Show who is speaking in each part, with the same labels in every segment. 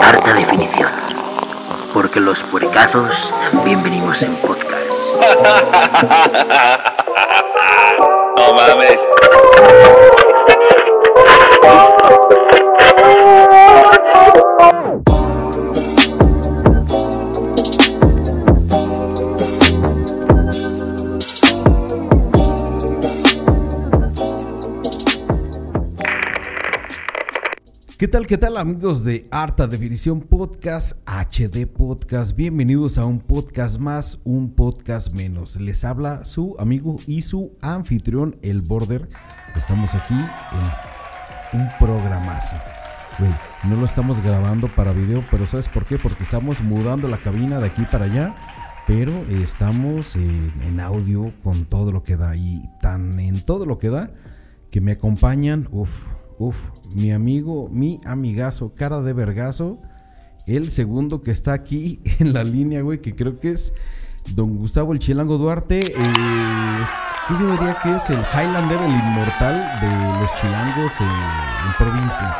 Speaker 1: Harta definición. Porque los puercazos también venimos en podcast.
Speaker 2: No mames.
Speaker 3: ¿Qué tal, qué tal amigos de Harta Definición Podcast, HD Podcast? Bienvenidos a un podcast más, un podcast menos. Les habla su amigo y su anfitrión, el Border. Estamos aquí en un programazo. Güey, no lo estamos grabando para video, pero ¿sabes por qué? Porque estamos mudando la cabina de aquí para allá. Pero estamos en, en audio con todo lo que da y tan en todo lo que da que me acompañan, uff, uff, mi amigo, mi amigazo, cara de vergazo, el segundo que está aquí en la línea, güey, que creo que es don Gustavo el Chilango Duarte, eh, que yo diría que es el Highlander, el inmortal de los chilangos eh, en provincia.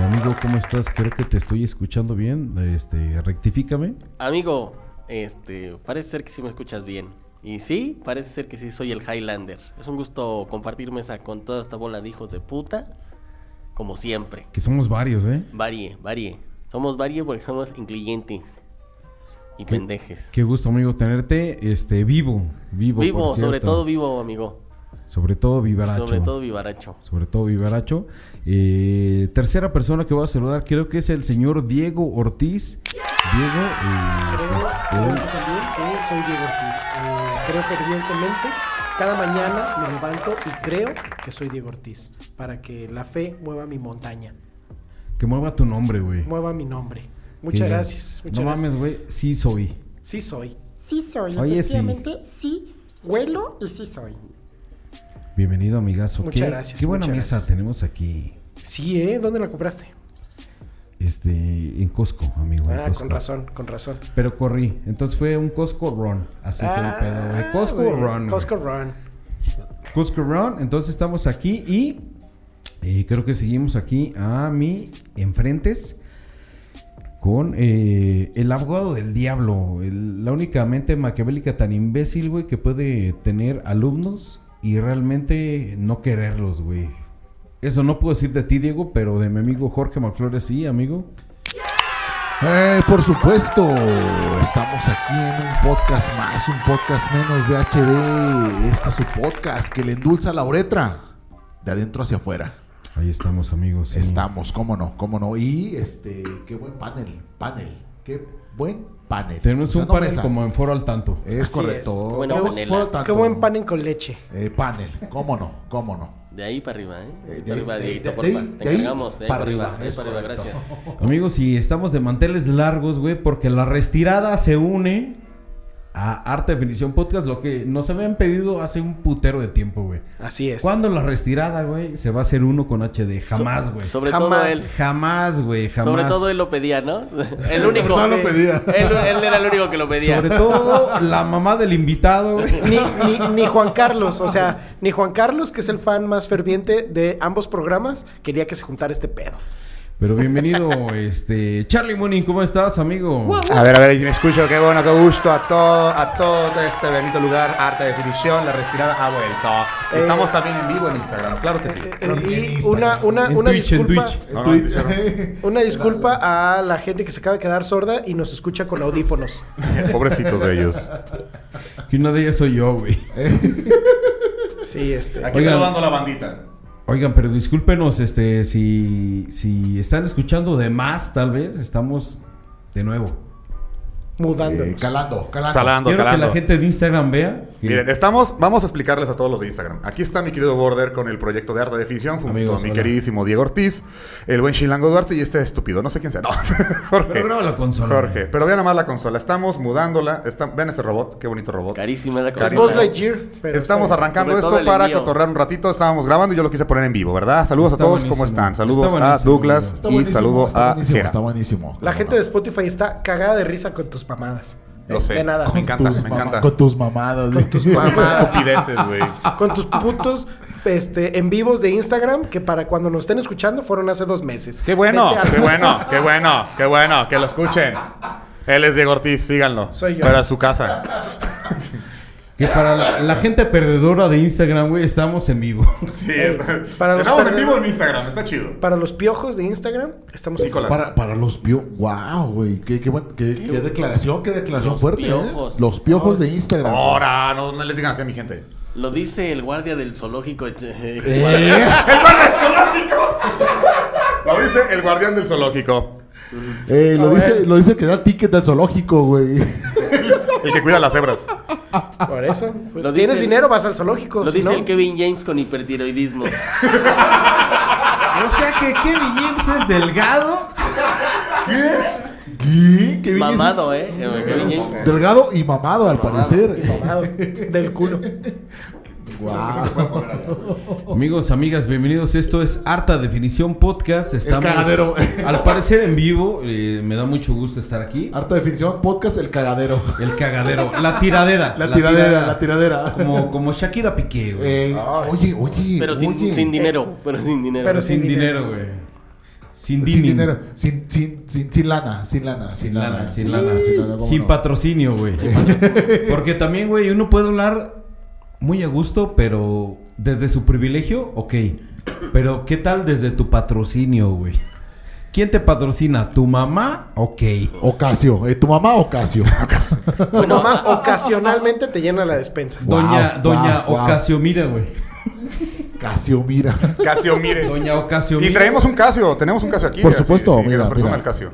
Speaker 3: Eh, amigo, ¿cómo estás? Creo que te estoy escuchando bien, este, rectifícame.
Speaker 4: Amigo, este, parece ser que sí me escuchas bien. Y sí, parece ser que sí soy el Highlander. Es un gusto compartir mesa con toda esta bola de hijos de puta. Como siempre.
Speaker 3: Que somos varios, ¿eh?
Speaker 4: Varie, varie. Somos varie porque somos incluyentes. Y pendejes.
Speaker 3: Qué gusto, amigo, tenerte este, vivo, vivo. por
Speaker 4: vivo, sobre
Speaker 3: cierto.
Speaker 4: todo vivo, amigo.
Speaker 3: Sobre todo vivaracho.
Speaker 4: Sobre todo vivaracho.
Speaker 3: sobre todo Vivaracho. Eh, tercera persona que voy a saludar creo que es el señor Diego Ortiz. Diego, eh,
Speaker 5: Creo,
Speaker 3: pues, te
Speaker 5: creo
Speaker 3: doy-
Speaker 5: también que soy Diego Ortiz. Eh, creo fervientemente. Cada mañana me levanto y creo que soy Diego Ortiz. Para que la fe mueva mi montaña,
Speaker 3: que mueva tu nombre, güey.
Speaker 5: mueva mi nombre.
Speaker 3: Que
Speaker 5: Muchas
Speaker 3: digas,
Speaker 5: gracias. Muchas
Speaker 3: no
Speaker 5: gracias.
Speaker 3: mames, güey, sí soy.
Speaker 5: Sí soy.
Speaker 6: Sí soy,
Speaker 3: Oye, sí.
Speaker 6: efectivamente, sí. huelo y sí soy.
Speaker 3: Bienvenido, amigazo.
Speaker 5: Muchas
Speaker 3: qué,
Speaker 5: gracias,
Speaker 3: Qué buena
Speaker 5: muchas
Speaker 3: mesa
Speaker 5: gracias.
Speaker 3: tenemos aquí.
Speaker 5: Sí, ¿eh? ¿Dónde la compraste?
Speaker 3: Este, en Costco, amigo. en
Speaker 5: Ah,
Speaker 3: Costco.
Speaker 5: con razón, con razón.
Speaker 3: Pero corrí. Entonces fue un Costco Run. Así fue el
Speaker 5: Ah,
Speaker 3: pedo, güey. Costco
Speaker 5: güey,
Speaker 3: Run. güey.
Speaker 5: Costco Run.
Speaker 3: Cusco Round, entonces estamos aquí y eh, creo que seguimos aquí a mi enfrentes con eh, el abogado del diablo, el- la única mente maquiavélica tan imbécil, güey, que puede tener alumnos y realmente no quererlos, güey. Eso no puedo decir de ti, Diego, pero de mi amigo Jorge Macflores sí, amigo.
Speaker 7: Eh, por supuesto, estamos aquí en un podcast más, un podcast menos de HD. Este es su podcast que le endulza la uretra de adentro hacia afuera.
Speaker 3: Ahí estamos, amigos. sí.
Speaker 7: Estamos, cómo no, cómo no. Y este, qué buen panel, panel, qué buen panel.
Speaker 3: Tenemos
Speaker 7: O sea,
Speaker 3: un
Speaker 7: no
Speaker 3: panel
Speaker 7: mesa.
Speaker 3: como en foro al tanto.
Speaker 7: Es correcto.
Speaker 4: Qué buena
Speaker 7: Fue-
Speaker 4: panela.
Speaker 7: fue tanto.
Speaker 5: Qué buen pan con leche.
Speaker 7: Eh, panel, cómo no, cómo no.
Speaker 4: De ahí para arriba, ¿eh?
Speaker 7: Eh,
Speaker 4: para
Speaker 7: de ahí-
Speaker 4: arriba,
Speaker 7: de-
Speaker 4: Dieguito,
Speaker 7: de-
Speaker 4: porfa.
Speaker 7: de ahí
Speaker 4: Te encargamos. De ahí para arriba. De ahí
Speaker 7: es
Speaker 4: para arriba,
Speaker 7: correcto.
Speaker 4: gracias.
Speaker 3: Amigos, y estamos de manteles largos, güey, porque la retirada se une a Arte Definición Podcast, lo que nos habían pedido hace un putero de tiempo, güey.
Speaker 5: Así es.
Speaker 3: ¿Cuándo la retirada, güey, se va a hacer uno con HD? Jamás, güey.
Speaker 4: Sobre
Speaker 5: Jamás.
Speaker 4: todo él.
Speaker 3: Jamás, güey, jamás.
Speaker 4: Sobre todo él lo pedía, ¿no? El
Speaker 7: Sobre
Speaker 4: único.
Speaker 7: todo lo pedía.
Speaker 4: Él, él era el único que lo pedía.
Speaker 3: Sobre todo la mamá del invitado, güey.
Speaker 5: Ni, ni- ni Juan Carlos, o sea, ni Juan Carlos, que es el fan más ferviente de ambos programas, quería que se juntara este pedo.
Speaker 3: Pero bienvenido, este. Charlie Mooning, ¿cómo estás, amigo?
Speaker 8: A ver, a ver, me escucho, qué bueno, qué gusto a todo, a todo este bonito lugar, arte de definición, la respirada ha vuelto. Estamos también en vivo en Instagram, claro que sí.
Speaker 7: Pero ni en
Speaker 5: Y una,
Speaker 7: Instagram.
Speaker 5: una,
Speaker 3: En
Speaker 5: una
Speaker 3: Twitch, en
Speaker 5: disculpa.
Speaker 3: Twitch.
Speaker 7: En
Speaker 8: no,
Speaker 7: Twitch.
Speaker 5: Una disculpa a la gente que se acaba de quedar sorda y nos escucha con audífonos.
Speaker 8: eh, Pobrecitos de ellos.
Speaker 3: Que una de ellas soy yo, güey.
Speaker 5: Sí, este.
Speaker 8: Aquí
Speaker 3: Oigan.
Speaker 8: está dando la bandita.
Speaker 3: Oigan, pero discúlpenos, este, si, si están escuchando de más, tal vez, estamos de nuevo.
Speaker 7: Eh,
Speaker 5: Mudándonos.
Speaker 7: calando, calando.
Speaker 8: Salando,
Speaker 3: Quiero que
Speaker 8: calando.
Speaker 3: la gente de Instagram vea. que-
Speaker 8: Miren, estamos, vamos a explicarles a todos los de Instagram. Aquí está mi querido Border con el proyecto de arte de definición junto
Speaker 3: Amigos,
Speaker 8: a mi
Speaker 3: hola.
Speaker 8: queridísimo Diego Ortiz, el buen Chilango Duarte y este estúpido, no sé quién sea. No, Jorge.
Speaker 3: Pero graba la consola. eh.
Speaker 8: Jorge, pero vean nada más la consola. Estamos mudándola. Está- vean ese robot, qué bonito robot.
Speaker 4: Carísima la cosa.
Speaker 5: Es Ghost Lightyear, pero
Speaker 8: Estamos
Speaker 5: está bien.
Speaker 8: arrancando
Speaker 4: Sobre todo
Speaker 8: esto
Speaker 4: el
Speaker 8: para
Speaker 4: envío.
Speaker 8: cotorrear un ratito. Estábamos grabando y yo lo quise poner en vivo, ¿verdad? Saludos
Speaker 3: Está
Speaker 8: a todos,
Speaker 3: buenísimo.
Speaker 8: ¿cómo están?
Speaker 3: Está
Speaker 8: Saludos a
Speaker 3: buenísimo,
Speaker 8: Douglas
Speaker 7: Está
Speaker 8: y
Speaker 7: buenísimo,
Speaker 8: saludos
Speaker 7: está
Speaker 8: a
Speaker 7: buenísimo,
Speaker 8: Jera.
Speaker 7: está buenísimo.
Speaker 5: La
Speaker 7: Cómo
Speaker 5: gente
Speaker 7: no.
Speaker 5: de Spotify está cagada de risa con tus mamadas.
Speaker 8: Lo sé.
Speaker 5: De nada.
Speaker 8: Me encanta,
Speaker 7: tus
Speaker 8: me
Speaker 7: mama-
Speaker 8: encanta.
Speaker 7: Con tus mamadas.
Speaker 5: Con tus
Speaker 7: güey.
Speaker 5: mamadas.
Speaker 8: Estupideces, güey.
Speaker 5: Con tus putos este, en vivos de Instagram que para cuando nos estén escuchando fueron hace dos meses.
Speaker 8: Qué bueno,
Speaker 5: Vete a-
Speaker 8: qué bueno, qué bueno, qué bueno, que lo escuchen. Él es Diego Ortiz, síganlo.
Speaker 5: Soy yo.
Speaker 8: Pero a su casa.
Speaker 3: Que para la, la gente perdedora de Instagram, güey, estamos en vivo.
Speaker 8: Sí, está-
Speaker 5: para los
Speaker 8: estamos en
Speaker 5: perder-
Speaker 8: vivo en Instagram, está chido.
Speaker 5: Para los piojos de Instagram, estamos
Speaker 8: Nicolás.
Speaker 7: Para, para los bio. ¡Wow, güey! Qué, qué buen- qué- qué declaración, qué declaración fuerte. ¿eh?
Speaker 4: piojos.
Speaker 7: Los piojos de Instagram.
Speaker 8: Ahora, no, no les digan así a mi gente.
Speaker 4: Lo dice el guardia del zoológico. eh,
Speaker 7: ¿Eh?
Speaker 8: ¡El guardián del zoológico! Lo dice el guardián del zoológico.
Speaker 7: Eh, lo, dice, lo dice el que da ticket al zoológico, güey.
Speaker 8: El que cuida las cebras.
Speaker 5: Por eso.
Speaker 4: Lo dice
Speaker 5: Tienes
Speaker 4: el-
Speaker 5: dinero, vas al zoológico.
Speaker 4: Lo
Speaker 5: si
Speaker 4: dice
Speaker 5: no-
Speaker 4: el Kevin James con hipertiroidismo.
Speaker 3: O sea que Kevin James es delgado.
Speaker 7: ¿Qué? ¿Qué bien
Speaker 4: Mamado, ¿eh? Eh, Kevin James.
Speaker 7: es? Delgado y mamado, al parecer.
Speaker 5: Tomado del culo.
Speaker 7: Guau.
Speaker 3: Amigos, amigas, bienvenidos. Esto es Harta Definición Podcast. Estamos
Speaker 7: cagadero.
Speaker 3: al parecer en vivo. Eh, me da mucho gusto estar aquí.
Speaker 7: Harta definición, podcast El Cagadero.
Speaker 3: El cagadero, la tiradera.
Speaker 7: La, tiradera, la tiradera.
Speaker 3: Como, como Shakira Piqué, güey.
Speaker 7: Eh, oye, oye.
Speaker 4: Pero sin,
Speaker 7: oye. Eh,
Speaker 4: sin dinero. Pero sin dinero.
Speaker 5: Pero
Speaker 3: sin
Speaker 5: sin
Speaker 3: dinero, güey. Sin,
Speaker 7: Sin
Speaker 3: dining.
Speaker 7: dinero, sin, sin, sin, sin lana, sin lana, sin lana, sin lana, sin lana, ¿cómo
Speaker 3: Sin
Speaker 7: no?
Speaker 3: patrocinio, güey. Porque también, güey, uno puede hablar muy a gusto, pero desde su privilegio, ok. Pero, ¿qué tal desde tu patrocinio, güey? ¿Quién te patrocina? ¿Tu mamá? Ok.
Speaker 7: Ocasio, eh, tu mamá Ocasio.
Speaker 5: Tu mamá ocasionalmente te llena la despensa.
Speaker 3: Doña,
Speaker 7: Guau,
Speaker 3: doña
Speaker 7: guau, guau.
Speaker 3: Ocasio, mira, güey.
Speaker 7: Casio, mira.
Speaker 8: Casio, mire.
Speaker 3: Doña Ocasio,
Speaker 8: Y
Speaker 3: mira.
Speaker 8: traemos un Casio, tenemos un Casio aquí.
Speaker 7: Por
Speaker 8: así,
Speaker 7: supuesto,
Speaker 8: que
Speaker 7: mira,
Speaker 8: nos presuma
Speaker 7: mira.
Speaker 8: el Casio.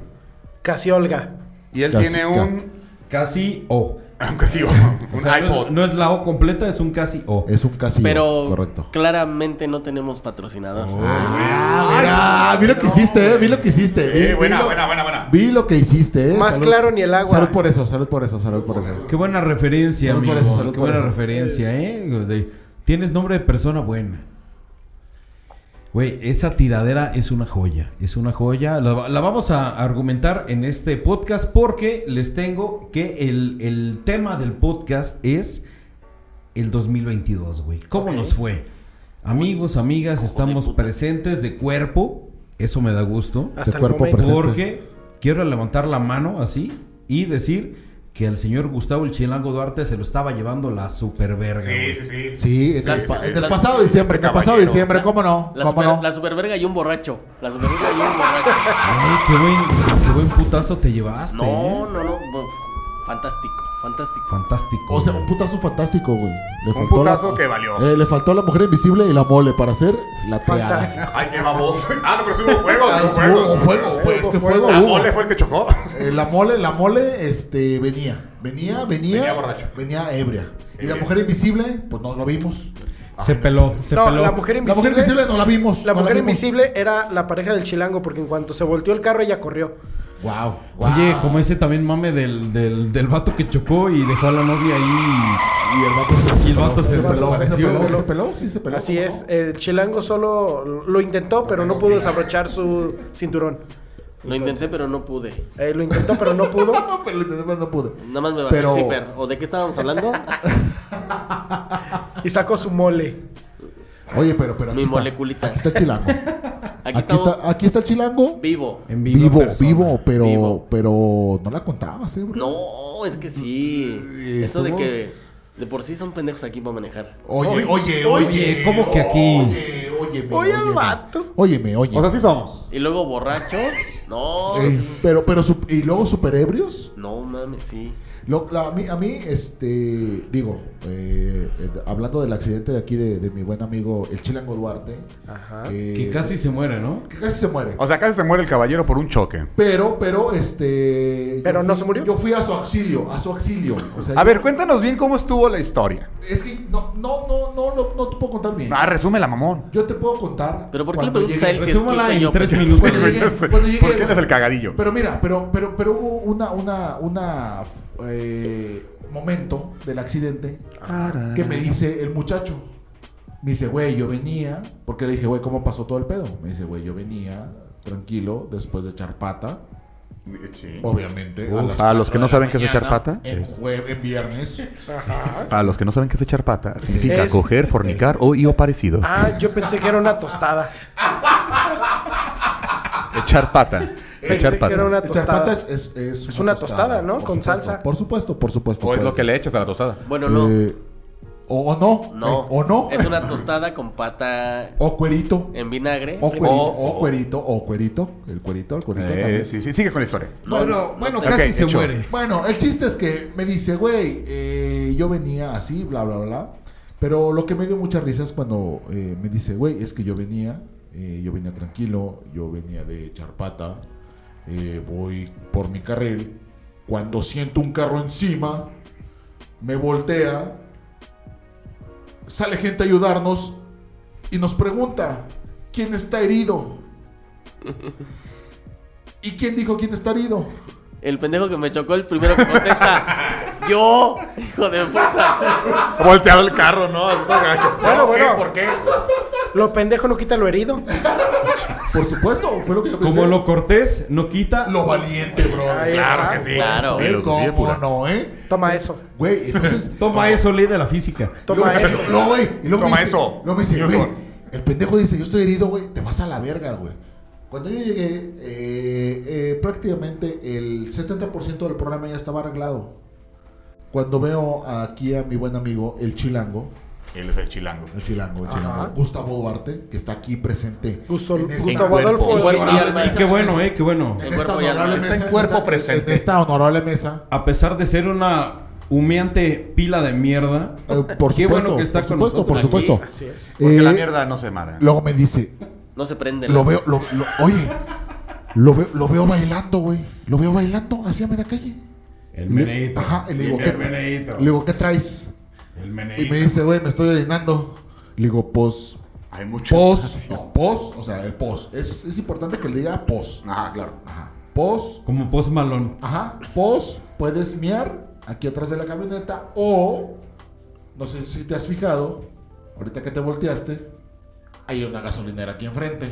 Speaker 5: Casi Olga.
Speaker 8: Y él
Speaker 7: Casi-
Speaker 8: tiene
Speaker 7: ca-
Speaker 8: un.
Speaker 3: Casi O.
Speaker 8: Un Casio. Un
Speaker 3: O sea, no es-
Speaker 8: iPod.
Speaker 3: No, es, la O completa, es un casi O.
Speaker 7: Es un Casio.
Speaker 4: Pero
Speaker 7: Correcto.
Speaker 4: claramente no tenemos patrocinador.
Speaker 7: Ah, mira, vi lo que hiciste, eh, vi lo que hiciste. Vi,
Speaker 8: Eh,
Speaker 7: vi
Speaker 8: buena,
Speaker 7: lo,
Speaker 8: buena, buena, buena.
Speaker 7: vi lo que hiciste, eh.
Speaker 5: Más claro ni el agua.
Speaker 7: Salud por eso, salud por eso, salud por eso.
Speaker 3: Qué buena referencia,
Speaker 7: Salud por
Speaker 3: amigo.
Speaker 7: eso, salud
Speaker 3: Qué
Speaker 7: por
Speaker 3: buena
Speaker 7: eso.
Speaker 3: referencia, ¿eh? De- tienes nombre de persona buena. Güey, esa tiradera es una joya. Es una joya. La, va- la vamos a argumentar en este podcast porque les tengo que el, el tema del podcast es el 2022, güey. ¿Cómo nos fue? Amigos, amigas, estamos
Speaker 4: puta.
Speaker 3: presentes de cuerpo. Eso me da gusto.
Speaker 5: Hasta
Speaker 7: de
Speaker 5: el
Speaker 7: cuerpo
Speaker 5: momento.
Speaker 7: presente.
Speaker 3: Porque quiero levantar la mano así y decir que al señor Gustavo el Chilango Duarte se lo estaba llevando la superverga,
Speaker 8: Sí,
Speaker 3: güey.
Speaker 8: sí, sí.
Speaker 7: Sí, en el,
Speaker 4: Las-
Speaker 7: pa- en el
Speaker 4: las-
Speaker 7: pasado diciembre, en el pasado
Speaker 8: Caballero.
Speaker 7: diciembre, ¿cómo no?
Speaker 4: La,
Speaker 7: ¿Cómo
Speaker 4: super-
Speaker 7: no?
Speaker 4: la superverga y un borracho. La superverga y un borracho.
Speaker 3: Güey, qué buen, qué buen putazo te llevaste.
Speaker 4: No,
Speaker 3: ¿eh?
Speaker 4: no, no. bu- Fantástico, fantástico.
Speaker 3: Fantástico.
Speaker 7: O sea,
Speaker 3: güey.
Speaker 7: un putazo fantástico, güey. Le
Speaker 8: Un
Speaker 7: faltó
Speaker 8: putazo que valió.
Speaker 7: Eh, le faltó la mujer invisible y la mole para hacer la
Speaker 5: Fantástico.
Speaker 7: triada.
Speaker 8: Ay, qué baboso. Ah, no, pero sí hubo fuego.
Speaker 7: Ah,
Speaker 8: hubo
Speaker 7: Fuego,
Speaker 8: fuego.
Speaker 7: fuego, fue- es que fuego
Speaker 8: La
Speaker 7: hubo.
Speaker 8: mole fue el que chocó.
Speaker 7: Eh, la mole, la mole, este, venía, venía, venía,
Speaker 8: Venía borracho.
Speaker 7: venía ebria. Y la
Speaker 8: Ebria.
Speaker 7: mujer invisible, pues no lo vimos.
Speaker 3: se peló, se
Speaker 5: No,
Speaker 3: peló.
Speaker 5: la mujer
Speaker 7: La mujer
Speaker 5: invisible.
Speaker 7: invisible no la vimos.
Speaker 5: La mujer invisible era la pareja del chilango porque en cuanto se volteó el carro ella corrió.
Speaker 7: Wow,
Speaker 3: Oye, como ese también mame del, del, del vato que chocó y dejó a la novia ahí.
Speaker 7: Y el vato
Speaker 3: Y el vato se peló,
Speaker 7: ¿Se
Speaker 3: apareció,
Speaker 7: peló?
Speaker 3: güey.
Speaker 7: ¿Se peló? Sí, se peló.
Speaker 5: Así
Speaker 7: ¿cómo
Speaker 5: es, el chilango solo lo intentó pero no pudo desabrochar su cinturón.
Speaker 4: Lo intenté, pero no pude.
Speaker 5: Eh, lo intentó pero no pudo.
Speaker 7: no? Pero lo entendí, pero no pude.
Speaker 4: Nada más me bajé
Speaker 7: Pero-
Speaker 4: el zipper. ¿O de qué estábamos hablando?
Speaker 5: Y sacó su mole.
Speaker 7: Oye, pero, pero aquí
Speaker 4: Mi
Speaker 7: está.
Speaker 4: moleculita.
Speaker 7: Aquí está el chilango.
Speaker 4: Aquí,
Speaker 7: Aquí,
Speaker 4: estamos
Speaker 7: está, aquí está el chilango.
Speaker 4: vivo.
Speaker 3: En vivo.
Speaker 7: Vivo,
Speaker 3: persona.
Speaker 7: vivo, pero,
Speaker 4: Vivo.
Speaker 7: pero no la contabas, eh, bro.
Speaker 4: No, es que sí. Esto de
Speaker 7: Mm, estuvo-
Speaker 4: que de por sí son pendejos aquí para manejar.
Speaker 7: Oye, oye,
Speaker 3: Oye, ¿cómo que aquí?
Speaker 7: Oye, óyeme,
Speaker 5: Oye, el
Speaker 7: óyeme.
Speaker 5: vato.
Speaker 7: Óyeme, oye.
Speaker 8: O sea, sí somos.
Speaker 4: Y luego borrachos. No,
Speaker 7: Ey, Eh, pero, pero, su- y luego super ebrios.
Speaker 4: no mames, sí.
Speaker 7: Lo- la- a, mí, a mí, este, digo, eh, eh, hablando del accidente de aquí de, de mi buen amigo, el Chilango Duarte, que,
Speaker 3: Que casi se muere, ¿no?
Speaker 7: que casi se muere.
Speaker 8: O sea, casi se muere el caballero por un choque.
Speaker 7: Pero, pero, este. yo
Speaker 5: ¿Pero no
Speaker 7: fui-
Speaker 5: se murió?
Speaker 7: Yo fui a su auxilio, a su auxilio. O sea,
Speaker 8: A ver, cuéntanos bien cómo estuvo la historia.
Speaker 7: es que no, no, no, no, lo- no te puedo contar bien.
Speaker 8: Ah, resume la mamón.
Speaker 7: Yo te puedo contar.
Speaker 4: Pero ¿por qué le
Speaker 7: cuando
Speaker 4: preguntas a
Speaker 7: llegué.
Speaker 4: él si
Speaker 3: Resúmala
Speaker 4: estoy
Speaker 3: en
Speaker 4: yo,
Speaker 3: tres
Speaker 4: pues,
Speaker 3: minutos.
Speaker 7: Cuando llegué, cuando llegué,
Speaker 8: ¿Por qué
Speaker 7: güey.
Speaker 8: eres el cagadillo?
Speaker 7: Pero mira, pero, pero, pero hubo una, una, una eh, momento del accidente que me dice el muchacho. Me dice, güey, yo venía. Porque le dije, güey, ¿cómo pasó todo el pedo? Me dice, güey, yo venía tranquilo después de echar pata.
Speaker 8: Sí.
Speaker 7: Obviamente.
Speaker 8: Uf,
Speaker 7: las
Speaker 8: a los
Speaker 7: cuatro
Speaker 8: que
Speaker 7: de
Speaker 8: no
Speaker 7: la
Speaker 8: saben qué es echar
Speaker 7: mañana, eh,
Speaker 8: pata,
Speaker 7: En,
Speaker 8: es-
Speaker 7: jue- en viernes.
Speaker 8: Para los que no saben qué es echar pata, significa
Speaker 5: Es-
Speaker 8: coger, fornicar o y o parecido.
Speaker 5: Ah, yo pensé que era una tostada.
Speaker 8: Echar pata.
Speaker 5: Pensé
Speaker 8: echar
Speaker 5: que
Speaker 8: pata.
Speaker 5: era una
Speaker 7: Echar
Speaker 5: tostada.
Speaker 7: pata es, es, es
Speaker 5: Es una tostada, ¿no?
Speaker 7: por
Speaker 5: Con
Speaker 7: supuesto.
Speaker 5: salsa.
Speaker 7: Por supuesto, por supuesto.
Speaker 9: O es
Speaker 7: puede
Speaker 9: lo que
Speaker 7: ser.
Speaker 9: le echas a la tostada.
Speaker 4: Bueno, no.
Speaker 7: Eh, o, o no.
Speaker 4: no.
Speaker 7: eh, O no.
Speaker 4: Es una tostada con pata
Speaker 7: O cuerito.
Speaker 4: en vinagre.
Speaker 7: O cuerito.
Speaker 9: O-
Speaker 7: O cuerito. O cuerito. El cuerito, el cuerito
Speaker 9: Eh,
Speaker 7: también.
Speaker 8: Sí, sí, sigue con la historia.
Speaker 7: Bueno, bueno,
Speaker 3: Casi
Speaker 9: Ok,
Speaker 3: se
Speaker 9: hecho.
Speaker 3: muere.
Speaker 7: Bueno, el chiste es que me dice, güey, eh, yo venía así, bla, bla, bla. Pero lo que me dio muchas risas cuando eh, me dice, güey, es que yo venía, eh, yo venía tranquilo, yo venía de Charpata, eh, voy por mi carril. Cuando siento un carro encima, me voltea, sale gente a ayudarnos y nos pregunta, ¿quién está herido? ¿Y quién dijo quién está herido?
Speaker 4: El pendejo que me chocó el primero que contesta. Yo, hijo de puta.
Speaker 8: Volteado el carro, ¿no? Todo gacho.
Speaker 5: Bueno, bueno.
Speaker 8: ¿Por qué?
Speaker 5: Lo pendejo no quita lo herido.
Speaker 7: Por supuesto, fue lo que yo
Speaker 5: Pues
Speaker 7: pensé.
Speaker 3: Como lo cortés no quita.
Speaker 7: Lo valiente, bro.
Speaker 5: Ahí está.
Speaker 8: Claro que sí.
Speaker 4: Claro.
Speaker 7: ¿Eh?
Speaker 8: Filosofía
Speaker 7: ¿Cómo
Speaker 8: pura.
Speaker 7: no, eh?
Speaker 5: Toma eso.
Speaker 7: Güey, entonces.
Speaker 3: Toma eso, ley de la física.
Speaker 5: Toma
Speaker 7: luego-
Speaker 5: eso.
Speaker 7: Luego, güey. y luego me
Speaker 8: Toma
Speaker 7: dice-
Speaker 8: eso.
Speaker 7: Luego me dice,
Speaker 8: Señor
Speaker 7: güey.
Speaker 8: Juan.
Speaker 7: El pendejo dice, yo estoy herido, güey. Te vas a la verga, güey. Cuando yo llegué, eh, eh, prácticamente el 70% del programa ya estaba arreglado. Cuando veo aquí a mi buen amigo, el chilango,
Speaker 8: Él es el chilango.
Speaker 7: el chilango, el
Speaker 5: Ajá.
Speaker 7: chilango, Gustavo Duarte, que está aquí presente.
Speaker 5: Gusto-
Speaker 7: en Ah, esta-
Speaker 5: Gustavo
Speaker 8: En cuerpo.
Speaker 5: Adolfo.
Speaker 4: En cuerpo y
Speaker 7: honorable
Speaker 4: alma.
Speaker 3: Y qué bueno, eh, qué bueno.
Speaker 7: En
Speaker 4: En
Speaker 7: esta
Speaker 4: cuerpo y alma.
Speaker 7: honorable
Speaker 4: Está
Speaker 7: mesa.
Speaker 8: en cuerpo
Speaker 7: esta-
Speaker 8: presente.
Speaker 7: En esta honorable mesa.
Speaker 3: A pesar de ser una humeante pila de mierda.
Speaker 7: Eh, por
Speaker 3: Qué
Speaker 7: supuesto,
Speaker 3: bueno que está
Speaker 7: por
Speaker 3: con
Speaker 7: supuesto, por
Speaker 3: nosotros
Speaker 7: supuesto.
Speaker 4: aquí.
Speaker 5: Así es.
Speaker 8: Porque
Speaker 7: Eh,
Speaker 8: la mierda no se mata.
Speaker 7: Luego me dice,
Speaker 4: No se prende.
Speaker 7: lo veo, lo, lo- oye, lo veo, lo veo bailando, güey. Lo veo bailando hacia media calle.
Speaker 3: El
Speaker 7: Le-
Speaker 3: meneito.
Speaker 7: Ajá, y le digo,
Speaker 3: el
Speaker 7: ¿qué,
Speaker 3: meneito.
Speaker 7: le digo, ¿qué traes?
Speaker 3: El
Speaker 7: Y me
Speaker 3: meneito.
Speaker 7: dice, güey, me estoy llenando. Le digo, pos,
Speaker 8: Hay mucho.
Speaker 7: pos, no, pos, o sea, el pos. Es, es importante que le diga pos.
Speaker 8: Ajá, claro.
Speaker 7: Ajá, pos,
Speaker 3: Como post malón.
Speaker 7: ajá, pos, puedes miar aquí atrás de la camioneta o, no sé si te has fijado, ahorita que te volteaste, hay una gasolinera aquí enfrente.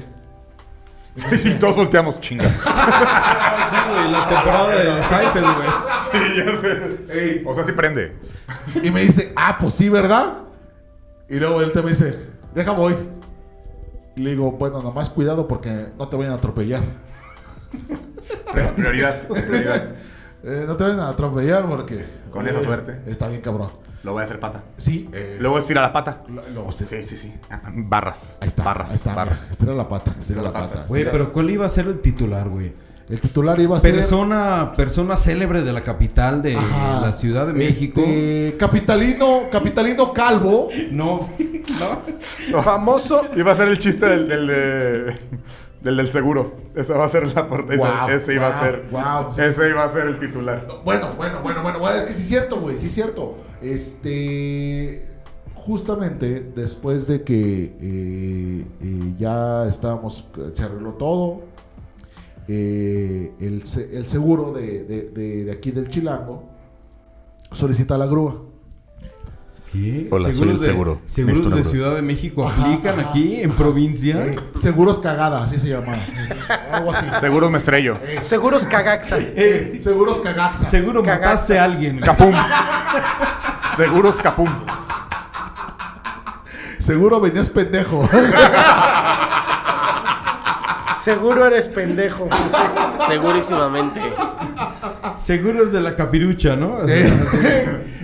Speaker 8: Sí, sí, todos volteamos, chinga.
Speaker 3: Sí, güey, la temporada de Seinfeld, güey.
Speaker 8: Sí, ya sé. Ey, o sea, sí prende.
Speaker 7: Y me dice, ah, pues sí, ¿verdad? Y luego él te me dice, deja voy. Y le digo, bueno, nomás cuidado porque no te vayan a atropellar.
Speaker 8: Prioridad, prioridad.
Speaker 7: Eh, no te vayan a atropellar porque.
Speaker 8: Con esa
Speaker 7: eh,
Speaker 8: suerte.
Speaker 7: Está bien, cabrón.
Speaker 8: Lo voy a hacer pata.
Speaker 7: Sí, eh,
Speaker 8: Luego estira la pata.
Speaker 7: lo- luego se-
Speaker 8: Sí, sí, sí. Ah, Barras.
Speaker 7: Ahí está.
Speaker 8: Barras.
Speaker 7: ahí está, mira,
Speaker 8: barras.
Speaker 7: Estira la pata, estira la pata.
Speaker 3: Güey,
Speaker 7: estira-
Speaker 3: pero ¿cuál iba a ser el titular, güey?
Speaker 7: El titular iba a ser.
Speaker 3: Persona, persona célebre de la capital de
Speaker 7: Ajá,
Speaker 3: eh, la Ciudad de México.
Speaker 7: este, capitalino, capitalino calvo.
Speaker 3: No,
Speaker 5: Famoso.
Speaker 8: Iba a ser el chiste del, del, de- del, del seguro. Esa va a ser la portada.
Speaker 7: Guau,
Speaker 8: ese iba a
Speaker 7: guau,
Speaker 8: ser.
Speaker 7: guau.
Speaker 8: Ese iba a ser el titular.
Speaker 7: Bueno, bueno, bueno, bueno, bueno, es que sí es cierto, güey, sí es cierto. Este, justamente después de que eh, eh, ya estábamos, se arregló todo, eh, el, se- el seguro de, de- de- de aquí del Chilango solicita la grúa.
Speaker 3: ¿qué?
Speaker 9: Hola, soy
Speaker 3: Seguros
Speaker 9: el
Speaker 3: de-
Speaker 9: seguro.
Speaker 3: Seguros
Speaker 9: Necesito una
Speaker 3: de
Speaker 9: grúa.
Speaker 3: Ciudad de México
Speaker 7: Ajá,
Speaker 3: aplican
Speaker 7: ajá,
Speaker 3: aquí en provincia.
Speaker 7: Eh, Seguros cagada, así se llama. Algo así.
Speaker 8: Seguro me estrello.
Speaker 5: Seguros Cagaxa.
Speaker 3: Eh,
Speaker 7: Seguros cagaxa.
Speaker 3: seguro
Speaker 5: Cagaste.
Speaker 3: mataste a alguien. güey.
Speaker 8: Capum. Seguros Capum.
Speaker 7: Seguro venías pendejo.
Speaker 5: Seguro eres pendejo.
Speaker 4: Segurísimamente.
Speaker 3: Seguros de la capirucha, ¿no?
Speaker 7: Eh.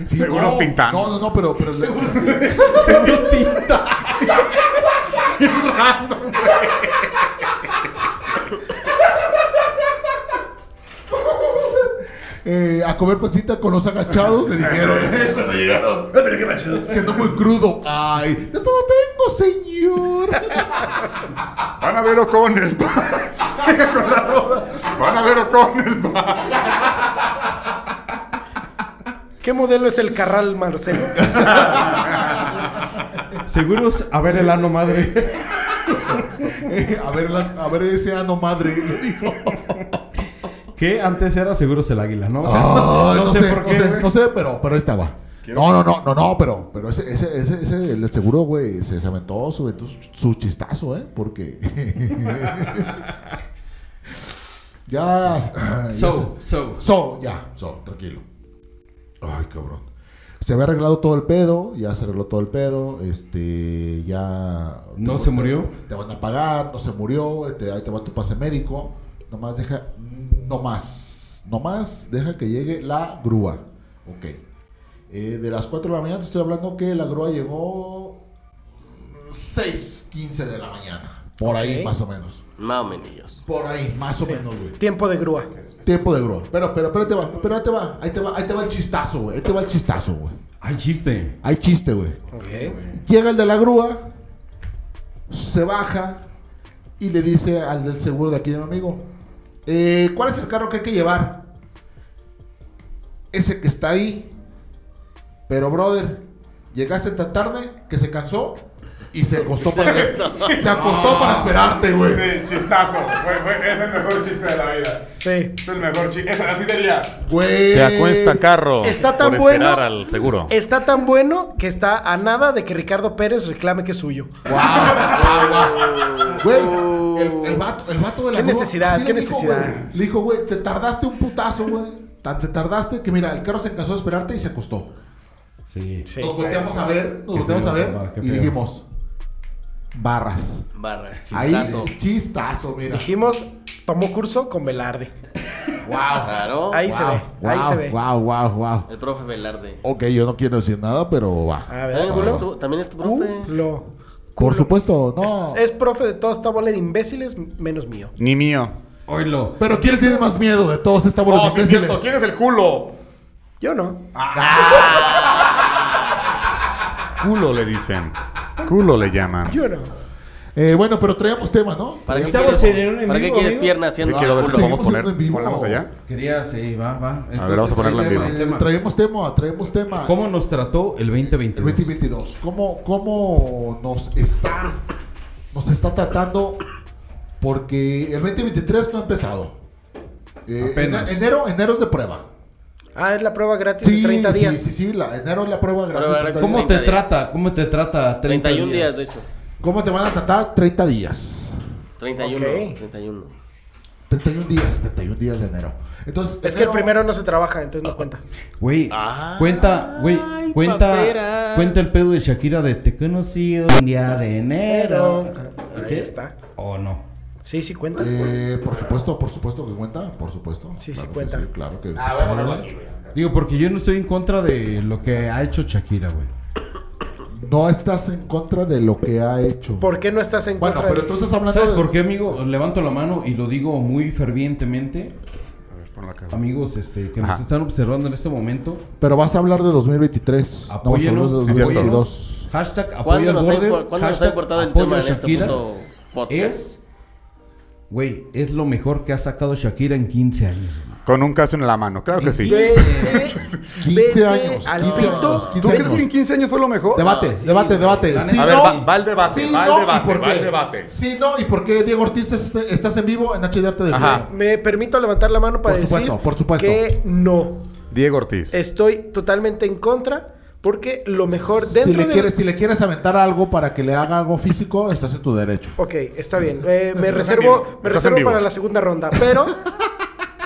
Speaker 7: Sí,
Speaker 8: Seguros
Speaker 7: no,
Speaker 8: Tintán.
Speaker 7: No, no, no, pero, pero
Speaker 3: Seguros tinta.
Speaker 7: eh, a comer pancita con los agachados le dijeron eh, cuando llegaron. "Ay, mira qué macho, Que ando muy crudo. Ay, de todo tengo, señor.
Speaker 8: Van a ver Ocon el bar. Sigue con la roda. Van a ver Ocon el bar.
Speaker 5: ¿Qué modelo es el Carral Marcelo?
Speaker 3: Seguros, a ver el ano madre.
Speaker 7: Eh, a ver, la- a ver ese ano madre. Le dijo.
Speaker 3: Que antes era Seguros el Águila, ¿no? O sea,
Speaker 7: Ay,
Speaker 3: no, no sé, por qué.
Speaker 7: Ah, No sé,
Speaker 3: güey.
Speaker 7: no sé, pero, pero ahí estaba. No, no, no, no, no, pero, pero ese, ese, ese, ese, el seguro, güey, se, se aventó su, su chistazo, ¿eh? Porque. Ya. ya
Speaker 3: So,
Speaker 7: sé.
Speaker 3: so.
Speaker 7: So, ya. So, tranquilo. Ay, cabrón. Se había arreglado todo el pedo, ya se arregló todo el pedo, este, ya...
Speaker 3: ¿No
Speaker 7: te-
Speaker 3: se
Speaker 7: te-
Speaker 3: murió?
Speaker 7: Te van a pagar, no se murió, te- ahí te va tu pase médico, nomás deja, no más, nomás deja que llegue la grúa, ok. Eh, de las 4 de la mañana te estoy hablando que la grúa llegó 6.15 de la mañana, por ahí
Speaker 5: Ok.
Speaker 7: más o menos,
Speaker 4: Mamenillos.
Speaker 7: por ahí más o menos, güey.
Speaker 5: Tiempo de grúa.
Speaker 7: Tiempo de grúa, pero, pero, pero ahí te va, pero ahí te va, ahí te va, ahí te va el chistazo, güey, ahí te va el chistazo, güey.
Speaker 3: Ay, chiste.
Speaker 7: Hay chiste, güey.
Speaker 5: Ok.
Speaker 7: Llega el de la grúa, se baja y le dice al del seguro de aquí de mi amigo, "Eh, ¿cuál es el carro que hay que llevar? Ese que está ahí. Pero, brother, llegaste tan tarde que se cansó y se acostó para, se acostó para esperarte, güey.
Speaker 8: Sí, chistazo. Fue- fue- es el mejor chiste de la vida.
Speaker 5: Sí.
Speaker 8: Es el mejor chiste. Es- Así sería.
Speaker 7: Güey.
Speaker 9: Se acuesta carro
Speaker 5: Está tan
Speaker 9: por
Speaker 5: bueno.
Speaker 9: esperar al seguro.
Speaker 5: Está tan bueno que está a nada de que Ricardo Pérez reclame que es suyo.
Speaker 7: Güey, el, el vato, el vato de la
Speaker 5: ¿Qué
Speaker 7: grúa,
Speaker 5: necesidad?
Speaker 7: así le
Speaker 5: ¿Qué
Speaker 7: dijo,
Speaker 5: necesidad?
Speaker 7: güey. Le dijo, güey, te tardaste un putazo, güey. Tan te tardaste que mira, el carro se cansó de esperarte y se acostó.
Speaker 3: Sí.
Speaker 5: Sí.
Speaker 7: Nos volteamos a ver, nos
Speaker 3: Qué
Speaker 7: volteamos
Speaker 3: feo,
Speaker 7: a ver
Speaker 3: papá, qué
Speaker 7: y
Speaker 3: feo.
Speaker 7: dijimos, barras.
Speaker 4: Barras. Chistazo.
Speaker 7: Ahí, chistazo, mira.
Speaker 5: Dijimos, tomó curso con Velarde.
Speaker 7: Wow.
Speaker 4: Claro.
Speaker 5: Ahí se ve, ahí se ve.
Speaker 7: Wow, wow, wow.
Speaker 4: El profe Velarde.
Speaker 7: Ok, yo no quiero decir nada, pero va.
Speaker 5: A ver,
Speaker 4: ¿También,
Speaker 5: culo,
Speaker 4: es tu- también es tu profe?
Speaker 5: culo.
Speaker 7: Por supuesto, no.
Speaker 5: Es profe de toda esta bola de imbéciles, menos mío.
Speaker 9: Ni mío.
Speaker 3: Oilo.
Speaker 7: Pero ¿quién tiene más miedo de todos esta bola
Speaker 8: Oh,
Speaker 7: de
Speaker 8: sí, es cierto.
Speaker 7: imbéciles?
Speaker 8: ¿Quién es el culo?
Speaker 5: Yo no.
Speaker 9: Ah. Culo le dicen. Culo le llaman.
Speaker 5: Yo no.
Speaker 7: Eh, bueno, pero traíamos tema, ¿no?
Speaker 4: ¿Para qué
Speaker 3: Estamos
Speaker 4: quieres,
Speaker 3: en un en
Speaker 4: ¿para qué
Speaker 3: vivo,
Speaker 4: quieres
Speaker 3: amigo?
Speaker 4: piernas haciendo Ah,
Speaker 9: Yo quiero ver si
Speaker 7: Seguimos
Speaker 9: podemos poner.
Speaker 7: siendo en vivo.
Speaker 9: ¿Ponemos allá?
Speaker 3: Quería, sí, va, va.
Speaker 9: A ver, vamos a ponerla en
Speaker 3: tema,
Speaker 9: vivo.
Speaker 3: tema.
Speaker 7: Traemos tema, traemos tema.
Speaker 3: ¿Cómo nos trató el 2022?
Speaker 7: El 2022. ¿Cómo, ¿Cómo nos está nos está tratando? Porque el 2023 no ha empezado. Eh,
Speaker 3: Apenas.
Speaker 7: ena- enero, enero es de prueba.
Speaker 5: Ah, es la prueba gratis
Speaker 7: Sí,
Speaker 5: de 30 días.
Speaker 7: sí, sí, sí, la- enero es la prueba gratis.
Speaker 4: Prueba
Speaker 7: 30
Speaker 4: gratis.
Speaker 3: ¿Cómo
Speaker 7: días.
Speaker 3: te
Speaker 4: 30 días.
Speaker 3: trata? ¿Cómo te trata 30
Speaker 4: 31
Speaker 3: días?
Speaker 4: días, de hecho.
Speaker 7: ¿Cómo te van a tratar? 30 días.
Speaker 4: 31.
Speaker 5: Ok.
Speaker 4: 31.
Speaker 7: 31 días, 31 días de enero. Entonces,
Speaker 5: Es que el
Speaker 7: enero-
Speaker 5: primero no se trabaja, entonces no cuenta.
Speaker 3: Güey, cuenta, güey, cuenta,
Speaker 4: paperas.
Speaker 3: cuenta el pedo de Shakira de te conocí un día de enero.
Speaker 5: Ahí está.
Speaker 3: ¿O no?
Speaker 5: Sí, sí cuenta.
Speaker 7: Eh, por supuesto, por supuesto que cuenta, por supuesto.
Speaker 5: Sí, sí
Speaker 7: Claro que
Speaker 5: cuenta.
Speaker 7: claro que sí.
Speaker 3: Digo, porque yo no estoy en contra de lo que ha hecho Shakira, güey.
Speaker 7: No estás en contra de lo que ha hecho.
Speaker 5: ¿Por qué no estás en
Speaker 7: Bueno,
Speaker 5: contra?
Speaker 7: pero
Speaker 5: de-
Speaker 7: tú estás hablando
Speaker 3: ¿Sabes
Speaker 7: de-
Speaker 3: por qué, amigo? Levanto la mano y lo digo muy fervientemente.
Speaker 9: A ver, ponla acá.
Speaker 3: Amigos este, que nos
Speaker 9: Ajá.
Speaker 3: están observando en este momento,
Speaker 7: Pero vas a hablar de 2023. no vas a hablar
Speaker 3: apóyenos,
Speaker 7: de
Speaker 9: sí, cierto.
Speaker 7: 2022.
Speaker 3: apóyenos. Hashtag apoya
Speaker 4: ¿Cuándo
Speaker 3: al
Speaker 4: nos, ha,
Speaker 3: border,
Speaker 4: impor- cuándo nos ha
Speaker 3: hashtag
Speaker 4: importado el
Speaker 3: apoya a
Speaker 4: tema en este
Speaker 3: Shakira.
Speaker 4: punto podcast?
Speaker 3: Es, güey, es lo mejor que ha sacado Shakira en 15 años. güey.
Speaker 9: Con un caso en la mano, claro que sí.
Speaker 5: Ve-
Speaker 3: Sí.
Speaker 5: vete
Speaker 7: 15 años. 15
Speaker 5: al
Speaker 7: años.
Speaker 5: pito.
Speaker 7: 15
Speaker 9: ¿Tú crees
Speaker 7: años.
Speaker 9: que en 15 años fue lo mejor?
Speaker 7: Debate,
Speaker 3: No, sí,
Speaker 7: debate,
Speaker 3: güey.
Speaker 7: debate.
Speaker 3: La
Speaker 7: Si
Speaker 3: neta.
Speaker 9: a ver,
Speaker 7: no,
Speaker 9: va, va el debate,
Speaker 7: si
Speaker 9: va
Speaker 7: no,
Speaker 9: el debate,
Speaker 7: ¿y por
Speaker 9: va el
Speaker 7: qué?
Speaker 9: debate.
Speaker 7: Si no, ¿y por qué Diego Ortiz est- estás en vivo en HD Arte de
Speaker 9: Ajá.
Speaker 7: Fuerza?
Speaker 5: Me permito levantar la mano para
Speaker 7: Por
Speaker 5: decir
Speaker 7: supuesto, por supuesto.
Speaker 5: que no.
Speaker 9: Diego Ortiz.
Speaker 5: Estoy totalmente en contra porque lo mejor dentro
Speaker 7: Si le,
Speaker 5: de-
Speaker 7: quieres, si le quieres aventar algo para que le haga algo físico, estás en tu derecho.
Speaker 5: Ok, está bien. Eh, me
Speaker 9: Estás en
Speaker 5: reservo,
Speaker 9: vivo,
Speaker 5: me
Speaker 9: estás en
Speaker 5: reservo
Speaker 9: vivo.
Speaker 5: para la segunda ronda. Pero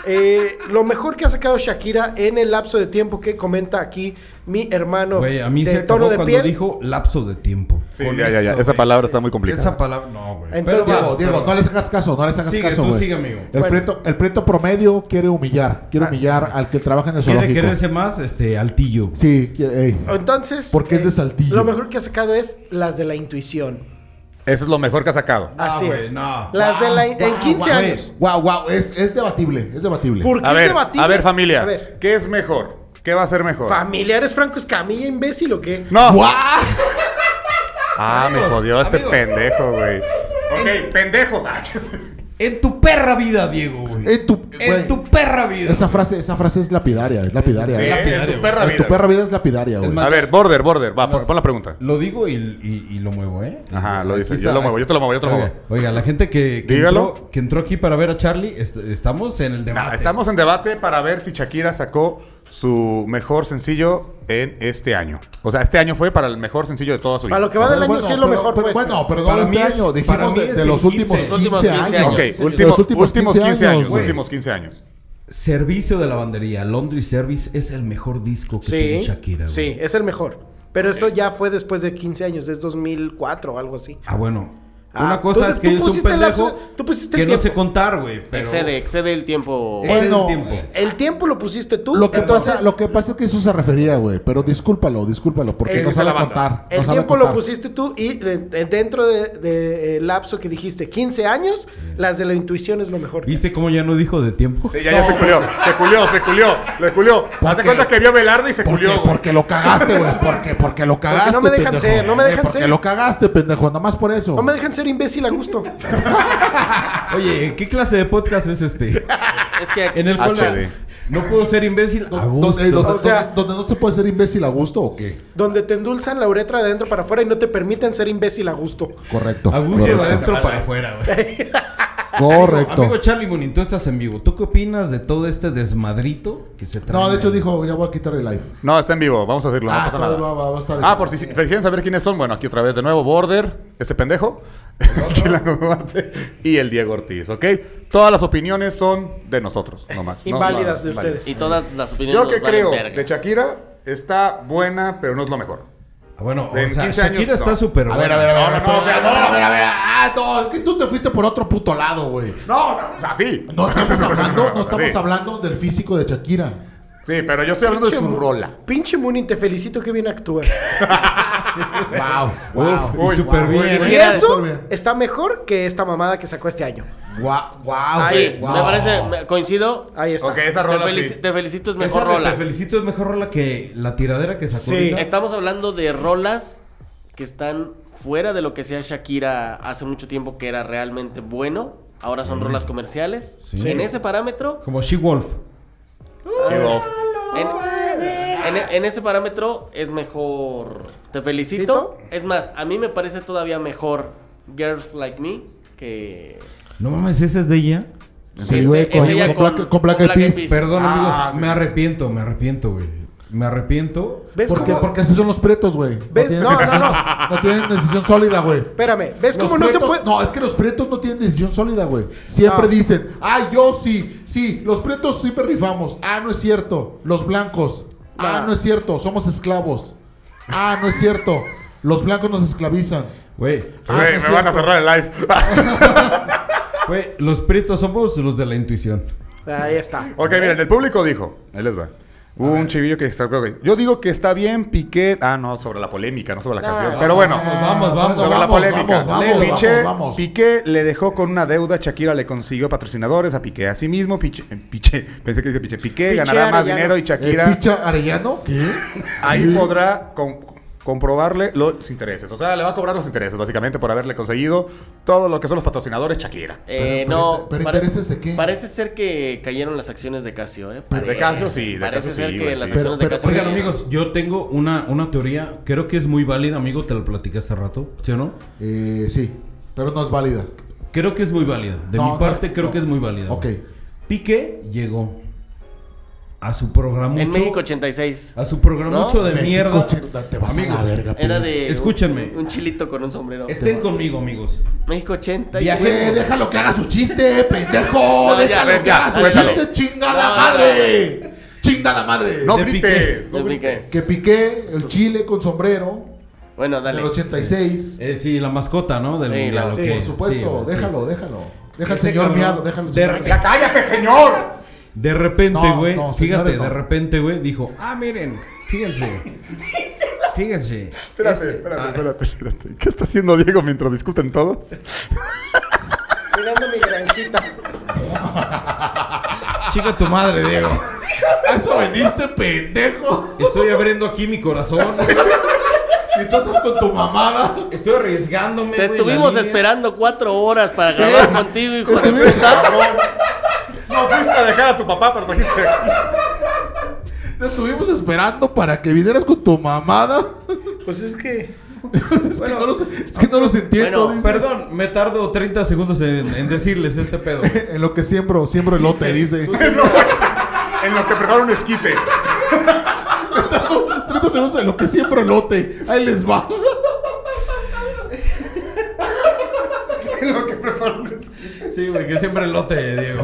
Speaker 5: eh, lo mejor que ha sacado Shakira en el lapso de tiempo que comenta aquí mi hermano
Speaker 3: Güey, a mí
Speaker 5: de
Speaker 3: se acabó
Speaker 5: tono de
Speaker 3: cuando
Speaker 5: piel.
Speaker 3: dijo lapso de tiempo.
Speaker 9: Sí,
Speaker 3: Con
Speaker 9: ya, ya, ya.
Speaker 3: eso,
Speaker 9: Esa
Speaker 3: güey.
Speaker 9: palabra está muy complicada.
Speaker 3: Esa palabra, no, güey.
Speaker 5: Entonces-
Speaker 3: Pero
Speaker 7: Diego,
Speaker 3: vas,
Speaker 7: Diego,
Speaker 3: pero
Speaker 7: no
Speaker 3: vas.
Speaker 7: les hagas caso, no les hagas
Speaker 3: Sigue,
Speaker 7: caso,
Speaker 3: tú
Speaker 7: güey.
Speaker 3: sigue, amigo.
Speaker 7: El,
Speaker 5: Bueno. Ah.
Speaker 7: preto, el preto promedio quiere humillar, quiere humillar al que trabaja en el
Speaker 3: Quiere
Speaker 7: zoológico.
Speaker 3: quererse Oh, más, este, altillo.
Speaker 7: Sí, qui- ey.
Speaker 5: Entonces, eh,
Speaker 7: Porque es de Saltillo.
Speaker 5: Lo mejor que ha sacado es las de la intuición.
Speaker 9: Eso es lo mejor que ha sacado.
Speaker 3: No,
Speaker 5: Así
Speaker 3: güey,
Speaker 5: es.
Speaker 3: no.
Speaker 5: Las de la en
Speaker 7: Guau,
Speaker 5: 15
Speaker 7: guau,
Speaker 5: años.
Speaker 7: Guau, guau, es, es debatible, es debatible.
Speaker 5: ¿Por qué
Speaker 9: A
Speaker 5: es
Speaker 9: ver,
Speaker 5: debatible?
Speaker 9: a ver, familia.
Speaker 5: A ver,
Speaker 9: ¿Qué es mejor? ¿Qué va a ser mejor?
Speaker 5: ¿familiar es Franco Escamilla, imbécil o qué?
Speaker 9: no.
Speaker 7: ¡Guau!
Speaker 9: Ah, me jodió este pendejo, güey. Ok, pendejos.
Speaker 3: En tu perra vida, Diego, güey.
Speaker 7: En tu, güey,
Speaker 3: En tu perra vida.
Speaker 7: esa frase, esa frase es lapidaria, es lapidaria. eh.
Speaker 3: lapidario,
Speaker 9: tu perra
Speaker 7: En tu
Speaker 9: vida.
Speaker 7: perra vida es lapidaria, güey.
Speaker 9: A ver, border, border. Va, pon, pon la pregunta.
Speaker 3: Lo digo y, y- y lo muevo, ¿eh?
Speaker 9: Ajá, lo
Speaker 3: Aquí
Speaker 9: dices.
Speaker 3: está.
Speaker 9: Yo lo muevo, yo te lo muevo, yo te lo
Speaker 3: Oiga,
Speaker 9: muevo.
Speaker 3: oiga, la gente que, que,
Speaker 9: Dígalo.
Speaker 3: entró, que entró aquí para ver a Charlie, est- estamos en el
Speaker 9: Nah,
Speaker 3: debate.
Speaker 9: estamos en debate para ver si Shakira sacó su mejor sencillo en este año. O sea, este año fue para el mejor sencillo de toda su vida.
Speaker 5: Para lo que va del año, sí es lo
Speaker 7: pero-
Speaker 5: mejor. pues.
Speaker 7: pero-
Speaker 5: puesto.
Speaker 7: bueno, perdón,
Speaker 3: Para
Speaker 7: este
Speaker 3: mí es-
Speaker 7: año.
Speaker 3: para
Speaker 7: Dijimos
Speaker 3: mí
Speaker 7: de,
Speaker 3: es
Speaker 7: de
Speaker 3: el
Speaker 7: los últimos
Speaker 3: 15,
Speaker 7: 15,
Speaker 4: los últimos 15
Speaker 7: años.
Speaker 4: años.
Speaker 9: Ok,
Speaker 4: Sí, sí,
Speaker 9: último-
Speaker 7: los últimos 15 años,
Speaker 9: años.
Speaker 7: güey.
Speaker 9: Últimos 15 años.
Speaker 3: Servicio de lavandería, Laundry Service es el mejor disco que tiene
Speaker 5: Sí,
Speaker 3: Shakira. güey.
Speaker 5: sí, es el mejor. Pero eso ya fue después de 15 años, es 2004 o algo así.
Speaker 3: Ah, bueno.
Speaker 5: Ah,
Speaker 3: Una cosa
Speaker 5: tú-
Speaker 3: es que
Speaker 5: tú
Speaker 3: yo soy un
Speaker 5: pusiste el
Speaker 3: pendejo
Speaker 5: lapso- tú pusiste
Speaker 3: que
Speaker 5: el
Speaker 3: no sé
Speaker 5: tiempo.
Speaker 3: contar, güey. Pero
Speaker 4: Excede, excede el tiempo.
Speaker 3: excede el
Speaker 7: Bueno,
Speaker 3: tiempo.
Speaker 5: El tiempo lo pusiste tú.
Speaker 7: Lo que,
Speaker 5: entonces,
Speaker 7: pasa, lo que pasa es que eso se refería, güey. Pero discúlpalo, discúlpalo, porque
Speaker 5: El-
Speaker 7: no sabe
Speaker 9: la banda.
Speaker 7: contar. no
Speaker 5: El
Speaker 7: sabe
Speaker 5: tiempo lo
Speaker 7: contar.
Speaker 5: pusiste tú y de- de- dentro del de, eh, lapso que dijiste 15 años, las de la intuición es lo mejor.
Speaker 3: ¿Viste cómo ya no dijo de tiempo?
Speaker 9: Sí, ya, ya se culió, se culió, se culió, le culió. Hazte
Speaker 7: qué?
Speaker 9: cuenta que vio a Velarde y se
Speaker 7: Porque,
Speaker 9: culió. güey.
Speaker 7: porque lo cagaste, güey. Porque, porque lo cagaste.
Speaker 5: no me dejan
Speaker 7: pendejo.
Speaker 5: ser, no me
Speaker 7: Eh,
Speaker 5: dejan
Speaker 7: Porque
Speaker 5: ser.
Speaker 7: lo cagaste, pendejo. Nomás por eso.
Speaker 5: No me dejan ser imbécil a gusto.
Speaker 3: Oye, ¿qué clase de podcast es este?
Speaker 4: Es que
Speaker 3: En el
Speaker 9: HD.
Speaker 3: cual no puedo ser imbécil a
Speaker 7: ¿Donde,
Speaker 3: gusto.
Speaker 7: donde-
Speaker 5: O sea-
Speaker 7: eh, donde no se puede ser imbécil a gusto o qué?
Speaker 5: Donde te endulzan la uretra de adentro para afuera y no te permiten ser imbécil a gusto.
Speaker 7: Correcto.
Speaker 3: A gusto de
Speaker 7: correcto.
Speaker 3: adentro para afuera, güey.
Speaker 7: Correcto.
Speaker 3: Amigo Charlie Munin, tú estás en vivo. ¿Tú qué opinas de todo este desmadrito que se trae?
Speaker 7: no, de hecho dijo, ya voy a quitar el live.
Speaker 9: No, está en vivo, vamos a hacerlo, no
Speaker 7: Ah,
Speaker 9: pasa nada.
Speaker 7: va- va- va a estar en
Speaker 9: Ah,
Speaker 7: vivo.
Speaker 9: por si si quieren saber quiénes son, bueno, aquí otra vez de nuevo, Border, este pendejo, Chilango Duarte y el Diego Ortiz, ¿ok? Todas las opiniones son de nosotros, nomás. no-
Speaker 5: Inválidas de
Speaker 9: inválidas.
Speaker 4: Y
Speaker 5: ustedes.
Speaker 4: todas las opiniones
Speaker 9: Yo que
Speaker 4: nos valen
Speaker 9: creo
Speaker 4: verga.
Speaker 9: de Shakira está buena, pero no es lo mejor.
Speaker 3: Ah, Bueno, o
Speaker 9: En
Speaker 3: sea,
Speaker 9: 15 años,
Speaker 3: Shakira
Speaker 9: no.
Speaker 3: está súper
Speaker 7: A ver, a ver, a ver.
Speaker 9: No,
Speaker 7: a ver,
Speaker 9: no, no,
Speaker 7: pero-
Speaker 9: o sea, no,
Speaker 7: a ver, a ver. Ah, no, es que tú te fuiste por otro puto lado, güey.
Speaker 9: No, o sea, sí.
Speaker 7: No estamos hablando, no estamos
Speaker 9: Sí.
Speaker 7: hablando del físico de Shakira.
Speaker 9: Sí, pero yo estoy hablando de su
Speaker 5: Pinche mu-
Speaker 9: rola.
Speaker 5: Pinche Moonin, te felicito que bien actúas.
Speaker 7: Wow,
Speaker 3: Uf,
Speaker 7: wow.
Speaker 9: Uy,
Speaker 3: y súper
Speaker 9: wow,
Speaker 3: bien.
Speaker 5: y
Speaker 3: ¿eh?
Speaker 5: eso
Speaker 7: bien.
Speaker 5: está mejor que esta mamada que sacó este año.
Speaker 7: Wow,
Speaker 4: Ah, Sí,
Speaker 7: wow.
Speaker 4: me parece, me- coincido.
Speaker 5: Ahí está.
Speaker 9: Ok, esa
Speaker 4: Te,
Speaker 9: Ah, rola
Speaker 4: felici-
Speaker 9: sí.
Speaker 4: te felicito, es
Speaker 3: Esa
Speaker 4: mejor
Speaker 3: de
Speaker 4: rola.
Speaker 3: Te felicito es mejor rola que la tiradera que sacó
Speaker 5: Sí.
Speaker 3: ahorita.
Speaker 4: Estamos hablando de rolas que están fuera de lo que sea Shakira hace mucho tiempo que era realmente bueno. Ahora son rolas comerciales.
Speaker 3: Sí.
Speaker 4: En ese parámetro,
Speaker 3: Como She Wolf.
Speaker 9: Digo,
Speaker 7: Ah,
Speaker 4: en, en- en ese parámetro es mejor. Te felicito. Es más, a mí me parece todavía mejor Girls Like Me que.
Speaker 3: No mames, esa es de ella.
Speaker 7: Sí,
Speaker 4: Ese-
Speaker 7: güey, con,
Speaker 4: ese ya
Speaker 7: con Black, con Black Eyed
Speaker 4: Eyed
Speaker 7: Peas.
Speaker 4: Peas.
Speaker 3: Perdón,
Speaker 9: Ah,
Speaker 3: amigos,
Speaker 9: sí,
Speaker 3: me
Speaker 9: sí.
Speaker 3: arrepiento, me arrepiento, güey. Me arrepiento.
Speaker 5: ¿Ves
Speaker 7: ¿Por qué?
Speaker 5: cómo?
Speaker 7: Porque así son los pretos, güey. No,
Speaker 5: ¿Ves?
Speaker 7: tienen
Speaker 5: No, no,
Speaker 7: decisión-
Speaker 5: no.
Speaker 7: no tienen decisión sólida, güey.
Speaker 5: Espérame, ¿ves
Speaker 7: Los
Speaker 5: cómo no se
Speaker 7: prietos-
Speaker 5: puede?
Speaker 7: No, es que los pretos no tienen decisión sólida, güey. Siempre
Speaker 5: No.
Speaker 7: dicen, ah, yo sí, sí, los pretos siempre rifamos. Ah, no es cierto. Los blancos. Ah,
Speaker 5: No.
Speaker 7: no es cierto. Somos esclavos. Ah, no es cierto. Los blancos nos esclavizan.
Speaker 3: Güey,
Speaker 7: Ah,
Speaker 9: güey,
Speaker 7: sí,
Speaker 9: me van a
Speaker 7: cierto.
Speaker 9: cerrar el live.
Speaker 3: güey, los prietos somos los de la intuición.
Speaker 5: Ahí está.
Speaker 9: ok, miren, el público dijo. Ahí les va. Hubo un chivillo que está. ok, Yo digo que está bien, Piqué. Ah, no, sobre la polémica, no sobre la canción. pero bueno.
Speaker 3: Vamos, vamos,
Speaker 9: Sobre la
Speaker 3: vamos,
Speaker 9: polémica.
Speaker 7: Ah, vamos,
Speaker 9: Piché-
Speaker 7: vamos,
Speaker 9: Piqué,
Speaker 7: vamos, vamos.
Speaker 9: le dejó con una deuda, Shakira le consiguió patrocinadores a Piqué. Asimismo, Piché, Piché- pensé que dice Piché, Piqué
Speaker 5: Piché
Speaker 9: ganará más
Speaker 5: Arellano.
Speaker 9: dinero y
Speaker 7: Eh,
Speaker 9: Shakira
Speaker 7: ¿Picha Arellano? ¿Qué?
Speaker 9: ahí
Speaker 7: Sí.
Speaker 9: podrá com- comprobarle los intereses. O sea, le va a cobrar los intereses, básicamente, por haberle conseguido todo lo que son los patrocinadores Shakira.
Speaker 4: Eh,
Speaker 7: Pero-
Speaker 4: no.
Speaker 7: pero- pero
Speaker 4: pare-
Speaker 7: intereses de qué?
Speaker 4: Parece ser que cayeron las acciones de Casio, ¿eh?
Speaker 9: Pero- De
Speaker 4: Parece-
Speaker 9: Casio sí, de
Speaker 4: Parece
Speaker 9: Casio
Speaker 4: ser
Speaker 9: sí,
Speaker 4: que
Speaker 9: güey,
Speaker 4: las
Speaker 9: sí.
Speaker 4: acciones de
Speaker 7: Pero-
Speaker 4: Casio.
Speaker 7: pero-
Speaker 3: Oigan,
Speaker 4: cayeron.
Speaker 3: amigos, yo tengo una, una teoría, creo que es muy válida, amigo, te lo platiqué hace rato, ¿sí o no?
Speaker 7: Eh, sí, pero no es válida.
Speaker 3: Creo que es muy válida. De
Speaker 7: No,
Speaker 3: mi parte,
Speaker 7: no,
Speaker 3: creo
Speaker 7: no.
Speaker 3: que es muy válida.
Speaker 7: Ok.
Speaker 3: güey. Piqué llegó a su programa
Speaker 4: En México 86.
Speaker 3: a su programa
Speaker 4: ¿No?
Speaker 3: 8 de
Speaker 7: México,
Speaker 3: mierda.
Speaker 7: chingada, te vas a la verga,
Speaker 4: Era
Speaker 7: Piqué.
Speaker 4: de.
Speaker 3: Escúchenme.
Speaker 4: Un, un chilito con un sombrero.
Speaker 7: Este
Speaker 3: Estén conmigo, amigos.
Speaker 4: México 80.
Speaker 3: Viaje-
Speaker 7: Güey, Eh, déjalo que haga su chiste, pendejo.
Speaker 4: ya,
Speaker 7: déjalo
Speaker 4: ven,
Speaker 7: que
Speaker 4: ya,
Speaker 7: haga su
Speaker 4: suéltalo.
Speaker 7: chiste, chingada
Speaker 4: No,
Speaker 7: madre. Chingada madre.
Speaker 9: No
Speaker 3: De
Speaker 9: grites.
Speaker 4: No brinques.
Speaker 7: Que piqué el chile con sombrero
Speaker 4: Bueno, dale.
Speaker 7: del 86.
Speaker 3: Eh, sí, la mascota, ¿no? Del
Speaker 4: Sí,
Speaker 3: mundial,
Speaker 4: la-
Speaker 3: ok.
Speaker 7: Sí, por supuesto,
Speaker 3: sí,
Speaker 7: déjalo, déjalo. Deja al
Speaker 3: Ese
Speaker 7: señor
Speaker 3: cabrón,
Speaker 7: miado, déjalo. al
Speaker 3: de
Speaker 7: señor
Speaker 3: repente-
Speaker 7: miado.
Speaker 9: ¡Ya cállate, señor!
Speaker 3: De repente,
Speaker 7: No,
Speaker 3: güey,
Speaker 7: no,
Speaker 3: fíjate,
Speaker 7: señores, no.
Speaker 3: de repente, güey, dijo, ah, miren, fíjense, fíjense. este, ah,
Speaker 9: Espérate, espérate, espérate, espérate. ¿Qué está haciendo Diego mientras discuten todos?
Speaker 5: Cuidando mi granjita.
Speaker 3: Chica tu madre, Diego.
Speaker 7: ¡A eso veniste, pendejo!
Speaker 3: Estoy abriendo aquí mi corazón,
Speaker 7: Y tú estás con tu mamada.
Speaker 3: estoy arriesgándome.
Speaker 4: Te
Speaker 3: güey, la
Speaker 4: estuvimos
Speaker 3: línea.
Speaker 4: esperando cuatro horas para grabar contigo, hijo de
Speaker 7: Estuvimos-
Speaker 4: puta.
Speaker 9: No fuiste a dejar a tu papá, pero trajiste.
Speaker 7: Te estuvimos esperando para que vinieras con tu mamada.
Speaker 5: Pues es que.
Speaker 7: Es, que, no los, es que no los entiendo.
Speaker 4: Bueno,
Speaker 7: dice.
Speaker 3: Perdón, me tardo 30 segundos en, en decirles este pedo.
Speaker 7: En lo que siembro, siembro elote, dice.
Speaker 9: En lo que preparo un esquite.
Speaker 7: Le traigo 30 segundos de lo que siempre lote. Ahí les va.
Speaker 3: Sí, porque siempre lote, Diego.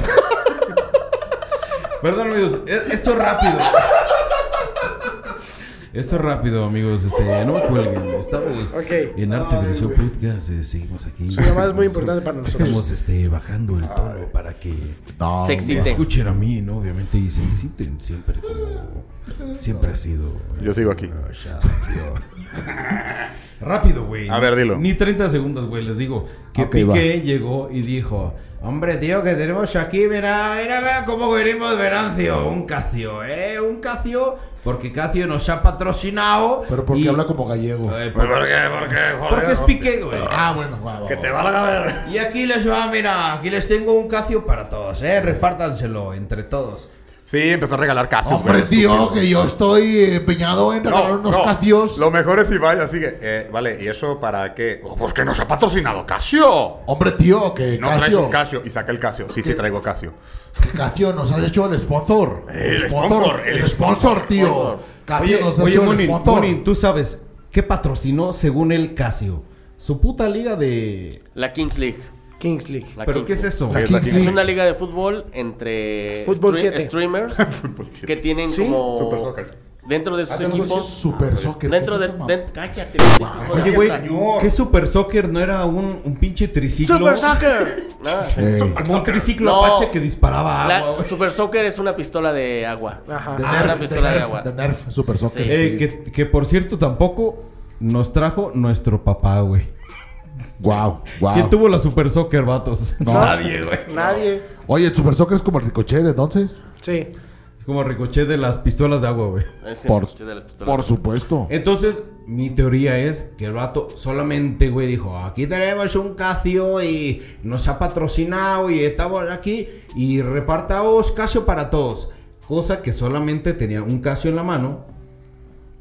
Speaker 3: Perdón, amigos, e- esto es rápido. Esto es rápido, amigos. Este, no me cuelguen. Estamos
Speaker 5: Ok.
Speaker 3: en Arte Versión Podcast. eh, seguimos aquí.
Speaker 5: Su llamada es muy importante para nosotros.
Speaker 3: Estamos este, bajando el tono para que
Speaker 7: No,
Speaker 4: Se
Speaker 3: me
Speaker 4: exciten.
Speaker 3: escuchen a mí, ¿no? Obviamente, y se exciten siempre como siempre ha sido.
Speaker 9: Yo sigo aquí.
Speaker 3: Ah, ya, tío. Rápido, güey.
Speaker 9: A ver, dilo.
Speaker 3: Ni 30 segundos, güey, les digo. Que
Speaker 7: Ok,
Speaker 3: Piqué llegó y dijo: Hombre, tío, que tenemos aquí, verá, mira, vea cómo venimos Verancio. Un Casio, ¿eh? Un Casio, porque Casio nos ha patrocinado.
Speaker 7: Pero porque
Speaker 3: y-
Speaker 7: habla como gallego.
Speaker 3: Eh,
Speaker 9: ¿Por
Speaker 3: por-
Speaker 9: qué? ¿Por qué? Joder,
Speaker 3: porque es Piqué, güey.
Speaker 7: Ah, bueno, va, va,
Speaker 9: Que
Speaker 7: va.
Speaker 9: te valga ver.
Speaker 3: Y aquí les va, mira, aquí les tengo un Casio para todos, ¿eh? Repártanselo entre todos.
Speaker 9: Sí, empezó a regalar casos.
Speaker 7: Hombre, tío, que yo estoy eh, empeñado en regalar unos Casios.
Speaker 9: Ah. Lo mejor es Ibai, así que, eh, vale, ¿y eso para qué? Oh, Pues que nos ha patrocinado Casio.
Speaker 7: Hombre, tío, que
Speaker 9: No traes
Speaker 7: Casio,
Speaker 9: un Casio y saca el Casio. Sí, sí, traigo Casio.
Speaker 7: que Casio nos has hecho el sponsor.
Speaker 9: El sponsor, el
Speaker 7: el sponsor, tío. Casio nos ha
Speaker 3: oye,
Speaker 7: hecho el
Speaker 3: Monin,
Speaker 7: sponsor.
Speaker 3: Monin, tú sabes, ¿qué patrocinó según el Casio? Su puta liga de...
Speaker 4: La Kings League.
Speaker 5: Kings League.
Speaker 4: La
Speaker 3: ¿Pero
Speaker 4: Kings
Speaker 3: qué es
Speaker 4: League.
Speaker 3: eso?
Speaker 7: La
Speaker 9: Es la
Speaker 7: Kings
Speaker 9: que-
Speaker 4: Es
Speaker 7: League.
Speaker 4: una liga de fútbol entre
Speaker 5: Fútbol
Speaker 4: stre-
Speaker 5: siete.
Speaker 4: streamers
Speaker 9: Fútbol siete.
Speaker 4: que tienen
Speaker 5: Sí,
Speaker 4: como
Speaker 9: Super Soccer.
Speaker 4: dentro de sus
Speaker 7: Eso es
Speaker 4: equipos.
Speaker 7: Super soccer. ¿qué
Speaker 4: Dentro
Speaker 7: es
Speaker 4: de,
Speaker 7: esa mam-
Speaker 4: den- cállate, hijo de
Speaker 3: Oye,
Speaker 4: la
Speaker 3: güey,
Speaker 4: puta.
Speaker 3: ¿qué Super Soccer no era un, un pinche triciclo?
Speaker 4: Super Soccer. Nada.
Speaker 7: Ey,
Speaker 3: Como un triciclo
Speaker 4: No.
Speaker 3: Apache que disparaba
Speaker 4: La-
Speaker 3: agua, güey.
Speaker 4: Super Soccer es una pistola de agua.
Speaker 5: Ajá.
Speaker 7: de
Speaker 4: Ah,
Speaker 7: Nerf,
Speaker 4: una
Speaker 7: de
Speaker 4: pistola de
Speaker 7: Nerf,
Speaker 4: agua.
Speaker 7: de Nerf, Super Soccer.
Speaker 4: Sí.
Speaker 3: Eh,
Speaker 7: sí.
Speaker 3: que, que por cierto tampoco nos trajo nuestro papá, güey.
Speaker 7: Guau, guau.
Speaker 3: ¿Quién tuvo la Super Soccer, vatos?
Speaker 7: No.
Speaker 3: güey.
Speaker 5: Nadie.
Speaker 7: Oye, el Super Soccer es como el ricochet, entonces.
Speaker 5: Sí.
Speaker 3: Es como ricoché de las pistolas de agua, güey.
Speaker 4: Ese
Speaker 7: Por-
Speaker 4: coche de las pistolas.
Speaker 7: Por supuesto.
Speaker 3: Entonces, mi teoría es que el vato solamente, güey, dijo, aquí tenemos un Casio y nos ha patrocinado y estamos aquí y repartaos Casio para todos. Cosa que solamente tenía un Casio en la mano,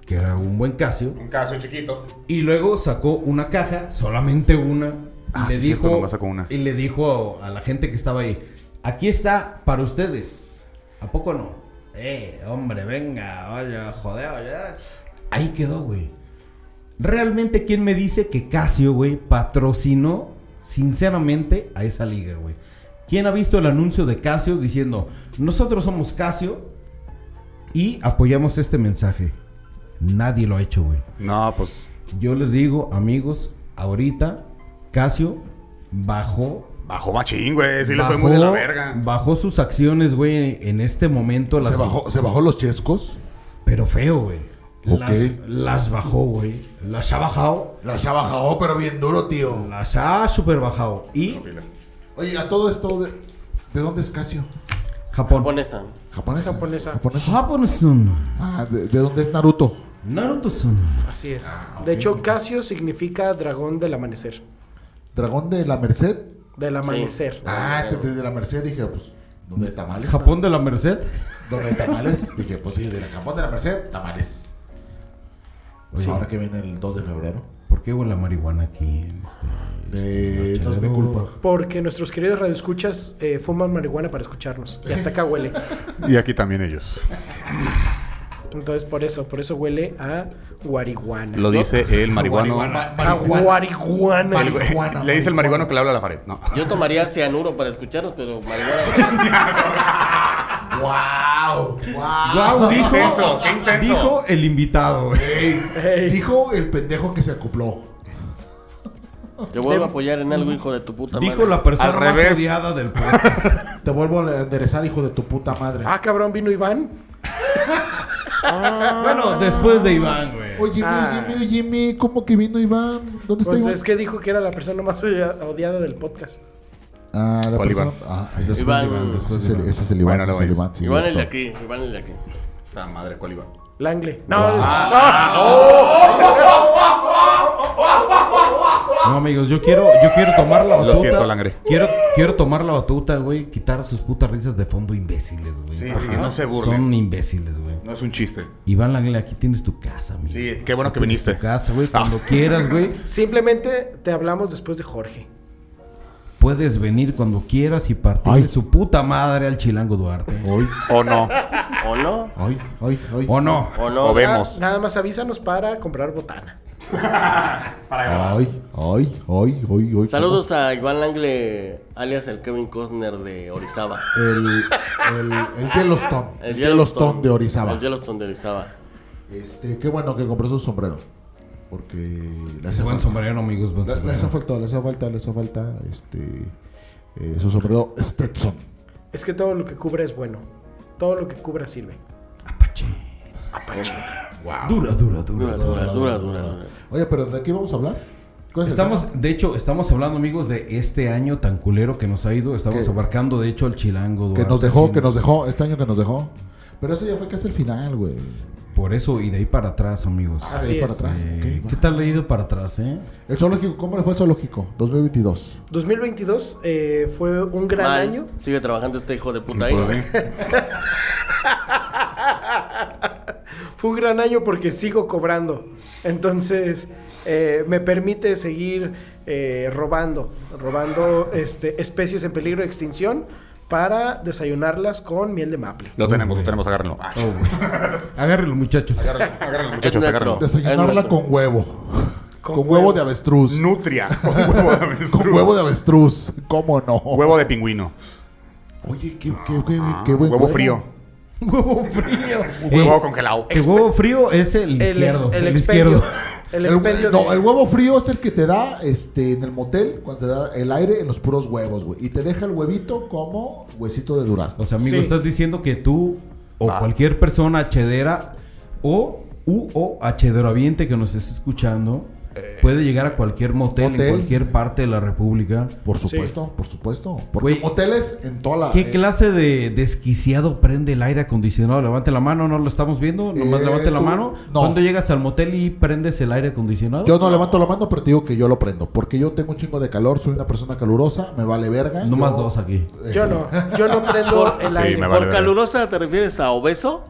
Speaker 3: que era un buen Casio,
Speaker 9: Un Casio chiquito.
Speaker 3: y luego sacó una caja, solamente una, y
Speaker 9: Ah,
Speaker 3: le
Speaker 9: sí,
Speaker 3: dijo
Speaker 9: cierto, nomás sacó una.
Speaker 3: y le dijo a la gente que estaba ahí, aquí está para ustedes. ¿A poco no? Eh, hombre, venga, vaya, joder, vaya. Ahí quedó, güey. Realmente, ¿quién me dice que Casio, güey, patrocinó sinceramente a esa liga, güey? ¿Quién ha visto el anuncio de Casio diciendo, nosotros somos Casio y apoyamos este mensaje? Nadie lo ha hecho, güey.
Speaker 9: No, pues.
Speaker 3: Yo les digo, amigos, ahorita Casio bajó.
Speaker 9: Bajó machín, güey. Sí, les fue
Speaker 3: bajó,
Speaker 9: muy de la verga.
Speaker 3: bajó sus acciones, güey, en este momento.
Speaker 7: Se
Speaker 3: las-
Speaker 7: bajó, se bajó los chescos.
Speaker 3: Pero feo, güey.
Speaker 7: Ok.
Speaker 3: Las, las bajó, güey. Las ha bajado.
Speaker 7: Las ha bajado, pero bien duro, tío.
Speaker 3: Las ha super bajado. Y
Speaker 7: Oye, a todo esto, ¿de, de dónde es Casio?
Speaker 3: Japón.
Speaker 4: Japonesa.
Speaker 7: ¿Japonesa?
Speaker 5: Japonesa.
Speaker 7: ¿Japonesa?
Speaker 3: Japón-sun.
Speaker 7: Ah, ¿de, de dónde es Naruto?
Speaker 3: Naruto-sun.
Speaker 5: Así es. De hecho, Casio significa dragón del amanecer.
Speaker 7: ¿Dragón de la Merced?
Speaker 5: Del amanecer.
Speaker 7: Ah, de, de la Merced dije, pues, ¿dónde de tamales?
Speaker 3: Japón de la Merced.
Speaker 7: ¿Dónde de tamales? Dije, pues sí, de la Japón de la Merced, tamales. Pues ahora que viene el 2 de febrero.
Speaker 3: ¿Por qué huele a marihuana aquí? en este-
Speaker 7: Eh, no es mi
Speaker 3: Chadero.
Speaker 7: culpa.
Speaker 5: Porque nuestros queridos radioescuchas eh, fuman marihuana para escucharnos. Y hasta acá huele.
Speaker 9: Y aquí también ellos.
Speaker 5: Entonces, por eso, por eso huele a guariguana.
Speaker 9: Lo dice el marihuano.
Speaker 7: Ma-
Speaker 5: A guariguana.
Speaker 7: Mari- Marihuana,
Speaker 9: Le dice el marihuano que le habla a la pared. No.
Speaker 4: Yo tomaría cianuro para escucharlos, pero marihuana.
Speaker 7: ¡Wow!
Speaker 3: Guau,
Speaker 7: ¡Wow!
Speaker 3: dijo,
Speaker 9: intenso, qué intenso.
Speaker 3: dijo el invitado, güey.
Speaker 5: Ey.
Speaker 7: Dijo el pendejo que se acopló.
Speaker 4: Te vuelvo a apoyar en algo, hijo de tu puta madre.
Speaker 3: Dijo la persona
Speaker 9: Al
Speaker 3: más
Speaker 9: revés.
Speaker 3: odiada del podcast.
Speaker 7: Te vuelvo a enderezar, hijo de tu puta madre.
Speaker 5: Ah, cabrón, vino Iván.
Speaker 3: Bueno, después de Iván, güey.
Speaker 7: Oye,
Speaker 5: Ah.
Speaker 7: Jimmy, oye, Jimmy, ¿cómo que vino Iván? ¿Dónde está
Speaker 5: Pues
Speaker 7: Iván?
Speaker 5: es que dijo que era la persona más odia- odiada del podcast.
Speaker 7: Ah, la
Speaker 9: ¿Cuál
Speaker 7: persona.
Speaker 9: Iván?
Speaker 7: Ah, ahí está.
Speaker 3: Después
Speaker 4: Iván,
Speaker 3: de Iván,
Speaker 7: Ese
Speaker 3: después
Speaker 7: es
Speaker 3: de
Speaker 7: el-
Speaker 3: Iván.
Speaker 7: ese es el Iván.
Speaker 9: Bueno,
Speaker 7: ese es el
Speaker 9: no
Speaker 7: Iván, sí,
Speaker 4: Iván el
Speaker 7: cierto.
Speaker 4: de aquí, Iván el de aquí.
Speaker 9: Esta madre, ¿cuál iba?
Speaker 5: Langle. No,
Speaker 3: No, amigos, yo quiero, yo quiero tomar la
Speaker 9: Lo
Speaker 3: batuta.
Speaker 9: siento, Langre.
Speaker 3: Quiero, quiero tomar la batuta, güey. Quitar sus putas risas de fondo, imbéciles, güey.
Speaker 9: Sí, sí, que no se burlen.
Speaker 3: Son imbéciles, güey.
Speaker 9: No es un chiste.
Speaker 3: Iván Langle, aquí tienes tu casa, amigo.
Speaker 9: Sí, qué bueno
Speaker 3: Aquí
Speaker 9: que
Speaker 3: tienes
Speaker 9: viniste. Ah.
Speaker 3: tu casa, güey. Cuando quieras, güey.
Speaker 5: simplemente te hablamos después de Jorge.
Speaker 3: Puedes venir cuando quieras y partir
Speaker 7: Ay.
Speaker 3: su puta madre al Chilango Duarte.
Speaker 7: Hoy,
Speaker 9: O no.
Speaker 4: ¿O no?
Speaker 7: hoy, hoy, hoy.
Speaker 3: ¿O no?
Speaker 4: ¿O
Speaker 9: O
Speaker 4: no?
Speaker 9: ve- Vemos.
Speaker 5: Nada más avísanos para comprar botana.
Speaker 7: Hoy, hoy, hoy, hoy, hoy.
Speaker 4: Saludos a Iván Langle, alias el Kevin Costner de Orizaba.
Speaker 7: El, el, el Yellowstone. El, Yellowstone de Orizaba.
Speaker 4: El Yellowstone de Orizaba.
Speaker 7: Este, qué bueno que compró su sombrero. Porque le
Speaker 3: Es
Speaker 7: hace
Speaker 3: buen
Speaker 7: falta.
Speaker 3: sombrero, amigos. Buen
Speaker 7: Le, le hace
Speaker 3: sombrero.
Speaker 7: falta, le hace falta, le hace falta. Este, eh, su sombrero Stetson.
Speaker 5: Es que todo lo que cubre es bueno. Todo lo que cubra sirve.
Speaker 3: Dura, dura,
Speaker 4: Dura,
Speaker 3: dura,
Speaker 4: dura, dura, dura. dura.
Speaker 7: Oye, pero ¿de qué vamos a hablar? ¿Cuál es el tema?
Speaker 3: Estamos, de hecho, estamos hablando, amigos, de este año tan culero que nos ha ido. Estamos
Speaker 7: Que-
Speaker 3: abarcando, de hecho, al Chilango Duarte.
Speaker 7: Que nos dejó,
Speaker 3: haciendo-
Speaker 7: que nos dejó, este año que nos dejó. Pero eso ya fue casi el final, güey.
Speaker 3: Por eso, y de ahí para atrás, amigos.
Speaker 5: Así
Speaker 7: Ahí
Speaker 5: es.
Speaker 7: Ah, para atrás.
Speaker 3: Eh,
Speaker 7: ok,
Speaker 3: ¿Qué
Speaker 7: va.
Speaker 3: tal le ha ido para atrás, eh?
Speaker 7: El zoológico, ¿cómo le fue el zoológico? 2022.
Speaker 5: 2022 eh, fue un gran
Speaker 4: Mal.
Speaker 5: año.
Speaker 4: Sigue trabajando este hijo de puta ahí.
Speaker 9: Pues
Speaker 5: Fue un gran año porque sigo cobrando. Entonces, eh, me permite seguir eh, robando, robando este, especies en peligro de extinción para desayunarlas con miel de maple.
Speaker 9: Lo tenemos, lo tenemos, agárrenlo. Ah,
Speaker 3: Agárrenlo, muchachos.
Speaker 9: Agárrenlo, muchachos,
Speaker 4: nuestro.
Speaker 9: agárrenlo.
Speaker 7: Desayunarla
Speaker 4: nuestro.
Speaker 7: con huevo. Con, huevo. de avestruz.
Speaker 9: Nutria. Con huevo de avestruz. Oh.
Speaker 7: Con huevo de avestruz. ¿Cómo no?
Speaker 9: Huevo de pingüino. Ah,
Speaker 7: Oye, qué, qué, qué- qué buen
Speaker 9: Huevo frío.
Speaker 3: huevo frío.
Speaker 9: Un huevo
Speaker 3: Eh,
Speaker 9: congelado.
Speaker 3: El huevo frío es el izquierdo. El,
Speaker 5: expendio-
Speaker 3: izquierdo.
Speaker 5: El
Speaker 7: El-
Speaker 5: expendio
Speaker 7: no,
Speaker 5: de-
Speaker 7: el huevo frío es el que te da este, en el motel cuando te da el aire en los puros huevos, güey. Y te deja el huevito como huesito de durazno.
Speaker 3: O sea, amigo,
Speaker 5: Sí.
Speaker 3: estás diciendo que tú o cualquier persona hedera o u o hederoaviente que nos esté escuchando puede llegar a cualquier motel,
Speaker 7: Eh, motel.
Speaker 3: en cualquier parte de la República.
Speaker 7: Por supuesto, por supuesto. Porque
Speaker 3: Güey,
Speaker 7: moteles en toda la.
Speaker 3: ¿Qué
Speaker 7: eh,
Speaker 3: clase de desquiciado prende el aire acondicionado? Levante la mano, no lo estamos viendo. Nomás
Speaker 7: Eh,
Speaker 3: levante la
Speaker 7: tú-
Speaker 3: mano.
Speaker 7: no.
Speaker 3: Cuando llegas al motel y prendes el aire acondicionado?
Speaker 7: Yo no levanto la mano, pero te digo que yo lo prendo. Porque yo tengo un chingo de calor, soy una persona calurosa, me vale verga.
Speaker 3: no más
Speaker 7: yo-
Speaker 3: dos aquí.
Speaker 5: Yo no, yo no prendo el
Speaker 9: Sí,
Speaker 5: aire.
Speaker 9: me
Speaker 4: ¿Por
Speaker 9: vale verga.
Speaker 4: calurosa te refieres a obeso?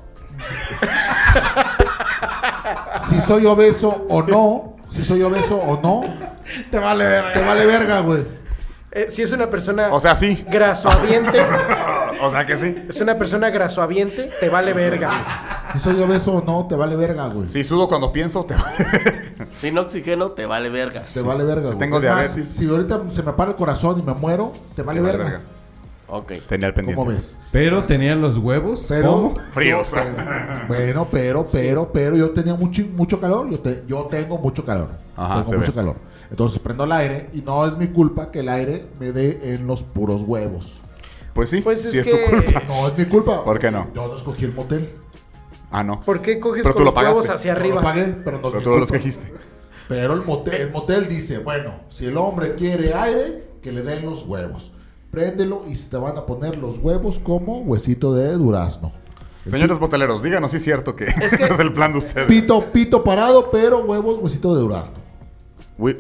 Speaker 7: Si soy obeso o no, si soy obeso o no,
Speaker 5: Te vale ver.
Speaker 7: te vale verga, güey.
Speaker 5: Eh, si es una persona
Speaker 9: O sea, sí.
Speaker 5: grasohabiente,
Speaker 9: O sea que sí.
Speaker 5: es una persona grasohabiente, te vale verga.
Speaker 7: Si soy obeso o no, te vale verga, güey.
Speaker 9: Si sudo cuando pienso, te
Speaker 4: Sin oxígeno te vale verga.
Speaker 7: Te vale verga, güey.
Speaker 9: tengo
Speaker 7: Es más,
Speaker 9: diabetes.
Speaker 7: si ahorita se me para el corazón y me muero, te vale, verga.
Speaker 4: Ok.
Speaker 9: Tenía el pendiente.
Speaker 7: ¿Cómo ves?
Speaker 3: Pero tenía los huevos.
Speaker 7: Pero-
Speaker 3: ¿Cómo?
Speaker 9: Fríos.
Speaker 7: Bueno, pero, pero, pero yo tenía mucho, mucho calor. Yo, te- yo tengo mucho calor.
Speaker 9: Ajá, se
Speaker 7: tengo mucho
Speaker 9: ve.
Speaker 7: calor. Entonces prendo el aire y no es mi culpa que el aire me dé en los puros huevos.
Speaker 9: Pues sí.
Speaker 5: Pues
Speaker 9: sí
Speaker 5: es,
Speaker 9: es,
Speaker 5: que.
Speaker 9: tu culpa.
Speaker 7: No es mi culpa.
Speaker 9: ¿Por qué no?
Speaker 7: Yo no escogí el motel.
Speaker 9: Ah, no.
Speaker 5: ¿Por qué coges
Speaker 9: Pero tú
Speaker 5: con
Speaker 9: lo
Speaker 5: los huevos
Speaker 9: pagaste.
Speaker 5: hacia
Speaker 7: Yo lo
Speaker 5: arriba?
Speaker 7: pagué, pero no es
Speaker 9: Pero
Speaker 7: mi
Speaker 9: tú los
Speaker 7: culpa.
Speaker 9: dijiste.
Speaker 7: Pero el motel, el motel dice, bueno, si el hombre quiere aire, que le den los huevos. Préndelo y se te van a poner los huevos como huesito de durazno.
Speaker 9: Señores boteleros, díganos si es cierto que,
Speaker 5: Es que-
Speaker 9: es el plan de ustedes.
Speaker 7: Pito, pito parado, pero huevos, huesito de durazno.
Speaker 9: Hui-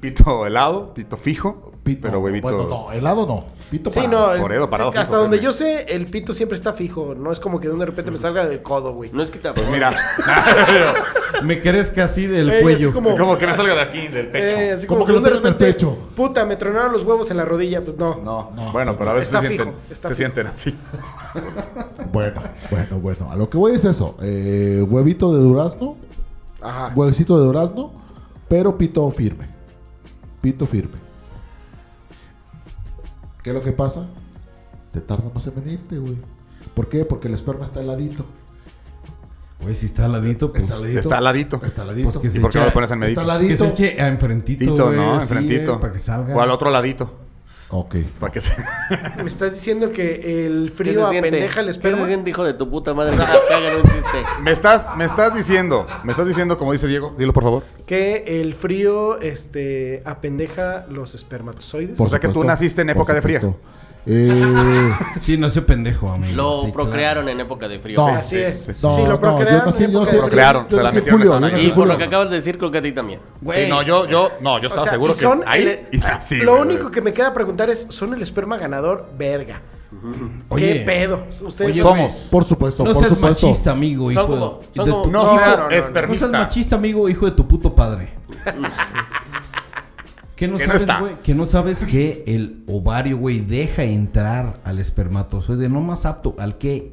Speaker 9: Pito helado, pito fijo,
Speaker 7: Pito,
Speaker 9: pero huevito.
Speaker 7: Bueno, no, helado no. Pito
Speaker 5: Sí,
Speaker 7: parado.
Speaker 5: no. el-
Speaker 9: Por eso, parado,
Speaker 5: hasta
Speaker 9: fijo,
Speaker 5: donde
Speaker 9: firme.
Speaker 5: yo sé, el pito siempre está fijo. No es como que de una repente me salga del codo, güey.
Speaker 4: No es que te
Speaker 9: Pues mira,
Speaker 3: Me crees que así del
Speaker 5: Ey, así
Speaker 3: cuello.
Speaker 5: como-
Speaker 9: como que me salga de aquí, del pecho.
Speaker 5: Eh, así
Speaker 7: Como
Speaker 5: de
Speaker 7: que lo
Speaker 5: una
Speaker 7: tengo en el
Speaker 5: repente,
Speaker 7: pecho.
Speaker 5: Puta, me tronaron los huevos en la rodilla. Pues no.
Speaker 9: no,
Speaker 7: No,
Speaker 9: bueno, pero a veces
Speaker 5: está
Speaker 9: se, sienten,
Speaker 5: fijo, está
Speaker 9: se
Speaker 5: fijo.
Speaker 9: sienten así.
Speaker 7: Bueno, bueno, bueno. A lo que voy es eso. eh, huevito de durazno,
Speaker 5: Ajá.
Speaker 7: huevecito de durazno, pero pito firme. Pito firme. ¿Qué es lo que pasa? Te tarda más en venirte, güey. ¿Por qué? Porque el esperma está heladito.
Speaker 3: Güey, si está al ladito, pues,
Speaker 7: Está heladito.
Speaker 9: Está al ladito.
Speaker 7: Está heladito.
Speaker 3: Pues que
Speaker 9: ¿Y
Speaker 3: se
Speaker 9: por qué
Speaker 3: echa-
Speaker 9: no lo pones en
Speaker 7: Está
Speaker 9: medito?
Speaker 3: que
Speaker 7: heladito.
Speaker 3: se eche a enfrentito,
Speaker 9: Tito,
Speaker 3: güey,
Speaker 9: ¿no?
Speaker 3: así,
Speaker 9: Enfrentito.
Speaker 3: eh, para que salga.
Speaker 9: O al otro ladito.
Speaker 7: Ok.
Speaker 9: Para que se...
Speaker 5: Me estás diciendo que el
Speaker 4: ¿Qué
Speaker 5: frío
Speaker 4: siente?
Speaker 5: apendeja el
Speaker 4: ¿Qué se
Speaker 5: esperma.
Speaker 4: siente, hijo de tu puta madre? Ah, cagan un chiste.
Speaker 9: me, estás, me estás diciendo, me estás diciendo, como dice Diego, dilo por favor.
Speaker 5: Que el frío este, apendeja los espermatozoides.
Speaker 7: Por
Speaker 9: sea que tú naciste en
Speaker 7: por
Speaker 9: época de frío.
Speaker 7: supuesto. Eh,
Speaker 3: Sí, no sea pendejo, amigo.
Speaker 4: Lo
Speaker 3: Sí, claro.
Speaker 4: procrearon en época de frío.
Speaker 7: No.
Speaker 5: Así
Speaker 7: Sí,
Speaker 5: es.
Speaker 9: sí,
Speaker 7: no,
Speaker 5: Sí,
Speaker 7: no,
Speaker 5: lo procrearon.
Speaker 7: yo nací,
Speaker 5: en
Speaker 7: yo
Speaker 5: época
Speaker 7: nací-
Speaker 5: de
Speaker 9: Procrearon,
Speaker 7: yo
Speaker 9: se la
Speaker 7: nací en
Speaker 9: metieron
Speaker 7: julio,
Speaker 9: en
Speaker 7: yo
Speaker 9: el
Speaker 7: nací
Speaker 4: Y
Speaker 7: en
Speaker 9: aire.
Speaker 4: por lo
Speaker 7: julio.
Speaker 4: que acabas de decir, creo que a ti también.
Speaker 9: Sí, no, yo, yo, no, yo
Speaker 5: O
Speaker 9: estaba
Speaker 5: sea,
Speaker 9: seguro
Speaker 5: y son
Speaker 9: que ahí
Speaker 5: el-
Speaker 9: y así,
Speaker 5: lo
Speaker 9: güey.
Speaker 5: único que me queda preguntar es, ¿son el esperma ganador? Verga.
Speaker 3: Oye,
Speaker 5: ¿Qué pedo? Ustedes
Speaker 3: Oye,
Speaker 5: son-
Speaker 3: güey,
Speaker 7: Por supuesto,
Speaker 3: No
Speaker 7: por
Speaker 3: seas
Speaker 7: supuesto.
Speaker 3: machista, amigo, hijo
Speaker 4: Son
Speaker 3: de-
Speaker 4: como-
Speaker 3: de
Speaker 4: son
Speaker 3: tu-
Speaker 4: como-
Speaker 9: No,
Speaker 4: No,
Speaker 9: hijos,
Speaker 5: no, no, no.
Speaker 9: es
Speaker 3: No seas
Speaker 9: permista.
Speaker 3: machista, amigo, hijo de tu puto padre. Que no
Speaker 9: Que no
Speaker 3: sabes,
Speaker 9: está.
Speaker 3: güey, que no sabes que el ovario, güey, deja entrar al espermatozoide no más apto, al que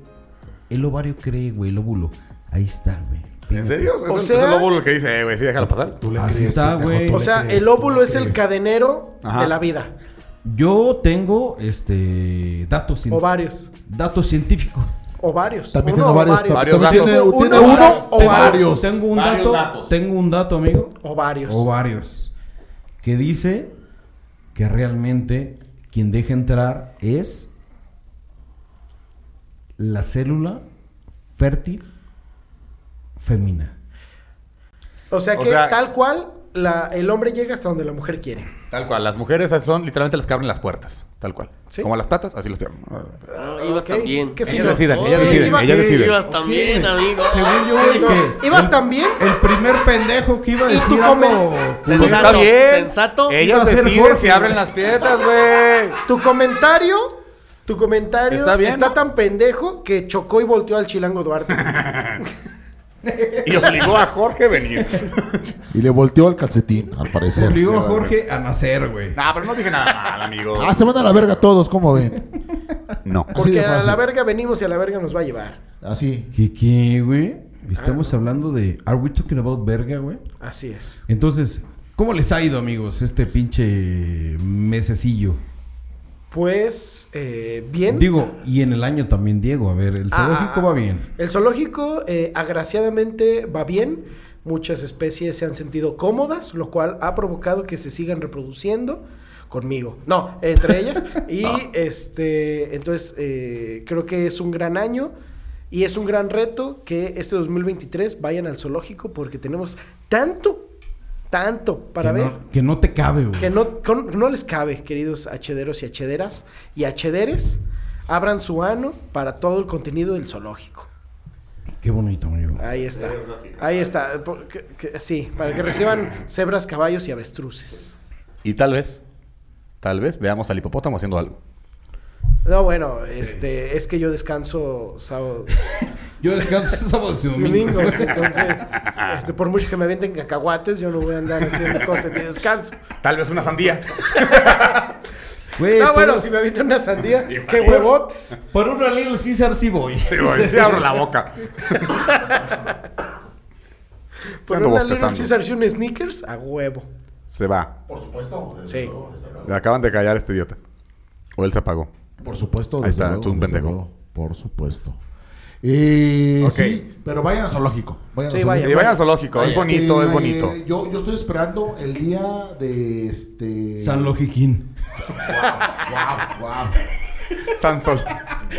Speaker 3: el ovario cree, güey, el óvulo. Ahí está, güey.
Speaker 9: ¿En serio? Es,
Speaker 5: O
Speaker 9: el- es
Speaker 5: sea-
Speaker 9: el óvulo el que dice, eh, güey, sí, déjalo pasar.
Speaker 7: Tú le
Speaker 3: Así
Speaker 7: crees,
Speaker 3: está,
Speaker 7: pendejo,
Speaker 3: güey.
Speaker 7: tú
Speaker 5: O
Speaker 7: le
Speaker 5: sea,
Speaker 7: crees,
Speaker 5: el
Speaker 7: tú
Speaker 5: óvulo
Speaker 7: le
Speaker 5: es el
Speaker 7: crees.
Speaker 5: cadenero
Speaker 9: Ajá.
Speaker 5: de la vida.
Speaker 3: Yo tengo este datos cien-
Speaker 5: Ovarios.
Speaker 3: datos científicos.
Speaker 5: Ovarios.
Speaker 7: También
Speaker 5: Uno
Speaker 7: tiene varios.
Speaker 5: ovario.
Speaker 9: Varios
Speaker 7: También tiene,
Speaker 5: datos.
Speaker 7: tiene
Speaker 5: Uno,
Speaker 7: uno
Speaker 5: varios,
Speaker 7: o
Speaker 5: varios.
Speaker 7: varios.
Speaker 3: Tengo un
Speaker 9: Varios
Speaker 3: dato,
Speaker 9: datos.
Speaker 3: tengo un dato, amigo.
Speaker 5: Ovarios.
Speaker 3: O varios. Que dice que realmente quien deja entrar es la célula fértil femina.
Speaker 5: O sea
Speaker 9: O
Speaker 5: que
Speaker 9: sea-
Speaker 5: tal cual la- el hombre llega hasta donde la mujer quiere.
Speaker 9: Tal cual, las mujeres esas son literalmente las que abren las puertas. Tal cual.
Speaker 5: Sí.
Speaker 9: Como las patas, así los piernas.
Speaker 4: Ah, ibas
Speaker 5: Ok,
Speaker 4: también.
Speaker 5: qué
Speaker 9: Ellas
Speaker 5: fino.
Speaker 9: deciden,
Speaker 4: Oye,
Speaker 9: ellas deciden,
Speaker 5: iba-
Speaker 9: ellas deciden.
Speaker 4: Ibas también, amigo.
Speaker 3: Según yo,
Speaker 5: Sí,
Speaker 3: el
Speaker 5: no.
Speaker 3: que-
Speaker 5: ¿Ibas
Speaker 3: el-
Speaker 5: también?
Speaker 3: El primer pendejo que iba a
Speaker 5: ¿Y tú
Speaker 3: decir
Speaker 5: come?
Speaker 3: algo.
Speaker 4: Sensato,
Speaker 9: Pues está bien.
Speaker 4: sensato.
Speaker 3: Iba a
Speaker 9: Ellas
Speaker 3: ser
Speaker 9: deciden
Speaker 3: Jorge,
Speaker 9: si abren
Speaker 3: güey.
Speaker 9: las piernas, güey.
Speaker 5: Tu comentario, tu comentario
Speaker 9: Está
Speaker 5: está,
Speaker 9: bien, ¿no?
Speaker 5: tan pendejo que chocó y volteó al chilango Duarte.
Speaker 9: Y obligó a Jorge a venir.
Speaker 7: Y le volteó el calcetín, al parecer.
Speaker 3: Obligó a Jorge a nacer, güey.
Speaker 9: Nah, pero no dije nada mal, amigo.
Speaker 7: Ah, se van a la verga todos, ¿cómo ven?
Speaker 9: No.
Speaker 7: Así
Speaker 5: Porque
Speaker 7: de
Speaker 5: a la
Speaker 7: fácil.
Speaker 5: verga venimos y a la verga nos va a llevar.
Speaker 7: Así.
Speaker 3: ¿Qué, qué, güey? Estamos hablando de. ¿Are we talking about verga, güey?
Speaker 5: Así es.
Speaker 3: Entonces, ¿cómo les ha ido, amigos, este pinche mesecillo?
Speaker 5: Pues, eh, bien.
Speaker 3: Digo, y en el año también, Diego. A ver, el
Speaker 5: Ah,
Speaker 3: zoológico
Speaker 5: ah,
Speaker 3: va
Speaker 5: ah.
Speaker 3: bien.
Speaker 5: El zoológico, eh, agraciadamente, va bien. Muchas especies se han sentido cómodas, lo cual ha provocado que se sigan reproduciendo conmigo. No, entre ellas. Y este, entonces, eh, creo que es un gran año y es un gran reto que este 2023 vayan al zoológico porque tenemos tanto, tanto para
Speaker 3: que,
Speaker 5: ver.
Speaker 3: No, que no te cabe, güey.
Speaker 5: Que no, con- no les cabe, queridos hederos y hederas y hederes, abran su ano para todo el contenido del zoológico.
Speaker 3: Qué bonito, amigo.
Speaker 5: Ahí está. Ahí está. Por- que- que- sí, para que reciban cebras, caballos y avestruces.
Speaker 9: Y tal vez, tal vez veamos al hipopótamo haciendo algo.
Speaker 5: No, bueno, este, es que yo descanso sábado
Speaker 3: Yo descanso sábado y
Speaker 5: y
Speaker 3: domingo.
Speaker 5: domingos, entonces, este, por mucho que me venden cacahuates, yo no voy a andar haciendo cosas en mi descanso.
Speaker 9: Tal vez una sandía.
Speaker 3: Güey,
Speaker 5: no, bueno,
Speaker 3: por-
Speaker 5: si me avientan una sandía, qué huevotes.
Speaker 3: por una Little Caesar sí voy.
Speaker 9: Sí, güey, sí abro la boca.
Speaker 5: Por
Speaker 9: ando
Speaker 5: una Little
Speaker 9: bostezando.
Speaker 5: Caesar y un sneakers, a huevo.
Speaker 9: Se va.
Speaker 7: Por supuesto.
Speaker 5: Sí.
Speaker 9: Le acaban de callar a este idiota. O él se apagó.
Speaker 7: Por supuesto,
Speaker 9: Ahí
Speaker 7: desde
Speaker 9: está,
Speaker 7: luego,
Speaker 9: tú un
Speaker 7: desde
Speaker 9: pendejo.
Speaker 7: luego, por supuesto. Eh,
Speaker 9: Ok.
Speaker 7: Sí, pero vayan al zoológico. Vayan
Speaker 5: Sí,
Speaker 7: al zoológico.
Speaker 9: Y vaya al zoológico, es
Speaker 7: Este,
Speaker 9: bonito, es bonito.
Speaker 7: eh, yo, yo estoy esperando el día de este.
Speaker 3: San Logiquín.
Speaker 7: Guau, guau,
Speaker 9: San Sol.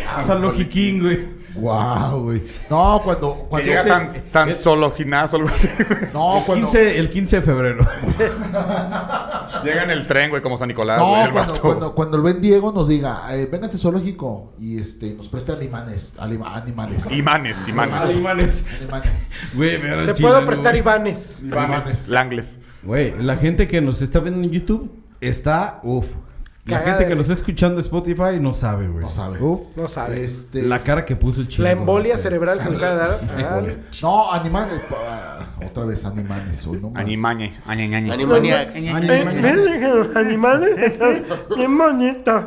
Speaker 5: Ah,
Speaker 3: San Logiquín, güey.
Speaker 7: guau, güey. No, cuando.
Speaker 9: Que
Speaker 7: cuando eh,
Speaker 9: llega
Speaker 7: ese-
Speaker 9: San, San Sologinazo, algo así.
Speaker 7: No,
Speaker 3: El
Speaker 7: cuando.
Speaker 3: 15, el 15 de febrero.
Speaker 9: Llega en el tren, güey, como San Nicolás,
Speaker 7: No,
Speaker 9: Ah, güey, el
Speaker 7: cuando,
Speaker 9: vato.
Speaker 7: cuando, cuando el buen Diego nos diga, eh, vénganse al zoológico y este, nos prestan imanes, alima- animales.
Speaker 9: Imanes, imanes.
Speaker 3: Imanes.
Speaker 7: Animales.
Speaker 3: Güey, me da
Speaker 5: Te
Speaker 3: chile,
Speaker 5: puedo prestar
Speaker 3: güey.
Speaker 5: Ivanes.
Speaker 7: Imanes.
Speaker 9: Langles.
Speaker 3: Güey, la gente que nos está viendo en YouTube está uff. La
Speaker 5: Cagada
Speaker 3: gente que
Speaker 5: de-
Speaker 3: nos está escuchando en Spotify no sabe, güey.
Speaker 7: No sabe.
Speaker 3: Uf,
Speaker 5: No sabe.
Speaker 7: Este,
Speaker 3: la cara que puso el chico.
Speaker 5: La
Speaker 3: eh,
Speaker 5: embolia cerebral que me acaba de dar.
Speaker 7: Híjole.
Speaker 5: Ah,
Speaker 7: No, animales. pa- Otra vez animales. hoy no más.
Speaker 9: Animañe. Añañañe.
Speaker 4: Animaniacs.
Speaker 5: Eh,
Speaker 7: Animales.
Speaker 5: animales bien bonitos.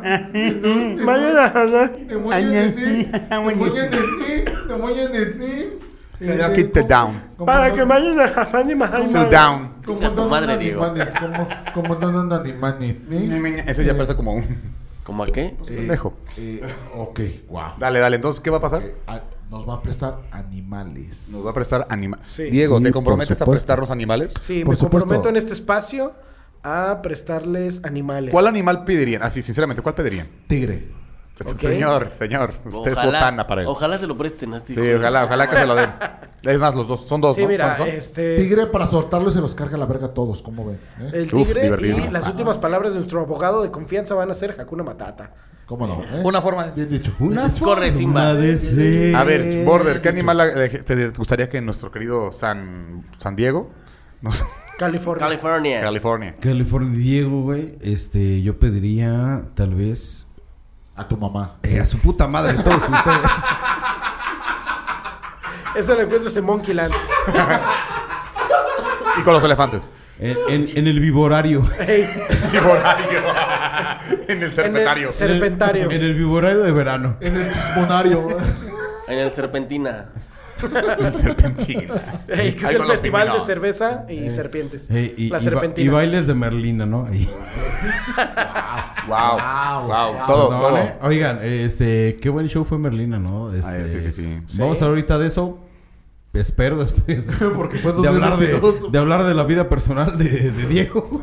Speaker 5: Vayan a jalar.
Speaker 7: Demonio de ti, demonio de ti, demonio de ti.
Speaker 9: Ya quita down.
Speaker 7: Como
Speaker 5: Para
Speaker 7: no-
Speaker 5: que vayan a jalar animales.
Speaker 9: So down.
Speaker 7: como
Speaker 4: Chinga tu
Speaker 7: no
Speaker 4: madre,
Speaker 7: andan
Speaker 4: Diego.
Speaker 7: animales, como- Como no andan animales. ¿eh?
Speaker 9: Eso ya parece como
Speaker 5: Eh,
Speaker 9: un
Speaker 4: ¿Cómo a qué?
Speaker 9: pendejo.
Speaker 7: Eh, ok, wow.
Speaker 9: Dale, dale. Entonces, ¿qué va a pasar?
Speaker 5: Eh,
Speaker 7: Ah, Nos va a prestar animales.
Speaker 9: Nos va a prestar animales.
Speaker 5: Sí.
Speaker 9: Diego,
Speaker 7: Sí,
Speaker 9: ¿te
Speaker 7: por
Speaker 9: comprometes a
Speaker 7: supuesto.
Speaker 9: prestarnos animales?
Speaker 5: Sí,
Speaker 7: Por
Speaker 5: me
Speaker 7: supuesto.
Speaker 5: comprometo en este espacio a prestarles animales.
Speaker 9: ¿Cuál animal pedirían? Así, sinceramente, ¿cuál pedirían?
Speaker 7: Tigre.
Speaker 5: Ok.
Speaker 9: Señor, señor, usted es botana para él.
Speaker 4: Ojalá se lo presten a este
Speaker 9: Sí,
Speaker 4: hijo de-
Speaker 9: ojalá, ojalá que se lo den. Es más, los dos, son dos,
Speaker 5: Sí,
Speaker 9: ¿no?
Speaker 5: mira,
Speaker 9: ¿Cuántos son?
Speaker 5: este.
Speaker 7: Tigre para soltarlo y se los carga la verga a todos, ¿cómo ven? ¿Eh?
Speaker 5: El
Speaker 9: Uf,
Speaker 5: tigre
Speaker 9: divertido.
Speaker 5: y las
Speaker 7: Ah.
Speaker 5: últimas palabras de nuestro abogado de confianza van a ser Hakuna Matata.
Speaker 7: ¿Cómo no? eh?
Speaker 9: Una forma de...
Speaker 7: Bien dicho.
Speaker 3: Una
Speaker 4: Corre, Simba.
Speaker 3: forma de ser.
Speaker 9: A ver, Border, ¿qué animal eh, te gustaría que nuestro querido San, San Diego nos...
Speaker 5: California.
Speaker 4: California.
Speaker 9: California.
Speaker 3: California Diego, güey. Este, yo pediría tal vez
Speaker 7: A tu mamá.
Speaker 3: eh, a su puta madre de todos ustedes.
Speaker 5: Eso lo encuentras en Monkeyland.
Speaker 9: Y con los elefantes.
Speaker 3: En, en- en el vivorario.
Speaker 5: Ey,
Speaker 9: Vivorario. en el
Speaker 5: en
Speaker 9: serpentario.
Speaker 5: el Serpentario.
Speaker 3: En el vivorario de verano.
Speaker 7: En el chismonario.
Speaker 4: En el Serpentina.
Speaker 9: En serpentina.
Speaker 5: Ey, que es
Speaker 9: Ahí
Speaker 5: el
Speaker 9: con los
Speaker 5: festival de
Speaker 9: pingüinos.
Speaker 5: cerveza y serpientes.
Speaker 3: Eh, y,
Speaker 5: la
Speaker 3: y ba- y
Speaker 5: serpentina.
Speaker 3: bailes de Merlina, ¿no? Ahí.
Speaker 9: Wow. Wow. Ah, Todo,
Speaker 3: Perdón,
Speaker 9: todo.
Speaker 3: ¿eh? Oigan, eh, este, qué buen show fue Merlina, ¿no? Este,
Speaker 9: Ay, sí, sí, sí.
Speaker 3: Vamos a hablar ahorita de eso. Espero después.
Speaker 7: Porque fue
Speaker 3: de hablar de,
Speaker 7: 2022.
Speaker 3: de hablar de la vida personal de, de Diego.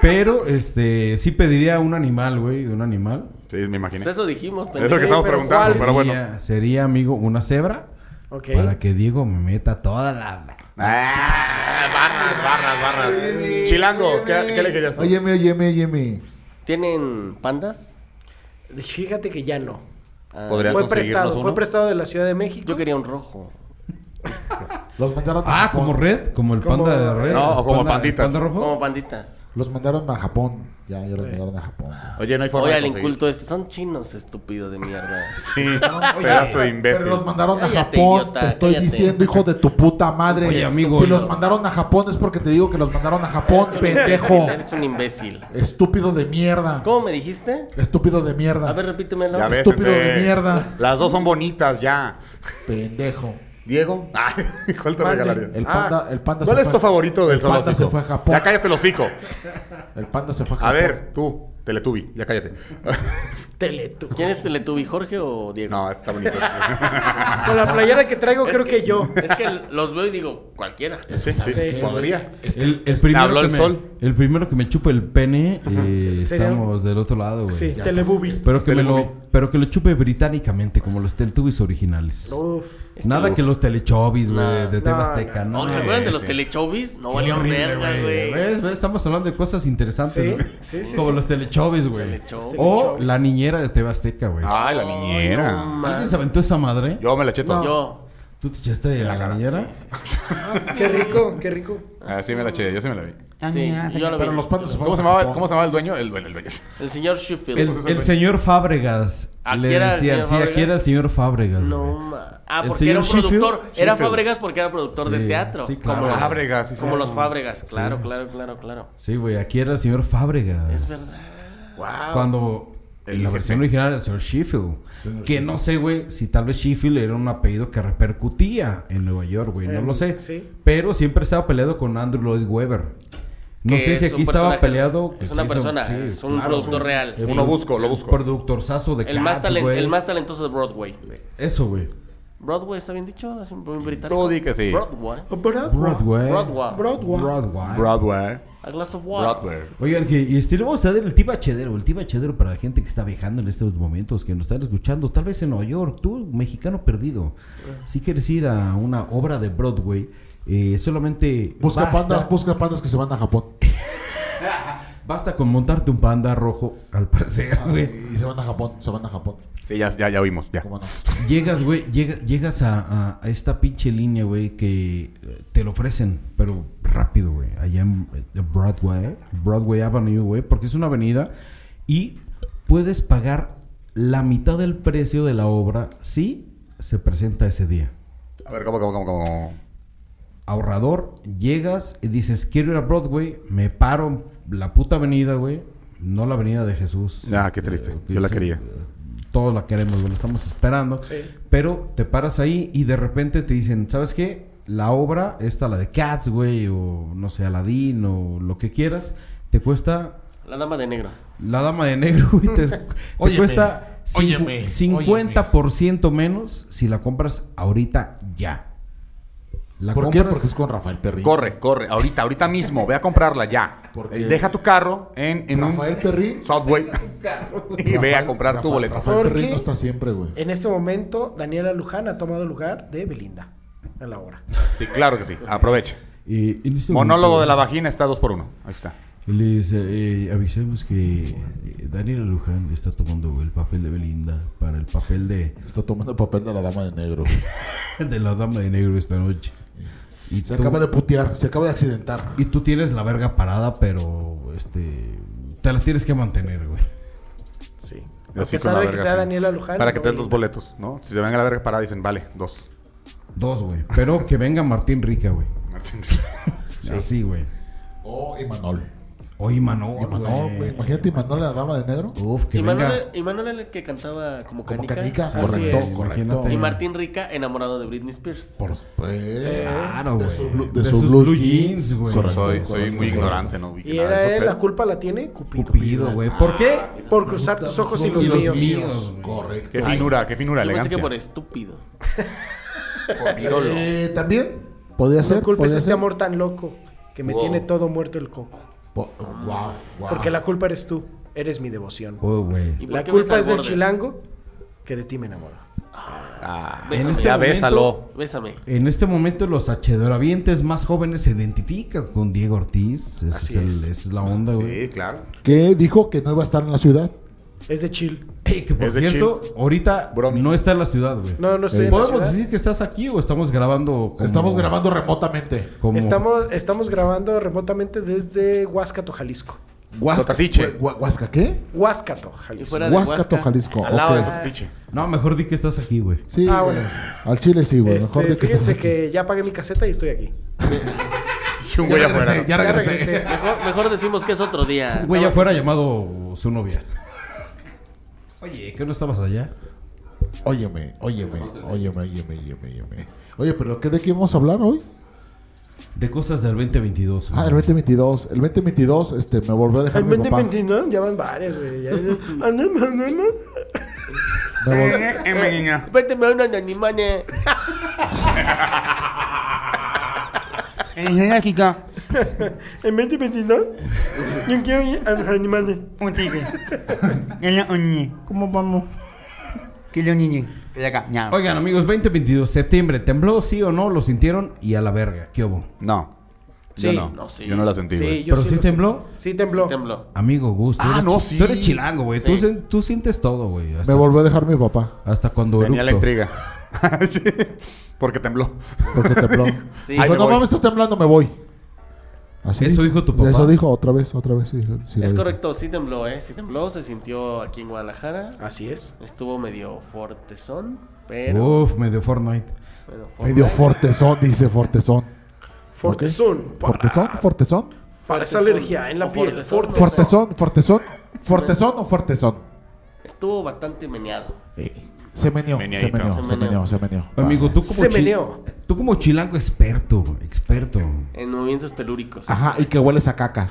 Speaker 3: Pero, este, sí pediría un animal, güey, un animal.
Speaker 9: Sí, me imaginé.
Speaker 4: Pues eso dijimos,
Speaker 9: Es lo que
Speaker 4: pendejo.
Speaker 9: estamos
Speaker 5: pero
Speaker 9: preguntando,
Speaker 5: ¿cuál?
Speaker 9: pero bueno.
Speaker 3: Sería- Sería, amigo, una cebra.
Speaker 5: Ok.
Speaker 3: Para que Diego me meta toda la...
Speaker 9: Ah, barras, barras, barras. Chilango, ¿qué, qué le querías? tú?
Speaker 7: Óyeme, óyeme, óyeme.
Speaker 4: ¿Tienen pandas?
Speaker 5: Fíjate que ya no.
Speaker 4: Ah,
Speaker 9: Podría- ¿Ya
Speaker 5: Fue
Speaker 9: conseguirnos
Speaker 5: prestado,
Speaker 9: uno?
Speaker 5: fue prestado de la Ciudad de México.
Speaker 4: Yo quería un rojo.
Speaker 7: Los mandaron a
Speaker 3: Ah,
Speaker 7: Japón.
Speaker 3: como Red, como el
Speaker 5: Como-
Speaker 3: panda de Red.
Speaker 9: No, o como
Speaker 3: Panda-
Speaker 9: panditas.
Speaker 3: ¿Panda rojo?
Speaker 4: Como panditas.
Speaker 7: Los mandaron a Japón. Ya, ya los mandaron a Japón.
Speaker 9: Oye, no hay forma
Speaker 4: Oye,
Speaker 9: de
Speaker 4: al
Speaker 9: conseguir.
Speaker 4: inculto este. Son chinos, estúpido de mierda.
Speaker 9: Sí, pedazo de imbécil.
Speaker 7: Pero los mandaron a
Speaker 4: Cállate,
Speaker 7: Japón.
Speaker 4: idiota,
Speaker 7: te estoy
Speaker 4: cállate.
Speaker 7: diciendo, hijo de tu puta madre.
Speaker 3: Oye, amigo,
Speaker 7: si
Speaker 3: yo-
Speaker 7: los mandaron a Japón es porque te digo que los mandaron a Japón, pendejo.
Speaker 4: Eres un imbécil.
Speaker 7: Estúpido de mierda.
Speaker 4: ¿Cómo me dijiste?
Speaker 7: Estúpido de mierda.
Speaker 4: A ver, repítemelo.
Speaker 9: Ya ves,
Speaker 7: Estúpido
Speaker 9: ese-
Speaker 7: de mierda.
Speaker 9: Las dos son bonitas, ya.
Speaker 7: Pendejo.
Speaker 9: Diego, ah, ¿cuál te
Speaker 5: Mande.
Speaker 9: regalaría?
Speaker 7: El panda, el panda
Speaker 9: Ah, ¿Cuál
Speaker 7: se
Speaker 9: es
Speaker 7: fue-
Speaker 9: tu favorito del
Speaker 7: El panda se
Speaker 9: zoológico?
Speaker 7: fue a Japón.
Speaker 9: Ya cállate el hocico.
Speaker 7: El panda se fue a
Speaker 9: A
Speaker 7: Japón.
Speaker 9: ver, tú, Teletubi, ya cállate.
Speaker 5: Teletu.
Speaker 4: ¿Quién es Teletubi, Jorge o Diego?
Speaker 9: No, está bonito.
Speaker 5: Con la playera que traigo, creo que, yo.
Speaker 4: Es que los veo y digo, cualquiera.
Speaker 7: Es que
Speaker 9: Sí,
Speaker 7: sabes
Speaker 9: sí,
Speaker 7: qué,
Speaker 9: podría.
Speaker 7: Es que
Speaker 3: El, el primero
Speaker 9: habló
Speaker 3: que
Speaker 9: el
Speaker 3: me,
Speaker 9: sol.
Speaker 3: el primero que me chupe el pene, eh,
Speaker 5: ¿Sería?
Speaker 3: estamos del otro lado, güey.
Speaker 5: Sí,
Speaker 3: Ya
Speaker 5: Telebubis.
Speaker 3: está. Pero que me lo,
Speaker 9: Teletubby.
Speaker 3: pero que lo chupe británicamente, como los Teletubbies originales.
Speaker 5: Uf.
Speaker 3: Nada que los Telechobis, güey,
Speaker 4: No,
Speaker 3: de
Speaker 5: no,
Speaker 3: Tebasteca, no. eh,
Speaker 4: No, Oh, ¿Se acuerdan de los Telechobis? No valían
Speaker 3: Horrible,
Speaker 4: verga, güey.
Speaker 3: ¿Ves? ¿Ves? Estamos hablando de cosas interesantes,
Speaker 5: Sí,
Speaker 3: güey.
Speaker 5: sí, sí,
Speaker 3: Como
Speaker 5: sí.
Speaker 3: los Telechobis, güey. O la niñera de Tebasteca, güey.
Speaker 4: Ah,
Speaker 9: Ay, la niñera.
Speaker 3: ¿Alguien se aventó esa madre?
Speaker 9: Yo me la cheto.
Speaker 4: Yo.
Speaker 3: ¿Tú te echaste de la, niñera?
Speaker 5: Qué rico, qué rico.
Speaker 9: Ah, sí me la eché, yo sí me la vi.
Speaker 4: Sí, yo lo vi.
Speaker 7: Pero los pandas se
Speaker 9: ¿Cómo
Speaker 7: fueron
Speaker 9: se
Speaker 7: a
Speaker 9: llamaba,
Speaker 7: Japón.
Speaker 9: cómo se llamaba el dueño? El, el, el dueño.
Speaker 4: El señor Sheffield.
Speaker 3: El, el señor Fábregas.
Speaker 4: Aquí
Speaker 3: le
Speaker 4: era el
Speaker 3: decían,
Speaker 4: señor
Speaker 3: sí, aquí
Speaker 4: Fábregas.
Speaker 3: era el señor Fábregas.
Speaker 4: No,
Speaker 3: güey.
Speaker 4: ma. Ah,
Speaker 3: El
Speaker 4: porque era un
Speaker 3: señor
Speaker 4: productor.
Speaker 3: Sheffield.
Speaker 4: Era
Speaker 9: Sheffield.
Speaker 4: Fábregas porque era productor
Speaker 3: Sí,
Speaker 4: de teatro.
Speaker 3: sí, claro.
Speaker 4: Como los
Speaker 9: Fábregas, sí,
Speaker 4: Como
Speaker 9: sí.
Speaker 4: los Fábregas. Claro, claro, claro, claro.
Speaker 3: Sí, güey, aquí era el señor Fábregas.
Speaker 4: Es verdad. Ah,
Speaker 3: Cuando en la versión original era el señor Sheffield. Que no sé, güey, si tal vez Sheffield era un apellido que repercutía en Nueva York, güey.
Speaker 4: Eh,
Speaker 3: No
Speaker 5: En-
Speaker 3: lo sé.
Speaker 5: sí.
Speaker 3: Pero siempre estaba peleado con Andrew Lloyd Webber. No
Speaker 4: Que
Speaker 3: sé si
Speaker 4: es
Speaker 3: aquí
Speaker 4: un
Speaker 3: estaba
Speaker 4: personaje-
Speaker 3: peleado.
Speaker 4: es una
Speaker 3: sí,
Speaker 4: persona,
Speaker 3: sí,
Speaker 4: es un
Speaker 3: claro,
Speaker 4: productor
Speaker 3: güey.
Speaker 4: real,
Speaker 3: Es
Speaker 4: sí.
Speaker 3: un
Speaker 9: Lo busco, lo busco.
Speaker 3: Productorzazo de
Speaker 4: El más,
Speaker 3: Cats,
Speaker 4: talen-
Speaker 3: güey.
Speaker 4: el más talentoso de Broadway.
Speaker 3: Eso, güey.
Speaker 4: Broadway, ¿está bien dicho? Es muy británico.
Speaker 9: Tú di que sí.
Speaker 4: Broadway.
Speaker 3: Eh. Broadway.
Speaker 4: Broadway.
Speaker 5: Broadway.
Speaker 3: Broadway.
Speaker 9: Broadway.
Speaker 4: A glass of water.
Speaker 9: Broadway.
Speaker 3: Oigan, que y este, le vamos a dar el tip achedero. El tip achedero para la gente que está viajando en estos momentos, que nos están escuchando, tal vez en Nueva York, tú, mexicano perdido. Si quieres ir a una obra de Broadway, eh, solamente.
Speaker 7: Busca
Speaker 3: basta,
Speaker 7: pandas, busca pandas que se van a Japón.
Speaker 3: Basta con montarte un panda rojo, al parecer, güey.
Speaker 7: Y se van a Japón, se van a Japón.
Speaker 9: Sí, ya, ya, ya oímos, ya.
Speaker 7: ¿Cómo no?
Speaker 3: Llegas, güey, llega- llegas a, a- a esta pinche línea, güey, que eh, te lo ofrecen, pero rápido, güey. Allá en eh, Broadway, Broadway Avenue, güey, porque es una avenida y puedes pagar la mitad del precio de la obra si se presenta ese día.
Speaker 9: A ver, ¿cómo, cómo, cómo, cómo?
Speaker 3: Ahorrador, llegas y dices, quiero ir a Broadway, me paro en la puta avenida, güey. No la avenida de Jesús.
Speaker 9: Ah, qué
Speaker 3: Este,
Speaker 9: triste.
Speaker 3: que
Speaker 9: Yo la
Speaker 3: sí,
Speaker 9: quería.
Speaker 3: todos la queremos, güey, la estamos esperando. Pero te paras ahí y de repente te dicen, ¿sabes qué? La obra, esta, la de Cats, güey, o no sé, Aladdin, o lo que quieras, te cuesta
Speaker 4: La dama de negro.
Speaker 3: la dama de negro, güey, te, te
Speaker 7: Óyeme,
Speaker 3: cuesta cincu-
Speaker 7: óyeme,
Speaker 3: 50% menos si la compras ahorita ya. La
Speaker 7: ¿Por qué?
Speaker 3: compras
Speaker 7: Porque es con Rafael Perrín.
Speaker 9: Corre, corre, ahorita, ahorita mismo, ve a comprarla ya.
Speaker 7: Porque-
Speaker 9: Eh, Deja tu carro en, en un
Speaker 7: Rafael Perrín.
Speaker 9: Subway y ve a
Speaker 7: Rafael-
Speaker 9: comprar tu
Speaker 7: Rafael-
Speaker 9: boleto.
Speaker 7: Rafael
Speaker 5: ¿Por
Speaker 7: Perrín
Speaker 5: qué?
Speaker 7: no está siempre, güey.
Speaker 5: En este momento, Daniela Luján ha tomado lugar de Belinda. A la hora.
Speaker 4: Ah,
Speaker 9: Sí, claro que sí, aprovecha.
Speaker 3: eh, en este
Speaker 9: Monólogo
Speaker 3: momento-
Speaker 9: de la vagina está 2 por 1 Ahí está.
Speaker 3: Les eh, avisemos que eh, Daniela Luján está tomando el papel de Belinda para el papel de,
Speaker 7: Está tomando el papel de la dama de negro.
Speaker 3: de la dama de negro esta noche. Y
Speaker 7: Se
Speaker 3: tú-
Speaker 7: acaba de putear, se acaba de accidentar.
Speaker 3: Y tú tienes la verga parada, pero este te la tienes que mantener, güey.
Speaker 5: Sí. A
Speaker 9: Así
Speaker 5: pesar
Speaker 9: con la
Speaker 5: de que
Speaker 9: verga,
Speaker 5: sea
Speaker 9: sí.
Speaker 5: Daniela Luján.
Speaker 9: Para que
Speaker 5: no
Speaker 9: te den los
Speaker 5: Belinda.
Speaker 9: boletos, ¿no? Si se ven a la verga parada, dicen, vale, dos.
Speaker 3: Dos, güey. Pero que venga Martín Rica, güey.
Speaker 9: Martín.
Speaker 7: Sí,
Speaker 3: Así, güey.
Speaker 7: O Imanol.
Speaker 3: O Imanol,
Speaker 7: Imanol, güey. Imagínate Imanol la dama de negro.
Speaker 3: Uf, que
Speaker 4: Y Manuel, E,
Speaker 3: venga.
Speaker 4: y Manuel era el que cantaba como
Speaker 7: Como
Speaker 4: canica.
Speaker 7: canica.
Speaker 3: Así
Speaker 7: correcto,
Speaker 5: es,
Speaker 7: correcto.
Speaker 3: imagínate.
Speaker 4: Y Martín Rica enamorado de Britney Spears.
Speaker 7: Por supuesto.
Speaker 3: Claro, güey.
Speaker 7: De su, blu- de su blue, jeans, güey.
Speaker 9: Soy, soy
Speaker 7: Correcto,
Speaker 9: muy
Speaker 7: correcto.
Speaker 9: ignorante, no vi
Speaker 5: Y
Speaker 9: nada de
Speaker 5: era
Speaker 9: eso,
Speaker 5: él,
Speaker 9: pero-
Speaker 5: la culpa la tiene Cupido.
Speaker 3: Cupido, güey. ¿Por qué?
Speaker 5: Por cruzar tus ojos y los, míos.
Speaker 7: Correcto.
Speaker 9: Qué finura, qué finura,
Speaker 4: Yo pensé
Speaker 9: elegancia.
Speaker 4: que por estúpido.
Speaker 7: Eh, También podía
Speaker 5: No
Speaker 7: ser.
Speaker 5: culpes
Speaker 7: podía
Speaker 5: este
Speaker 7: ser.
Speaker 5: amor tan loco que me
Speaker 4: Wow.
Speaker 5: tiene todo muerto el coco.
Speaker 7: Po- wow, wow.
Speaker 5: Porque la culpa eres tú. Eres mi devoción.
Speaker 7: Ah.
Speaker 3: Oh, güey.
Speaker 4: ¿Y por
Speaker 5: La
Speaker 4: qué ves
Speaker 5: culpa
Speaker 4: al
Speaker 5: es del
Speaker 4: borde?
Speaker 5: chilango que de ti me enamora.
Speaker 9: Ah,
Speaker 4: En
Speaker 9: ya
Speaker 4: este
Speaker 3: momento-
Speaker 9: bésalo.
Speaker 4: Bésame.
Speaker 3: En este momento los achedoravientes más jóvenes se identifican con Diego Ortiz. Ese es el- Esa es la onda, güey.
Speaker 9: Sí, claro.
Speaker 7: Que dijo que no iba a estar en la ciudad.
Speaker 5: Es de chill.
Speaker 3: Ey, que por
Speaker 9: Es de
Speaker 3: cierto,
Speaker 9: chill.
Speaker 3: ahorita
Speaker 9: Bromis.
Speaker 3: no está en la ciudad, güey.
Speaker 5: No, no estoy en la
Speaker 3: ¿Podemos
Speaker 5: ciudad.
Speaker 3: decir que estás aquí o estamos grabando? como-
Speaker 7: Estamos grabando remotamente.
Speaker 3: como-
Speaker 5: Estamos, estamos grabando remotamente desde Huáscato, Jalisco.
Speaker 7: Huasca.
Speaker 9: Totatiche.
Speaker 7: Gua- Huasca, ¿qué?
Speaker 5: Huáscato,
Speaker 4: Y
Speaker 5: Jalisco.
Speaker 4: fuera de
Speaker 7: Huascato,
Speaker 4: Huasca,
Speaker 7: Jalisco.
Speaker 9: Al lado
Speaker 7: ok.
Speaker 9: de Totatiche.
Speaker 3: No, mejor di que estás aquí, güey.
Speaker 7: Sí,
Speaker 5: Ah,
Speaker 7: güey.
Speaker 5: bueno.
Speaker 7: Al Chile sí, güey. Mejor
Speaker 5: Este,
Speaker 7: de que estés
Speaker 5: fíjense
Speaker 7: aquí.
Speaker 5: que ya pagué mi caseta y estoy aquí.
Speaker 9: Y un
Speaker 7: Ya
Speaker 9: güey
Speaker 7: regresé,
Speaker 9: afuera.
Speaker 7: ya
Speaker 5: Ya
Speaker 7: regresé.
Speaker 5: regresé.
Speaker 4: Mejor, mejor decimos que es otro día.
Speaker 3: Un güey
Speaker 4: No,
Speaker 3: afuera llamado su novia. Oye, ¿qué no estabas allá?
Speaker 7: Óyeme, óyeme, óyeme, óyeme, óyeme, óyeme. Oye, pero ¿qué de qué vamos a hablar hoy?
Speaker 3: De cosas del 2022.
Speaker 7: Ah, el 2022. El 2022, este, me volvió a dejar mi papá.
Speaker 5: Realmente, ¿no? Ya van varios, güey. Ya "Ah, es-
Speaker 7: Me volvió-
Speaker 9: Eh, niña.
Speaker 4: Véteme a una nanimane.
Speaker 9: Eh, niña, Kika.
Speaker 5: En 2022, yo quiero ir a los animales.
Speaker 10: Un tigre. Niña, un niñe. ¿Cómo vamos? Que le un niñe. Que le haga ñau.
Speaker 3: Oigan, amigos, 2022, septiembre. ¿Tembló, sí o no? ¿Lo sintieron? Y a la verga. ¿Qué hubo?
Speaker 9: No.
Speaker 5: Sí,
Speaker 9: Yo no.
Speaker 4: no, sí.
Speaker 9: Yo no la sentí, güey.
Speaker 5: Sí, yo
Speaker 3: ¿Pero sí
Speaker 5: lo
Speaker 3: tembló?
Speaker 5: sé. Sí tembló.
Speaker 4: Tembló.
Speaker 3: Amigo, gusto.
Speaker 9: Ah, no, sí.
Speaker 3: Tú eres chilango, güey. Tú,
Speaker 4: Sí.
Speaker 3: sen- tú sientes todo, güey.
Speaker 7: me
Speaker 3: Hasta,
Speaker 7: volvió a dejar mi papá.
Speaker 3: hasta cuando
Speaker 9: Tenía la
Speaker 3: eructo.
Speaker 9: intriga. Sí, Porque tembló.
Speaker 7: Porque tembló.
Speaker 4: Sí.
Speaker 7: Dijo,
Speaker 9: Ahí me
Speaker 7: no
Speaker 9: voy".
Speaker 7: mames, estás temblando, me voy. Así
Speaker 3: Eso dijo tu papá.
Speaker 7: Eso dijo otra vez, otra vez. sí, sí, sí lo
Speaker 4: Es
Speaker 7: dijo.
Speaker 4: correcto, sí tembló, ¿eh? Sí tembló, se sintió aquí en Guadalajara.
Speaker 5: Así es.
Speaker 4: Estuvo medio fortezón, pero...
Speaker 3: Uf, medio Fortnite.
Speaker 4: pero fue-
Speaker 7: Medio fortezón, dice fortezón.
Speaker 5: Fortezón. para-
Speaker 7: ¿Fortezón? ¿Fortezón?
Speaker 5: Para esa
Speaker 4: Fortezón.
Speaker 5: alergia en la
Speaker 4: O
Speaker 5: piel.
Speaker 4: fortezón.
Speaker 5: Fortezón.
Speaker 7: ¿Fortezón? ¿Fortezón? ¿Fortezón o fortezón?
Speaker 4: Estuvo bastante meneado.
Speaker 7: Eh, Se meneó, se
Speaker 9: Meneadito.
Speaker 7: meneó, se
Speaker 4: Se meneó.
Speaker 7: meneó, se meneó.
Speaker 3: Amigo, tú como,
Speaker 5: Se
Speaker 3: chi-
Speaker 5: meneó.
Speaker 3: tú como chilango experto, güey, experto.
Speaker 4: En movimientos telúricos.
Speaker 7: Ajá, y que hueles a caca.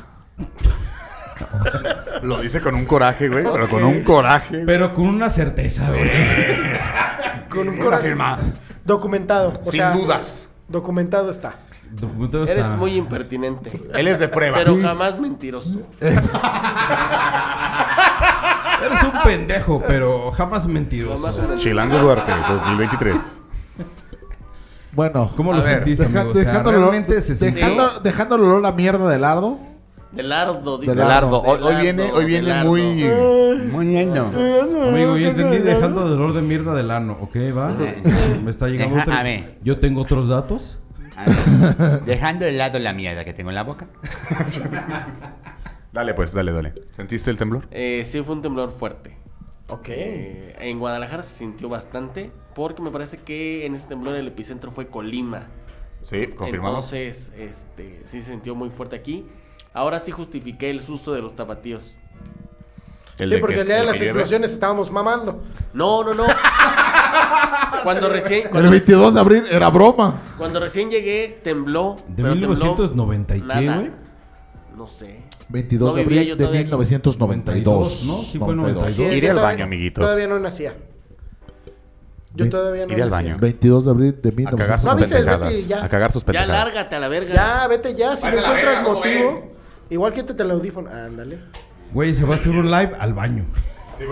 Speaker 9: Lo dice con un coraje, güey. Pero con un coraje. güey.
Speaker 3: Pero con una certeza, güey.
Speaker 5: Con un
Speaker 9: Una
Speaker 5: coraje.
Speaker 9: firma.
Speaker 5: Documentado. o
Speaker 9: Sin
Speaker 5: sea,
Speaker 9: dudas.
Speaker 5: Documentado está.
Speaker 3: Documentado
Speaker 4: Eres
Speaker 3: está.
Speaker 4: muy impertinente.
Speaker 9: Él es de prueba.
Speaker 4: Pero
Speaker 9: Sí.
Speaker 4: jamás mentiroso.
Speaker 3: Eres un pendejo, pero jamás mentiroso.
Speaker 4: Jamás un-
Speaker 9: Chilango Duarte, 2023.
Speaker 7: Bueno,
Speaker 3: ¿Cómo lo
Speaker 9: A ver,
Speaker 3: sentiste,
Speaker 7: deja-
Speaker 3: amigo? O sea,
Speaker 7: dejándolo,
Speaker 3: realmente se sintió-
Speaker 7: dejando- dejándolo olor a mierda de lardo.
Speaker 4: De lardo, dice.
Speaker 7: De lardo.
Speaker 9: Delardo. Hoy, hoy
Speaker 4: De
Speaker 9: viene,
Speaker 4: lardo,
Speaker 9: hoy
Speaker 4: de
Speaker 9: viene
Speaker 4: lardo.
Speaker 9: muy. Muy lindo.
Speaker 3: Amigo, yo entendí dejando el olor de mierda del ano, ¿ok? Va. Me está llegando
Speaker 10: Deja-
Speaker 3: otro-
Speaker 10: a ver.
Speaker 3: Yo tengo otros datos.
Speaker 10: A ver, Dejando de lado la mierda que tengo en la boca.
Speaker 9: Dale, pues, dale, dale. ¿Sentiste el temblor?
Speaker 4: Eh, sí, fue un temblor fuerte.
Speaker 5: Ok.
Speaker 4: Eh, en Guadalajara se sintió bastante porque me parece que en ese temblor el epicentro fue Colima.
Speaker 9: Sí, confirmado.
Speaker 4: Entonces, este, sí se sintió muy fuerte aquí. Ahora sí justifiqué el susto de los tapatíos.
Speaker 9: El
Speaker 5: sí,
Speaker 9: de
Speaker 5: porque
Speaker 9: que-
Speaker 5: el día de
Speaker 9: el
Speaker 5: las
Speaker 9: que llueve.
Speaker 5: explosiones estábamos mamando.
Speaker 4: No, no, no. cuando recién
Speaker 7: El
Speaker 4: cuando,
Speaker 7: 22 de abril era broma.
Speaker 4: cuando recién llegué tembló,
Speaker 3: De
Speaker 4: pero tembló
Speaker 3: 1990 y qué,
Speaker 4: nada.
Speaker 3: güey.
Speaker 4: No sé.
Speaker 7: 22
Speaker 4: No
Speaker 7: de
Speaker 4: vivía yo
Speaker 7: abril de
Speaker 4: todavía aquí.
Speaker 7: 1992.
Speaker 3: ¿no? Sí fue
Speaker 7: 92.
Speaker 5: Sí,
Speaker 3: 92.
Speaker 9: Iré
Speaker 5: yo
Speaker 9: al
Speaker 5: todavía-
Speaker 9: baño, amiguitos.
Speaker 5: Todavía no nacía. Yo
Speaker 7: Ve-
Speaker 5: todavía no
Speaker 9: iré al
Speaker 5: nacía.
Speaker 9: baño.
Speaker 7: 22 de abril de
Speaker 9: A cagar
Speaker 7: 1992.
Speaker 9: sus
Speaker 5: No, viste,
Speaker 9: pendejadas.
Speaker 5: viste, ya.
Speaker 9: A cagar sus
Speaker 4: Ya
Speaker 9: pendejadas.
Speaker 4: lárgate a la verga.
Speaker 5: Ya, vete ya. Si no
Speaker 9: Vete a la
Speaker 5: encuentras
Speaker 9: verga,
Speaker 5: motivo,
Speaker 9: güey.
Speaker 5: igual quítate el audífono. Ándale.
Speaker 3: Güey, se va a hacer un live al baño.
Speaker 5: Sí.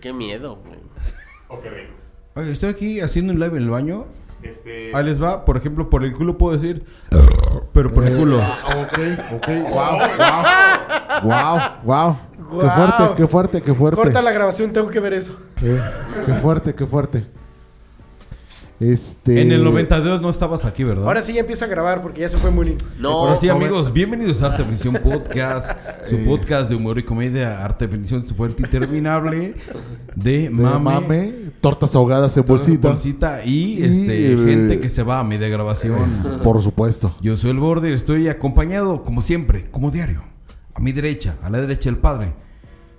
Speaker 4: Qué miedo, güey.
Speaker 3: Oye, estoy aquí haciendo un live en el baño.
Speaker 9: Este,
Speaker 3: Ahí les va, por ejemplo, por el culo puedo decir. Pero por el culo.
Speaker 7: Ok, ok, wow, wow. Wow, wow. Qué fuerte, qué fuerte, Eh, qué fuerte.
Speaker 5: Corta la grabación, tengo que ver eso.
Speaker 7: Eh, qué fuerte, qué fuerte. Este...
Speaker 3: En el 92 no estabas aquí, ¿verdad?
Speaker 5: Ahora sí ya empieza a grabar porque ya se fue Muni.
Speaker 3: Ahora sí, amigos, bienvenidos a Arte Definición Podcast, su
Speaker 7: Eh.
Speaker 3: podcast de humor y comedia, Arte Definición, su fuente interminable de, mame,
Speaker 7: mame, tortas ahogadas en bolsita.
Speaker 3: bolsita y,
Speaker 7: Y,
Speaker 3: este,
Speaker 7: eh,
Speaker 3: gente que se va a media grabación.
Speaker 7: Por supuesto.
Speaker 3: Yo soy el Border, estoy acompañado, como siempre, como diario, a mi derecha, a la derecha del padre,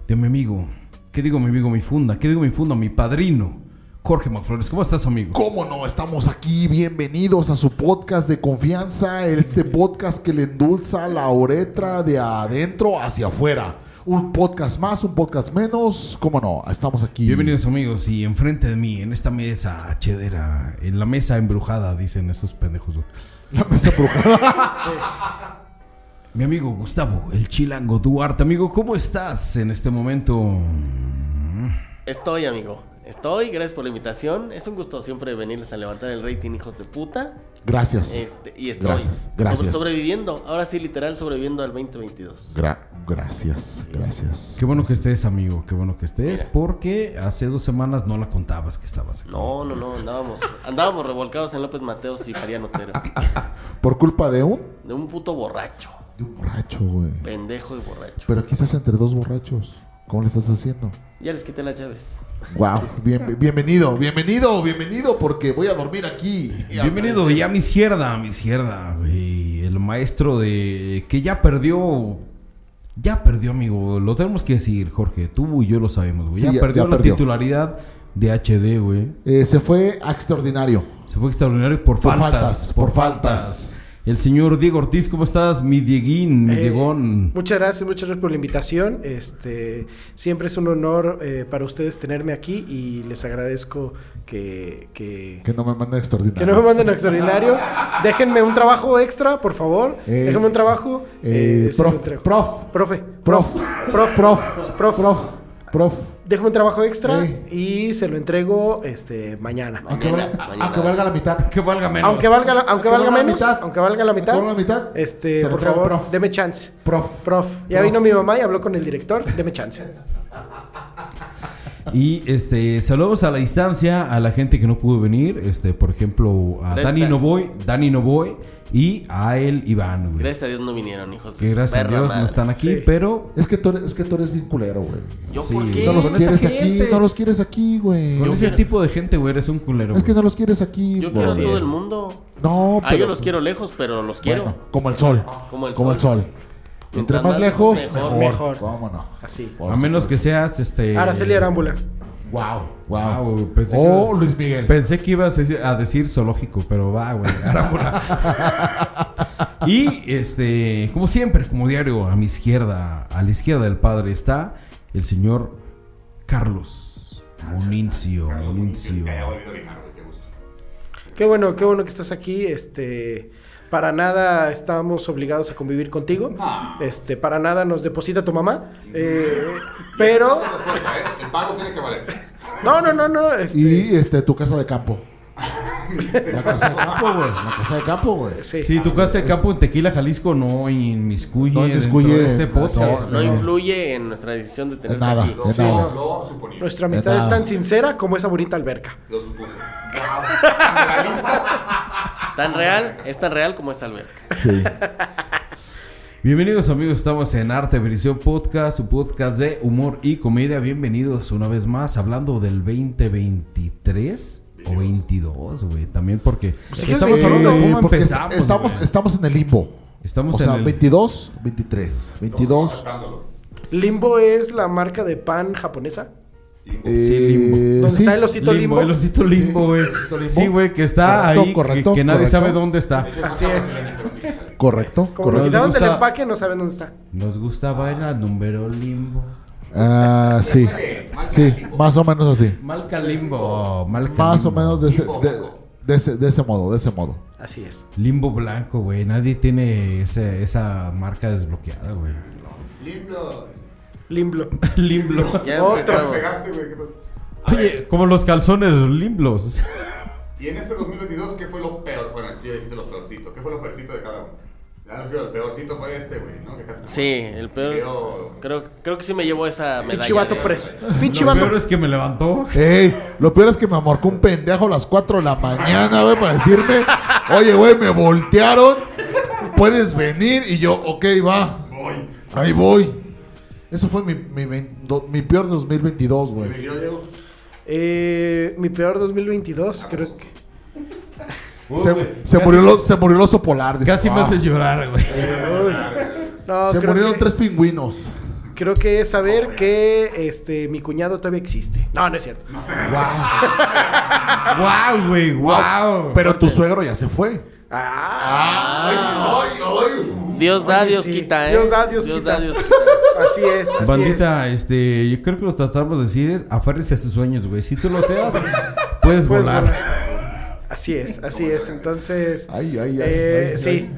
Speaker 3: de mi amigo, ¿qué digo mi amigo? Mi funda, ¿qué digo mi funda? Mi padrino, Jorge Manflores. ¿Cómo estás, amigo?
Speaker 7: ¿Cómo no? Estamos aquí, bienvenidos a su podcast de confianza, este podcast que le endulza la uretra de adentro hacia afuera. Un podcast más, un podcast menos, ¿cómo no? Estamos aquí.
Speaker 3: Bienvenidos amigos y enfrente de mí, en esta mesa chedera, en la mesa embrujada, dicen esos pendejos. güey.
Speaker 7: La mesa embrujada.
Speaker 3: Mi amigo Gustavo, el chilango Duarte, amigo, ¿cómo estás en este momento?
Speaker 4: Estoy, amigo. Estoy, gracias por la invitación. Es un gusto siempre venirles a levantar el rating, hijos de puta.
Speaker 7: Gracias.
Speaker 4: Este, y estoy
Speaker 7: Gracias,
Speaker 4: sobre-
Speaker 7: gracias.
Speaker 4: sobreviviendo. Ahora sí, literal, sobreviviendo al 2022.
Speaker 7: Gra- gracias, gracias.
Speaker 3: Qué bueno que estés, amigo, qué bueno que estés, porque hace dos semanas no la contabas que estabas aquí.
Speaker 4: No, no, no, andábamos, andábamos revolcados en López Mateos y María Notero.
Speaker 7: Por culpa de un
Speaker 4: De un puto borracho,
Speaker 7: borracho, güey.
Speaker 4: pendejo y borracho.
Speaker 7: Pero aquí estás entre dos borrachos. ¿Cómo le estás haciendo?
Speaker 4: Ya les quité la llaves.
Speaker 7: Wow, bien- bienvenido, bienvenido, bienvenido, porque voy a dormir aquí.
Speaker 3: Bienvenido ya a mi izquierda, a mi izquierda, güey, el maestro de que ya perdió, ya perdió, amigo, lo tenemos que decir, Jorge, tú y yo lo sabemos, güey,
Speaker 7: Sí,
Speaker 3: ya,
Speaker 7: ya-
Speaker 3: perdió
Speaker 7: ya
Speaker 3: la
Speaker 7: perdió.
Speaker 3: titularidad de HD, güey.
Speaker 7: Eh, se fue a extraordinario.
Speaker 3: Se fue extraordinario por,
Speaker 7: Por
Speaker 3: faltas,
Speaker 7: faltas,
Speaker 3: Por
Speaker 7: por
Speaker 3: faltas.
Speaker 7: faltas.
Speaker 3: El señor Diego Ortiz, ¿cómo estás? Mi Dieguín,
Speaker 5: Eh,
Speaker 3: mi Diegón.
Speaker 5: Muchas gracias, muchas gracias por la invitación. Este, siempre es un honor eh, para ustedes tenerme aquí y les agradezco que, que,
Speaker 7: Que no me manda extraordinario.
Speaker 5: que no me manden a extraordinario. Déjenme un trabajo extra, por favor.
Speaker 7: Eh,
Speaker 5: Déjenme un trabajo.
Speaker 7: eh,
Speaker 5: Eh, sí,
Speaker 7: prof,
Speaker 5: un trabajo.
Speaker 7: prof,
Speaker 5: profe,
Speaker 7: prof, prof, prof, prof, prof,
Speaker 5: Déjame un trabajo extra
Speaker 7: Eh.
Speaker 5: y se lo entrego este mañana.
Speaker 7: Aunque,
Speaker 4: Mañana,
Speaker 7: valga,
Speaker 4: mañana.
Speaker 7: aunque valga la mitad.
Speaker 3: Que valga menos.
Speaker 5: Aunque valga, la- aunque
Speaker 7: Que
Speaker 5: valga
Speaker 7: valga la
Speaker 5: menos,
Speaker 7: mitad.
Speaker 5: aunque valga la mitad,
Speaker 7: Que valga la mitad.
Speaker 5: este,
Speaker 7: Se lo
Speaker 5: por
Speaker 7: entrego,
Speaker 5: favor,
Speaker 7: prof.
Speaker 5: deme chance.
Speaker 7: Prof.
Speaker 5: Prof, ya
Speaker 7: Prof.
Speaker 5: vino mi mamá y habló con el director, deme chance.
Speaker 3: Y este, saludos a la distancia a la gente que no pudo venir. Este, por ejemplo, a
Speaker 4: Gracias
Speaker 3: Dani
Speaker 4: a-
Speaker 3: Novoy, Dani Novoy y a él Iván, güey.
Speaker 4: Gracias a Dios no vinieron, hijos de
Speaker 3: Que
Speaker 4: su
Speaker 3: gracias a
Speaker 4: perra
Speaker 3: Dios no
Speaker 4: madre.
Speaker 3: están aquí,
Speaker 5: Sí.
Speaker 3: pero
Speaker 7: Es que tú eres, es que tú eres bien culero, güey.
Speaker 4: ¿Yo
Speaker 3: Sí.
Speaker 4: por qué?
Speaker 7: No los
Speaker 4: Con esa
Speaker 7: quieres
Speaker 4: gente.
Speaker 7: aquí, no los quieres aquí, güey.
Speaker 3: con
Speaker 4: Yo
Speaker 3: ese
Speaker 4: quiero-
Speaker 3: tipo de gente, güey, eres un culero.
Speaker 7: Es que
Speaker 3: güey.
Speaker 7: no los quieres aquí,
Speaker 4: Yo quiero a
Speaker 7: güey.
Speaker 4: todo el mundo.
Speaker 7: No,
Speaker 4: Ah,
Speaker 7: pero
Speaker 4: yo los quiero lejos, pero los quiero. Ah,
Speaker 7: bueno, como el sol.
Speaker 4: Como el
Speaker 7: Como el
Speaker 4: sol.
Speaker 7: sol. Entre
Speaker 4: Mientras
Speaker 7: más
Speaker 4: más
Speaker 7: lejos,
Speaker 4: mejor.
Speaker 7: mejor.
Speaker 5: Mejor.
Speaker 7: ¿Cómo no?
Speaker 5: Así.
Speaker 7: Por
Speaker 3: a menos que seas
Speaker 7: Eh.
Speaker 3: este.
Speaker 5: Araceli Arámbula.
Speaker 7: Wow,
Speaker 3: Ah,
Speaker 7: wow.
Speaker 3: güey, pensé,
Speaker 7: oh,
Speaker 3: que,
Speaker 7: Luis Miguel.
Speaker 3: pensé que ibas a decir- a decir zoológico, pero va, güey. Arámbula. y este, como siempre, como diario, a mi izquierda, a la izquierda del padre está el señor Carlos Monincio. Monincio.
Speaker 5: Qué bueno, qué bueno que estás aquí. Este, para nada estábamos obligados a convivir contigo. Este, para nada nos deposita tu mamá. Eh, pero
Speaker 9: El pago tiene que valer.
Speaker 5: no, no, no, no. Este,
Speaker 7: Y este, tu casa de campo. La casa de campo, güey. La casa de campo, güey.
Speaker 5: sí.
Speaker 3: Sí, tu casa de campo en Tequila, Jalisco, no inmiscuye,
Speaker 7: No inmiscuye
Speaker 3: dentro de este
Speaker 7: en-
Speaker 3: podcast.
Speaker 4: No influye en nuestra decisión de tenerte
Speaker 7: nada,
Speaker 4: aquí.
Speaker 7: de nada.
Speaker 9: Lo suponía.
Speaker 5: Nuestra amistad
Speaker 7: nada.
Speaker 5: es tan sincera como esa bonita alberca.
Speaker 9: Lo supuse.
Speaker 4: Tan real, es tan real como es Alberca.
Speaker 7: Sí.
Speaker 3: Bienvenidos amigos, estamos en Arte Versión Podcast, su podcast de humor y comedia. Bienvenidos una vez más, hablando del 2023 o 22, güey, también porque
Speaker 5: sigue el
Speaker 3: estamos
Speaker 5: Eh,
Speaker 3: hablando Pues, de
Speaker 7: Eh,
Speaker 3: cómo
Speaker 7: porque
Speaker 3: empezamos.
Speaker 7: Estamos,
Speaker 3: güey.
Speaker 7: estamos en el limbo.
Speaker 3: Estamos
Speaker 7: o sea,
Speaker 3: en el-
Speaker 7: 22, 23. 22.
Speaker 5: Limbo es la marca de pan japonesa.
Speaker 7: eh,
Speaker 3: Sí, limbo.
Speaker 5: ¿Dónde
Speaker 7: sí.
Speaker 5: está el osito limbo?
Speaker 3: el osito limbo, güey.
Speaker 7: osito limbo.
Speaker 3: Sí, güey, que está
Speaker 7: Correcto,
Speaker 3: ahí, que-
Speaker 7: correcto,
Speaker 3: que, nadie
Speaker 7: correcto.
Speaker 3: sabe dónde está.
Speaker 5: Así es. Como
Speaker 7: Correcto,
Speaker 5: lo
Speaker 3: Correcto.
Speaker 7: correcto.
Speaker 5: quitaron del
Speaker 3: Gusta-
Speaker 5: empaque, no saben dónde está.
Speaker 3: Nos gusta bailar número limbo.
Speaker 7: Ah, sí. Sí, más o menos así.
Speaker 3: Malca limbo, malca
Speaker 7: Más o
Speaker 3: limbo.
Speaker 7: menos de ese, de, de ese, de ese modo, de ese modo.
Speaker 5: Así es.
Speaker 3: Limbo blanco, güey. Nadie tiene ese- esa marca desbloqueada, güey.
Speaker 5: Limbo.
Speaker 3: Limbo.
Speaker 4: Ya
Speaker 5: Otro.
Speaker 4: empezamos.
Speaker 3: Oye, como los calzones limblos.
Speaker 9: Y en este 2022, ¿qué fue lo peor? Bueno, ya dijiste lo peorcito. ¿Qué fue lo peorcito de cada uno? Ya lo creo, el peorcito fue este, güey, ¿no? Que casi se
Speaker 4: Sí, el peor. es- Creo, creo que sí me llevó esa medalla.
Speaker 5: vato
Speaker 4: de-
Speaker 5: pres-
Speaker 3: Lo peor es que me levantó.
Speaker 7: Ey, lo peor es que me amorcó un pendejo a las 4 de la mañana, güey, para decirme, oye, güey, me voltearon, puedes venir. Y yo, ok, va. Ahí voy. Eso fue mi, mi, ven- do- mi peor 2022, güey.
Speaker 5: Eh, mi peor 2022, creo que.
Speaker 7: Se, se murió, el o- se murió el oso polar. dice,
Speaker 3: Casi me
Speaker 7: "Ah".
Speaker 3: haces llorar, güey.
Speaker 5: Uy. No,
Speaker 7: Se
Speaker 5: creo
Speaker 7: murieron
Speaker 5: que-
Speaker 7: tres pingüinos.
Speaker 5: Creo que es saber que este mi cuñado todavía existe. No, no es cierto.
Speaker 7: Wow.
Speaker 3: Wow, güey, wow.
Speaker 7: Pero tu suegro ya se fue.
Speaker 3: Ah.
Speaker 7: Ah.
Speaker 4: Dios da,
Speaker 5: Oye,
Speaker 4: Dios
Speaker 5: sí.
Speaker 4: quita, ¿eh?
Speaker 5: Dios da, Dios quita. Así es, así
Speaker 3: Bandita, este, yo creo que lo tratamos de decir es aférrese a sus sueños, güey. Si tú lo seas, puedes
Speaker 5: Puedes
Speaker 3: volar.
Speaker 5: es. Así es, así es. Entonces,
Speaker 7: Ay, ay, ay.
Speaker 5: eh,
Speaker 7: ay,
Speaker 5: sí,
Speaker 7: ay.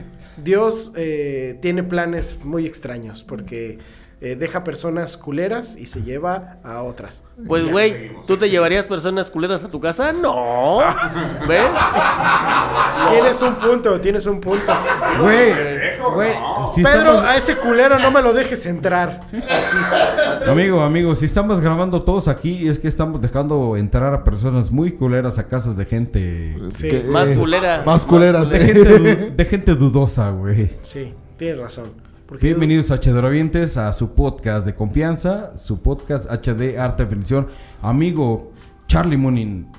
Speaker 5: Dios eh, tiene planes muy extraños porque eh, deja personas culeras y se lleva a otras.
Speaker 4: Pues, güey, ¿tú te llevarías personas culeras a tu casa? No. ¿Ves?
Speaker 5: Tienes un punto, tienes un punto.
Speaker 3: Güey, güey, si
Speaker 5: Pedro,
Speaker 3: estamos-
Speaker 5: a ese culero no me lo dejes entrar.
Speaker 3: Amigo, amigo, si estamos grabando todos aquí, es que estamos dejando entrar a personas muy culeras a casas de gente.
Speaker 5: Sí,
Speaker 7: Que,
Speaker 4: Más
Speaker 7: eh,
Speaker 4: culera.
Speaker 7: Más culeras.
Speaker 3: De gente, du- de gente dudosa, güey.
Speaker 5: sí, tienes razón. Porque
Speaker 3: Bienvenidos a Chedravientes a su podcast de confianza, su podcast HD Arte Definición. Amigo Charlie Moonin,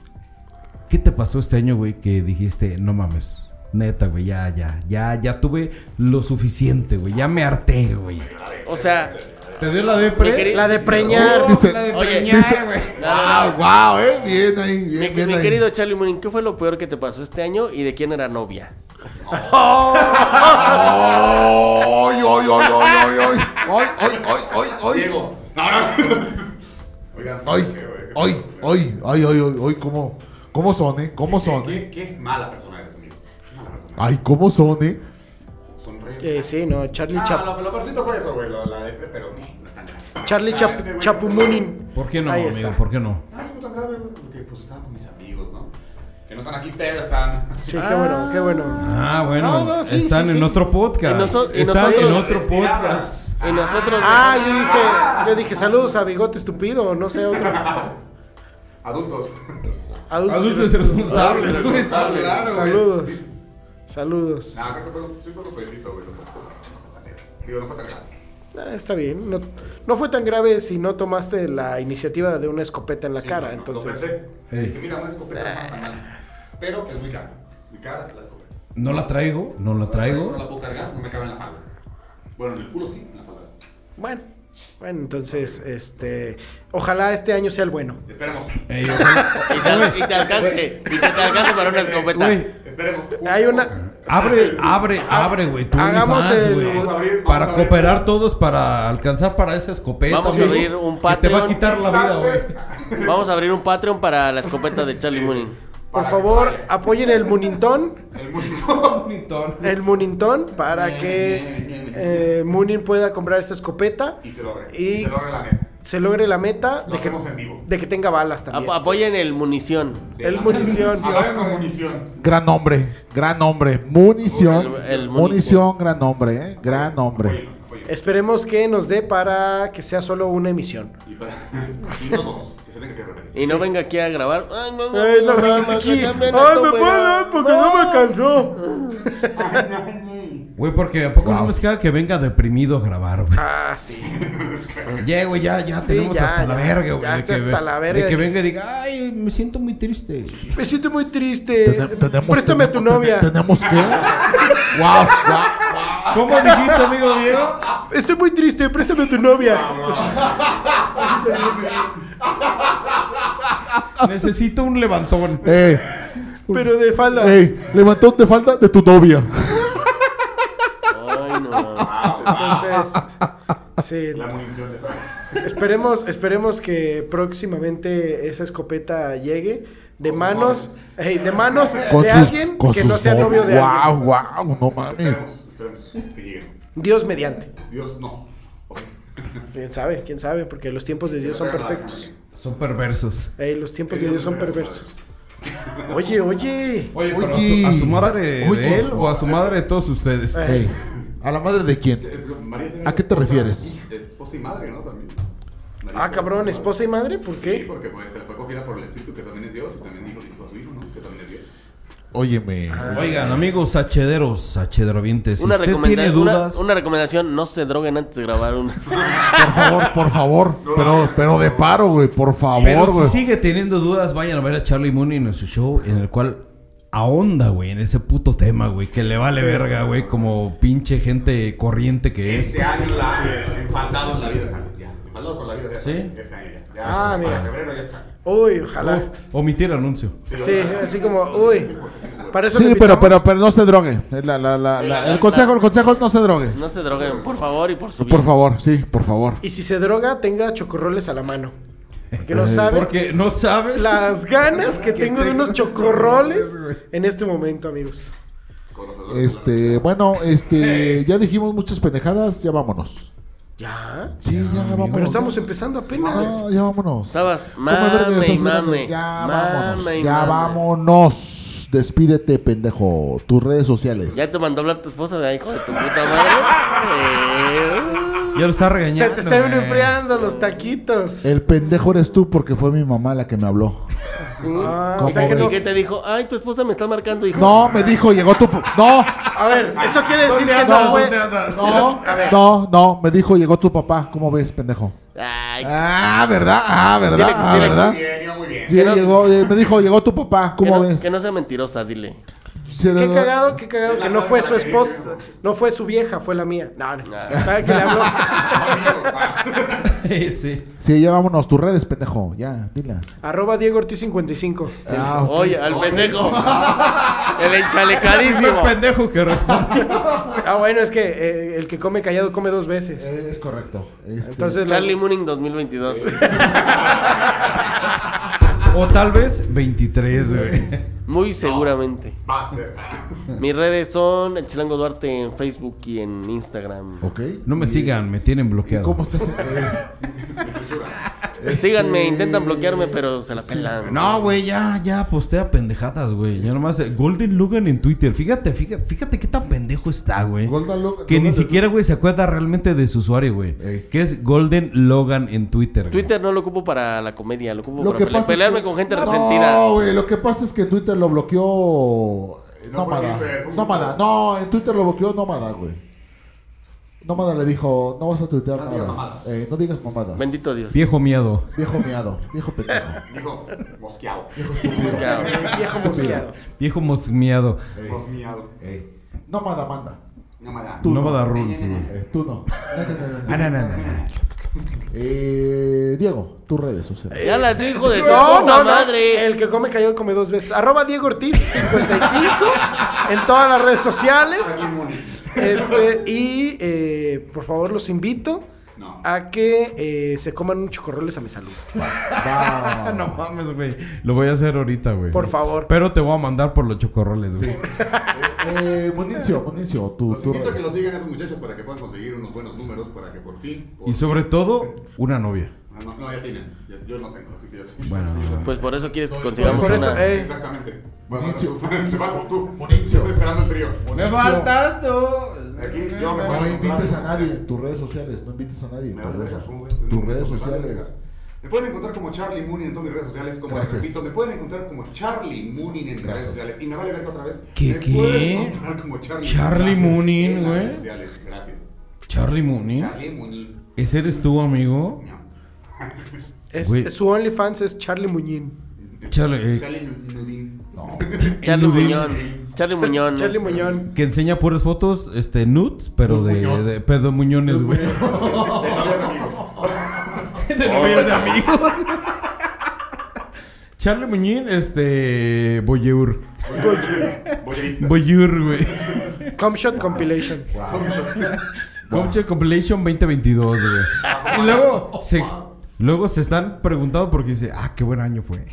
Speaker 3: ¿qué te pasó este año, güey, que dijiste, no mames? Neta, güey, ya, ya, ya, ya tuve lo suficiente, güey, ya me harté, güey.
Speaker 4: O sea,
Speaker 3: ¿Te dio la
Speaker 4: Mi
Speaker 3: depre?
Speaker 4: querido-
Speaker 5: La de preñar.
Speaker 7: Dice,
Speaker 4: oye,
Speaker 7: dice,
Speaker 4: no, no.
Speaker 7: wow, wow, eh. Bien ahí, bien,
Speaker 4: mi,
Speaker 7: bien
Speaker 4: mi
Speaker 7: ahí.
Speaker 4: querido Charlie Moonin, ¿qué fue lo peor que te pasó este año y de quién era novia?
Speaker 7: ¡Ay, ay, ay, ay, ay, ay! ¡Ay, ay, ay, ay! ¡Diego! ¡No, no! ¡Ay, ay, ay, ay, ay, ay! ay ¿Cómo, cómo son, eh? ¿Cómo son, eh?
Speaker 9: ¿Qué mala persona eres, amigo?
Speaker 7: ¡Ay, cómo son, eh!
Speaker 5: Eh, sí, no, Charlie, Chap-
Speaker 9: Ah, lo, lo peorcito fue eso, güey, lo- la depre, pero meh, no es tan grave.
Speaker 5: Charlie Chap-
Speaker 9: este güey-
Speaker 5: Chapumunin.
Speaker 3: ¿Por qué no,
Speaker 5: Ahí
Speaker 3: amigo?
Speaker 5: está.
Speaker 3: ¿Por qué no?
Speaker 9: Ah, no fue tan grave, güey, porque pues estaba con mis amigos, ¿no? Que no están aquí, pero están...
Speaker 5: Sí, qué bueno, qué bueno.
Speaker 3: Ah, bueno,
Speaker 5: No, no, sí,
Speaker 3: están
Speaker 5: sí,
Speaker 3: en
Speaker 5: sí.
Speaker 3: otro podcast.
Speaker 4: Y noso- y
Speaker 3: están
Speaker 4: nosotros-
Speaker 3: en otro podcast.
Speaker 4: Y nosotros.
Speaker 5: Ah, yo dije, yo dije saludos a Bigote Estupido, o no sé, otro.
Speaker 9: Adultos.
Speaker 5: Adultos
Speaker 3: Adultos responsables, güey.
Speaker 5: Saludos. Saludos.
Speaker 9: Ah, creo que fue, sí fue lo peorcito, güey. lo que fue. Digo, no fue tan grave.
Speaker 5: Ah, está bien. No, no fue tan grave si no tomaste la iniciativa de una escopeta en la cara,
Speaker 9: No, no,
Speaker 5: entonces.
Speaker 9: Lo pensé. Dije, mira, una escopeta no está tan mal. Pero es muy cara. Muy cara la escopeta.
Speaker 3: No la traigo, no la
Speaker 9: No la
Speaker 3: traigo.
Speaker 9: puedo cargar, no me cabe en la falda. Bueno, en el culo sí, en la falda.
Speaker 5: Bueno, bueno, entonces, este, ojalá este año sea el bueno.
Speaker 9: Esperemos.
Speaker 3: Ey, ojalá-
Speaker 4: Y te, y te alcance. Y que te alcance para una escopeta.
Speaker 3: Güey,
Speaker 9: Esperemos.
Speaker 5: Hay una,
Speaker 3: Abre, abre, abre, güey. tu
Speaker 5: Hagamos
Speaker 3: OnlyFans,
Speaker 5: el-
Speaker 3: güey.
Speaker 5: Vamos
Speaker 9: a abrir, vamos
Speaker 3: Para
Speaker 9: a abrir.
Speaker 3: cooperar todos para alcanzar para esa escopeta.
Speaker 4: Vamos a
Speaker 3: amigo,
Speaker 4: abrir un
Speaker 3: Que te va a
Speaker 4: Patreon.
Speaker 3: quitar la vida, güey.
Speaker 4: Vamos a abrir un Patreon para la escopeta de Charlie Moonin.
Speaker 5: por favor, apoyen el Munintón,
Speaker 9: El mundo.
Speaker 5: el Munintón, para que eh, Munin pueda comprar esa escopeta
Speaker 9: Y se logra.
Speaker 5: Y-
Speaker 9: Y, se logra la neta.
Speaker 5: se logre la meta
Speaker 9: Lo
Speaker 5: de que,
Speaker 9: hacemos en vivo.
Speaker 5: de que tenga balas también.
Speaker 4: Ap- apoyen el munición.
Speaker 9: Sí,
Speaker 5: el
Speaker 9: la-
Speaker 5: munición.
Speaker 9: Apaga con munición.
Speaker 7: Gran hombre, gran hombre. Munición.
Speaker 4: El- el
Speaker 7: munición, gran hombre, eh. Gran hombre.
Speaker 5: Esperemos que nos dé para que sea solo una emisión.
Speaker 9: Y para. Y no dos, que se tenga que repetir.
Speaker 4: Y no venga aquí a grabar. Ay, no, no,
Speaker 5: Ay, no,
Speaker 4: no, no, no,
Speaker 5: aquí.
Speaker 4: no, no, no, no,
Speaker 5: Ay, me
Speaker 4: no,
Speaker 5: puedo dar porque no me alcanzó.
Speaker 3: Güey, porque a poco no
Speaker 7: Wow.
Speaker 3: nos queda que venga deprimido a grabar, güey.
Speaker 5: Ah, sí.
Speaker 3: Ya, güey, ya, ya
Speaker 5: Sí,
Speaker 3: tenemos
Speaker 5: ya,
Speaker 3: hasta la
Speaker 5: ya.
Speaker 3: verga, güey.
Speaker 5: Ya
Speaker 3: de
Speaker 5: estoy
Speaker 3: que
Speaker 5: hasta
Speaker 3: ve-
Speaker 5: la verga
Speaker 3: De que
Speaker 5: de-
Speaker 3: venga y diga, ay, me siento muy triste.
Speaker 5: Me siento muy triste.
Speaker 7: Tene- tenemos-
Speaker 5: Eh, Préstame a tu
Speaker 7: tenemos-
Speaker 5: novia.
Speaker 7: tene- ¿Tenemos que wow, wow.
Speaker 3: ¿Cómo dijiste, amigo Diego?
Speaker 5: Estoy muy triste, préstame a tu novia.
Speaker 3: Necesito un levantón.
Speaker 7: Eh,
Speaker 5: Pero de falda.
Speaker 7: ey, levantón de falda de tu novia.
Speaker 4: Ay, no.
Speaker 5: Entonces, sí.
Speaker 9: La munición de esa.
Speaker 5: Esperemos, esperemos que próximamente esa escopeta llegue de manos, ey, de manos
Speaker 7: Con
Speaker 5: de
Speaker 7: sus,
Speaker 5: alguien
Speaker 7: con
Speaker 5: que
Speaker 7: sus
Speaker 5: no sea novio
Speaker 7: novios.
Speaker 5: de alguien.
Speaker 7: wow, wow, no mames.
Speaker 9: Esperemos, esperemos que lleguen.
Speaker 5: Dios mediante.
Speaker 9: Dios no. Ok.
Speaker 5: Quién sabe, quién sabe, porque los tiempos de Dios son perfectos.
Speaker 3: Son perversos.
Speaker 5: Ey, los tiempos de Dios son perversos. Oye, oye.
Speaker 3: Oye, pero a
Speaker 7: Oye.
Speaker 3: su, a su madre de
Speaker 7: Oye.
Speaker 5: pues,
Speaker 3: él o a su madre de todos ustedes.
Speaker 5: Ey.
Speaker 7: Ey, ¿A la madre de quién? ¿A qué te refieres?
Speaker 8: Esposa y madre, ¿no? También.
Speaker 5: Ah, cabrón, esposa y madre, ¿por
Speaker 8: Sí,
Speaker 5: qué?
Speaker 8: porque fue- se le fue cogida por el espíritu que también es Dios y también dijo, dijo a su hijo, ¿no? Que también es Dios.
Speaker 7: Óyeme.
Speaker 3: Oigan, amigos hachederos, hachedravientes, si
Speaker 4: Una,
Speaker 3: usted
Speaker 4: recomenda-
Speaker 3: tiene
Speaker 4: una-
Speaker 3: dudas,
Speaker 4: una recomendación, no se droguen antes de grabar una.
Speaker 7: Por favor, por favor. Pero, pero de paro, güey. Por favor,
Speaker 3: pero si
Speaker 7: güey.
Speaker 3: sigue teniendo dudas, vayan a ver a Charlie Mooney en su show en el cual ahonda, güey, en ese puto tema, güey, que le vale verga, güey, como pinche gente corriente que es.
Speaker 8: Ese año la enfaldado en la vida. Juan, Ya, enfaldado con la vida. Ya está.
Speaker 3: ¿Sí?
Speaker 8: Ese año ya. Ya,
Speaker 5: Ah,
Speaker 8: para
Speaker 5: mira.
Speaker 8: febrero ya está.
Speaker 5: Uy, ojalá.
Speaker 3: Uf, omitir anuncio.
Speaker 5: Sí, así como, uy. Para eso
Speaker 7: Sí,
Speaker 5: lo
Speaker 7: pero,
Speaker 5: invitamos.
Speaker 7: pero, pero no se drogue. La- la- la- la- el consejo, el consejo es no se drogue.
Speaker 4: No se droguen, por favor y por su bien.
Speaker 7: Por favor, sí, por favor.
Speaker 5: Y si se droga, tenga chocorroles a la mano. Porque no sabe
Speaker 3: Eh, Porque no sabes.
Speaker 5: las ganas que tengo de unos chocorroles en este momento, amigos.
Speaker 7: Este, bueno, este, ya dijimos muchas pendejadas, ya vámonos.
Speaker 5: ¿Ya?
Speaker 7: Sí, ya vámonos.
Speaker 5: Pero estamos empezando apenas.
Speaker 7: Ah, ya vámonos.
Speaker 4: Estabas
Speaker 7: Toma verga,
Speaker 4: mame
Speaker 7: estás
Speaker 4: y
Speaker 7: cenando.
Speaker 4: mame.
Speaker 7: Ya
Speaker 4: Mame
Speaker 7: vámonos.
Speaker 4: y
Speaker 7: Ya
Speaker 4: mame.
Speaker 7: vámonos. Despídete, pendejo. Tus redes sociales.
Speaker 4: Ya te mandó a hablar tu esposa de ahí, hijo de tu puta madre.
Speaker 3: Ya lo está regañando.
Speaker 5: Se te están
Speaker 3: güey.
Speaker 5: enfriando los taquitos.
Speaker 7: El pendejo eres tú porque fue mi mamá la que me habló.
Speaker 4: Sí.
Speaker 5: Ah,
Speaker 7: ¿Cómo
Speaker 5: o sea que
Speaker 4: Eh, ¿Y
Speaker 5: no-
Speaker 4: qué te dijo? Ay, tu esposa me está marcando, hijo.
Speaker 7: No, me dijo, llegó tu... pu- No,
Speaker 5: A ver, eso quiere decir que
Speaker 7: andas?
Speaker 5: no fue.
Speaker 7: ¿Dónde no, no, no, me dijo, llegó tu papá. ¿Cómo ves, pendejo?
Speaker 4: Ay,
Speaker 7: Ah, ¿verdad? Ah, ¿verdad?
Speaker 4: Dile-
Speaker 7: Ah,
Speaker 4: dile-
Speaker 7: ¿verdad? Sí,
Speaker 4: Que no-
Speaker 7: llegó, eh, me dijo, llegó tu papá.
Speaker 4: que,
Speaker 7: ¿Cómo
Speaker 4: no,
Speaker 7: ves?
Speaker 4: que no sea mentirosa, dile.
Speaker 5: Qué
Speaker 7: Se le-
Speaker 5: cagado, qué cagado que no fue su esposa, no fue su vieja, fue la mía. No, no. ¿Sabe que le habló?
Speaker 3: sí.
Speaker 7: Sí, ya vámonos. Tus redes, pendejo. Ya, dilas.
Speaker 5: Arroba Diego Ortiz 55.
Speaker 7: Ah, ok.
Speaker 4: Oye, al pendejo. El enchalecadísimo.
Speaker 3: Ese pendejo que responde.
Speaker 5: Ah, bueno, es que eh, el que come callado come dos veces.
Speaker 7: Eh, Es correcto. Este,
Speaker 5: Entonces, la-
Speaker 4: Charlie Mooning 2022.
Speaker 3: O tal vez 23, güey.
Speaker 4: Muy seguramente.
Speaker 8: Va a ser.
Speaker 4: Mis redes son el Chilango Duarte en Facebook y en Instagram.
Speaker 7: ok.
Speaker 3: No me sigan, me tienen
Speaker 7: ¿Y
Speaker 3: bloqueado.
Speaker 7: cómo estás? eh?
Speaker 4: Síganme, intentan bloquearme, pero se la pelan.
Speaker 3: No, güey, ya, ya postea pendejadas, güey. Ya nomás. eh, Golden Logan en Twitter. Fíjate, fíjate, fíjate qué tan pendejo está, güey.
Speaker 7: Golden Logan-
Speaker 3: Que ni
Speaker 7: Golden-
Speaker 3: siquiera, güey, se acuerda realmente de su usuario, güey.
Speaker 7: Ey.
Speaker 3: Que es Golden Logan en Twitter. güey.
Speaker 4: Twitter no lo ocupo para la comedia, lo ocupo
Speaker 7: Lo
Speaker 4: para
Speaker 7: que
Speaker 4: pele-
Speaker 7: pasa
Speaker 4: pelearme
Speaker 7: es que-
Speaker 4: con gente
Speaker 7: no,
Speaker 4: resentida.
Speaker 7: güey, lo que pasa es que Twitter lo bloqueó eh, Nómada. Nómada. No, en Twitter lo bloqueó Nómada, güey. Nómada le dijo, no vas a tuitear nada. Eh, no digas mamadas.
Speaker 4: Bendito Dios.
Speaker 3: Viejo miedo.
Speaker 7: Viejo miado, viejo pendejo.
Speaker 8: Dijo, mosqueado.
Speaker 7: Viejo estúpido.
Speaker 4: Claro.
Speaker 5: el viejo mosqueado.
Speaker 3: Viejo mosmiado.
Speaker 8: Mosmiado.
Speaker 7: Ey, Nómada manda.
Speaker 8: No me da.
Speaker 7: Tú no.
Speaker 3: Nómada Rules, güey.
Speaker 7: Eh, tú no. No, no, no, no,
Speaker 3: Ah,
Speaker 7: no.
Speaker 3: no, no, no, no.
Speaker 7: Eh, Diego, tus redes sociales.
Speaker 4: Ya la tu hijo de tu
Speaker 5: No,
Speaker 4: puta
Speaker 5: no, no.
Speaker 4: madre.
Speaker 5: El que come callado come dos veces. Arroba Diego Ortiz 55 en todas las redes sociales. Este, y eh, por favor los invito a que eh, se coman un chocorroles a mi salud.
Speaker 7: Va.
Speaker 3: Ah, No mames, güey. Lo voy a hacer ahorita, güey.
Speaker 5: Por favor.
Speaker 3: Pero te voy a mandar por los chocorroles, güey.
Speaker 7: Eh, Bonicio, Bonicio, tu,
Speaker 8: Los
Speaker 7: tu
Speaker 8: invito a que lo sigan a esos muchachos para que puedan conseguir unos buenos números para que por fin. por-
Speaker 3: Y sobre todo, una novia.
Speaker 8: Ah, no, no, ya tienen. Ya- yo no tengo. Así que Eh. ya soy-
Speaker 3: Bueno.
Speaker 4: Pues por eso quieres que
Speaker 5: Por,
Speaker 4: consigamos
Speaker 5: eso,
Speaker 4: una.
Speaker 5: eh,
Speaker 8: Exactamente. Bueno,
Speaker 7: Bonicio.
Speaker 8: tú. Se va tú.
Speaker 7: Bonicio.
Speaker 8: Estoy esperando el trío.
Speaker 7: Me faltas
Speaker 8: Aquí yo me
Speaker 7: No invites a nadie en tus redes sociales, no invites a nadie en
Speaker 8: Me
Speaker 7: tus
Speaker 8: vale
Speaker 7: redes,
Speaker 8: verga, ¿cómo ves?
Speaker 7: tus
Speaker 8: Me
Speaker 7: redes
Speaker 8: vale
Speaker 7: sociales.
Speaker 8: verga. Me pueden encontrar como Charlie Moonin en todas mis redes sociales. Como les
Speaker 7: Gracias.
Speaker 8: repito, me pueden encontrar como Charlie Moonin en redes
Speaker 7: Gracias.
Speaker 8: sociales. Y me vale verga otra vez.
Speaker 3: ¿Qué,
Speaker 8: Me
Speaker 3: qué?
Speaker 8: pueden encontrar como Charlie,
Speaker 3: Charlie
Speaker 8: Gracias,
Speaker 3: Moonin,
Speaker 8: en las
Speaker 3: güey.
Speaker 8: redes sociales, Gracias.
Speaker 3: Charlie Mooney.
Speaker 8: Charlie Moonin.
Speaker 3: ¿Ese eres tú, amigo?
Speaker 8: No.
Speaker 5: es-
Speaker 3: Güey.
Speaker 5: su OnlyFans es Charlie Muñín.
Speaker 3: Charlie. eh,
Speaker 8: Charlie Moonin.
Speaker 4: Charlie
Speaker 3: Nudín.
Speaker 4: Muñón. Charlie Muñón.
Speaker 5: Charlie
Speaker 4: es-
Speaker 5: Muñón.
Speaker 3: Que enseña puras fotos, este, nudes, pero de, de pedo muñones, güey. de novios de amigos. Charlie Muñín, este, Boyeur.
Speaker 8: Voyerista.
Speaker 3: Boyeur, güey.
Speaker 5: Comshot Compilation.
Speaker 3: Comche Compilation 2022, güey. Y luego se, luego se están preguntando porque dice, ah, qué buen año fue.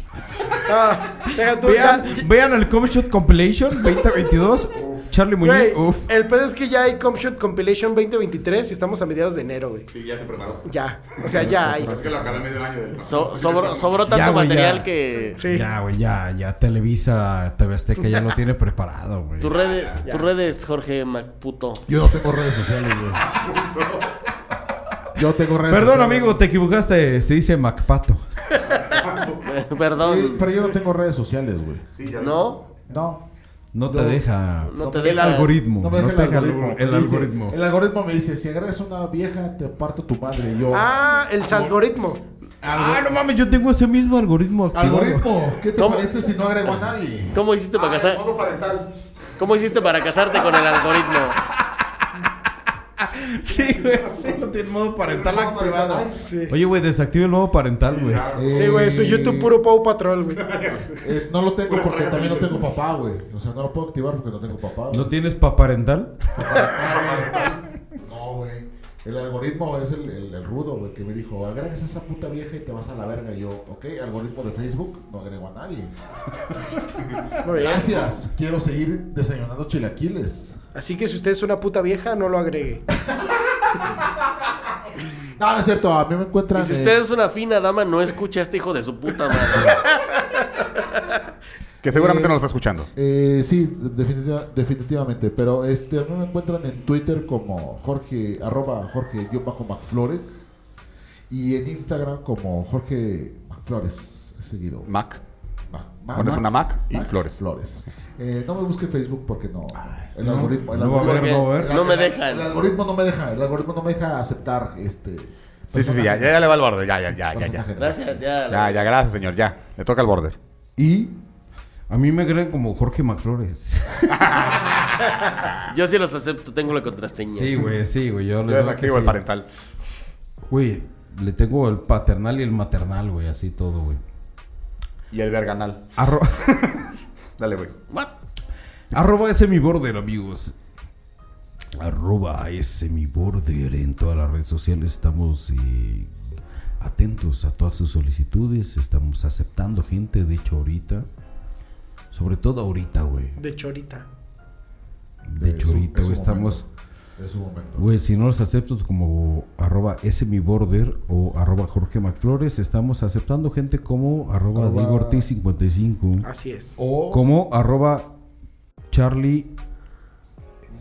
Speaker 5: Ah, deja tú, ya-
Speaker 3: Vean, vean el Comshot Compilation 2022. Charlie Muñiz,
Speaker 5: Güey,
Speaker 3: uff.
Speaker 5: el pedo es que ya hay Comshot Compilation 2023 y estamos a mediados de enero, güey.
Speaker 11: Sí, ya se preparó.
Speaker 5: Ya, o sea, ya hay.
Speaker 11: Es que lo acabé medio año del
Speaker 4: So- sobró, sobró tanto
Speaker 3: Ya, güey,
Speaker 4: material
Speaker 3: ya.
Speaker 4: que.
Speaker 3: Ya, güey, ya, ya Televisa, TV Azteca ya lo tiene preparado, güey.
Speaker 4: Tus redes, tus redes, Jorge Macputo.
Speaker 7: Yo no tengo redes sociales, güey. Yo tengo redes
Speaker 3: Perdón,
Speaker 7: sociales.
Speaker 3: amigo, te equivocaste. Se dice Macpato.
Speaker 4: Perdón.
Speaker 7: Eh, Pero yo no tengo redes sociales, güey.
Speaker 4: ¿No?
Speaker 7: No.
Speaker 3: No te
Speaker 7: No.
Speaker 3: deja.
Speaker 4: No te
Speaker 3: el
Speaker 4: deja-
Speaker 3: algoritmo.
Speaker 7: No me deja
Speaker 3: no te
Speaker 7: el
Speaker 3: deja
Speaker 7: algoritmo.
Speaker 3: El
Speaker 7: Me dice-
Speaker 3: algoritmo.
Speaker 7: el algoritmo me dice, si agregas una vieja, te parto tu madre. Yo,
Speaker 5: Ah, el algoritmo.
Speaker 3: Ah, no mames, yo tengo ese mismo algoritmo activado.
Speaker 7: algoritmo, ¿qué te
Speaker 4: ¿Cómo?
Speaker 7: parece si no agrego a nadie?
Speaker 4: ¿Cómo hiciste para casar? ¿Cómo hiciste para casarte con el algoritmo?
Speaker 3: Sí, güey, sí, lo tiene en modo parental activado.
Speaker 5: Sí.
Speaker 3: Oye, güey, desactiva el modo parental, güey.
Speaker 5: Sí, güey, su YouTube puro Pow Patrol, güey.
Speaker 7: Eh, no lo tengo porque también no tengo papá, güey. O sea, no lo puedo activar porque no tengo papá. güey.
Speaker 3: ¿No tienes paparental?
Speaker 7: No, güey. El algoritmo es el, el- el rudo, güey, que me dijo, agregas a esa puta vieja y te vas a la verga. Y yo, ok, algoritmo de Facebook, no agrego a nadie.
Speaker 5: Muy bien.
Speaker 7: Gracias, quiero seguir desayunando chilaquiles.
Speaker 5: Así que si usted es una puta vieja, no lo agregue.
Speaker 7: No, no es cierto, a mí me encuentran...
Speaker 4: Y si
Speaker 7: eh,
Speaker 4: usted es una fina dama, no escucha a este hijo de su puta madre.
Speaker 9: Que seguramente
Speaker 7: Eh,
Speaker 9: no lo está escuchando.
Speaker 7: eh, sí, definitiva- definitivamente, pero este, a mí me encuentran en Twitter como Jorge, arroba Jorge-MacFlores y en Instagram como Jorge MacFlores, seguido.
Speaker 9: Mac.
Speaker 7: Mac,
Speaker 9: Pones una Ah, Mac y Ah, flores.
Speaker 7: Flores. Eh, no me busque Facebook porque no. El algoritmo. El
Speaker 3: no va a
Speaker 7: algoritmo-
Speaker 3: haber, no va a haber.
Speaker 7: el-
Speaker 4: No me
Speaker 7: el-
Speaker 4: dejan.
Speaker 7: El algoritmo no me deja. El algoritmo no me deja aceptar este.
Speaker 9: Sí, sí, sí, ya, ya, ya le va al border. Ya, ya, Ah, ya, ya, ya.
Speaker 7: personaje.
Speaker 4: Gracias, ya.
Speaker 9: Ya, ya, gracias, señor. Ya. Le toca al border.
Speaker 7: Y
Speaker 3: A mí me agregan como Jorge McFlores.
Speaker 4: Yo sí los acepto, tengo la contraseña.
Speaker 3: Sí, güey, sí, güey. Yo
Speaker 9: Yo
Speaker 3: les digo que
Speaker 9: desactivo el
Speaker 3: sí.
Speaker 9: parental.
Speaker 3: Güey, le tengo el paternal y el maternal, güey, así todo, güey.
Speaker 9: Y el verganal.
Speaker 3: Arro-
Speaker 9: Dale, güey.
Speaker 4: What?
Speaker 3: Arroba ese mi border, amigos. Arroba ese mi border en todas las redes sociales. Estamos eh, atentos a todas sus solicitudes. Estamos aceptando gente, de hecho, ahorita. Sobre todo ahorita, güey.
Speaker 5: De chorita.
Speaker 3: De hecho,
Speaker 7: Es un-
Speaker 3: ahorita,
Speaker 7: es un
Speaker 3: güey, estamos...
Speaker 7: momento. es un momento.
Speaker 3: Güey, si no los acepto como arroba ese mi border o arroba Jorge McFlores, estamos aceptando gente como arroba,
Speaker 7: Arroba-
Speaker 3: Diego Ortiz 55,
Speaker 5: Así es.
Speaker 3: Oh.
Speaker 7: O
Speaker 3: como arroba Charlie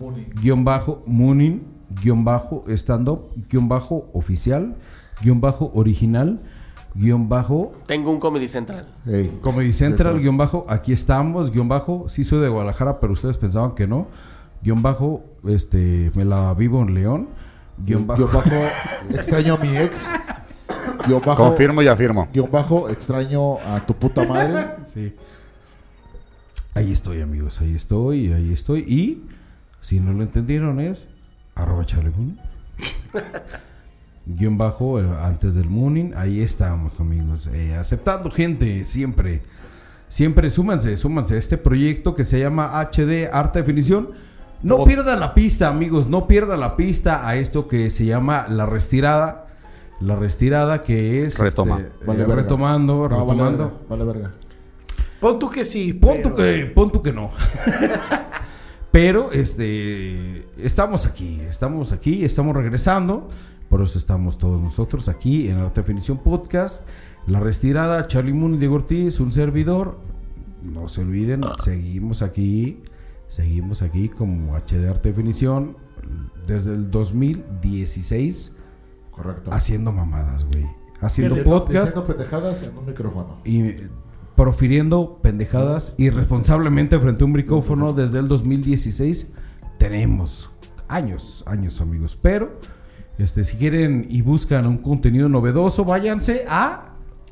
Speaker 7: Muni.
Speaker 3: guión bajo Moonin guión bajo stand up guión bajo oficial guión bajo original guión bajo
Speaker 4: Tengo un Comedy Central.
Speaker 7: Ey.
Speaker 3: Comedy Central guión bajo aquí estamos guión bajo sí soy de Guadalajara pero ustedes pensaban que no guión bajo este me la vivo en León guión bajo
Speaker 7: Guión bajo, extraño a mi ex. Guión bajo,
Speaker 9: Confirmo y afirmo.
Speaker 7: Guión bajo, extraño a tu puta madre.
Speaker 3: Sí. Ahí estoy, amigos. Ahí estoy, ahí estoy. Y si no lo entendieron es arroba Charlie Moon. Guión bajo eh, antes del Mooning. Ahí estamos, amigos. Eh, aceptando gente siempre. Siempre súmanse, súmanse a este proyecto que se llama HD Arte Definición. No
Speaker 7: Oh.
Speaker 3: pierda la pista, amigos. No pierda la pista a esto que se llama la restirada. La restirada que es
Speaker 9: Retoma.
Speaker 3: este, eh,
Speaker 7: Vale verga.
Speaker 3: retomando,
Speaker 7: No, Ah, vale
Speaker 3: retomando.
Speaker 7: verga, Vale verga.
Speaker 5: Pon tú que sí.
Speaker 3: Pon tú
Speaker 5: pero-
Speaker 3: que, pon tú que no. Pero este estamos aquí, estamos aquí, estamos regresando. Por eso estamos todos nosotros aquí en Arte Definición Podcast. La Restirada, Charlie Moon y Diego Ortiz, un servidor. No se olviden, seguimos aquí, seguimos aquí como HD Arte Definición desde el 2016
Speaker 7: Correcto.
Speaker 3: haciendo mamadas, güey. Haciendo
Speaker 7: Diciendo-
Speaker 3: podcast
Speaker 7: Diciendo pendejadas en un micrófono.
Speaker 3: y profiriendo pendejadas irresponsablemente frente a un micrófono desde el 2016. Tenemos años, años amigos, pero este si quieren y buscan un contenido novedoso, váyanse a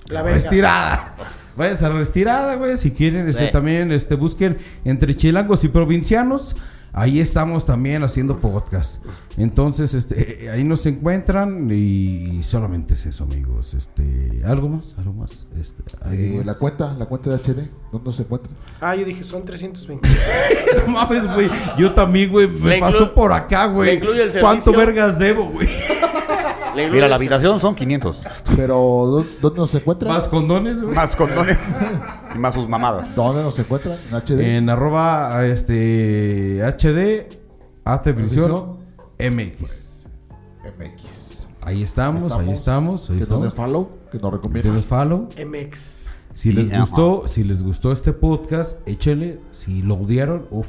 Speaker 5: La verga.
Speaker 3: Restirada. Váyanse a la Restirada, güey, si quieren este,
Speaker 4: Sí.
Speaker 3: también este busquen entre chilangos y provincianos. Ahí estamos también haciendo podcast. Entonces, este, ahí nos encuentran y solamente es eso, amigos. Este, algo más, algo más. Este,
Speaker 7: Eh,
Speaker 3: algo más?
Speaker 7: la cuenta, la cuenta de HD, ¿dónde se encuentra?
Speaker 5: Ah, yo dije, son 320.
Speaker 3: No mames, güey. Yo también, güey. Me
Speaker 4: Le inclu-
Speaker 3: pasó por acá,
Speaker 4: le
Speaker 3: güey.
Speaker 4: incluye el
Speaker 3: ¿Cuánto
Speaker 4: servicio?
Speaker 3: vergas debo, güey?
Speaker 9: Mira, la habitación son 500.
Speaker 7: Pero, ¿dó- ¿dónde nos encuentran?
Speaker 3: condones,
Speaker 9: Más condones. y más sus mamadas.
Speaker 7: ¿Dónde nos encuentran? En HD.
Speaker 3: En arroba este, HD, hasta definición MX.
Speaker 7: MX.
Speaker 3: Ahí estamos, ahí estamos. Ahí
Speaker 7: que
Speaker 3: estamos.
Speaker 7: nos den follow, que nos recomienden.
Speaker 3: Que nos follow.
Speaker 5: MX.
Speaker 3: Si
Speaker 7: Y
Speaker 3: les
Speaker 7: nada
Speaker 3: gustó, si les gustó este podcast, échele. Si lo odiaron, uff.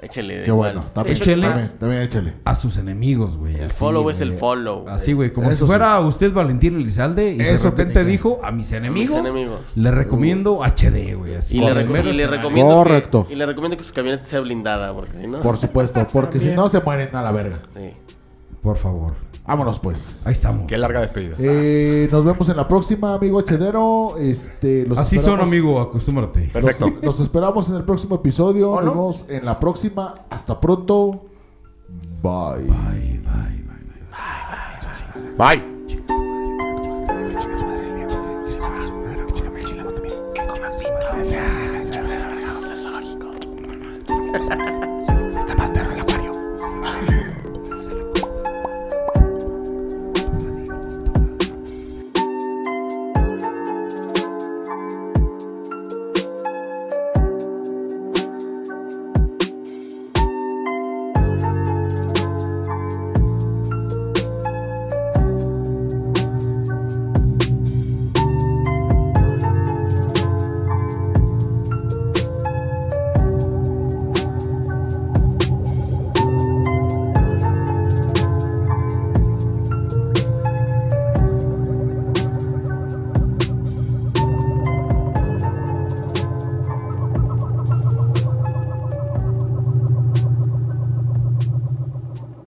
Speaker 4: Échele.
Speaker 7: Qué bueno. También,
Speaker 3: Eh, échele
Speaker 7: también, también échele.
Speaker 3: a sus enemigos, güey. El
Speaker 4: follow es el follow, güey.
Speaker 3: Así, güey. Como
Speaker 7: Eso
Speaker 3: si fuera usted Valentín Elizalde y de
Speaker 7: Eso
Speaker 3: repente
Speaker 7: tiene que- Uh.
Speaker 3: dijo a mis enemigos.
Speaker 4: enemigos.
Speaker 3: Le recomiendo HD, güey. Así.
Speaker 4: Y le,
Speaker 3: Con el
Speaker 4: reco-
Speaker 3: mero
Speaker 4: y le
Speaker 3: escenario.
Speaker 4: recomiendo
Speaker 7: Correcto.
Speaker 4: Que, y le recomiendo que su camioneta sea blindada, porque si no.
Speaker 7: Por supuesto, porque si no se mueren a la verga.
Speaker 4: Sí.
Speaker 3: Por favor.
Speaker 7: Vámonos pues.
Speaker 3: Ahí estamos.
Speaker 9: Qué larga despedida.
Speaker 7: Eh, nos vemos en la próxima, amigo Hedero. Este, los
Speaker 3: Así son,
Speaker 7: esperamos-
Speaker 3: amigo. Acostúmbrate.
Speaker 7: los-
Speaker 9: Perfecto.
Speaker 7: Los, esperamos en el próximo episodio.
Speaker 5: ¿O no?
Speaker 7: Nos vemos en la próxima. Hasta pronto. Bye.
Speaker 9: Bye.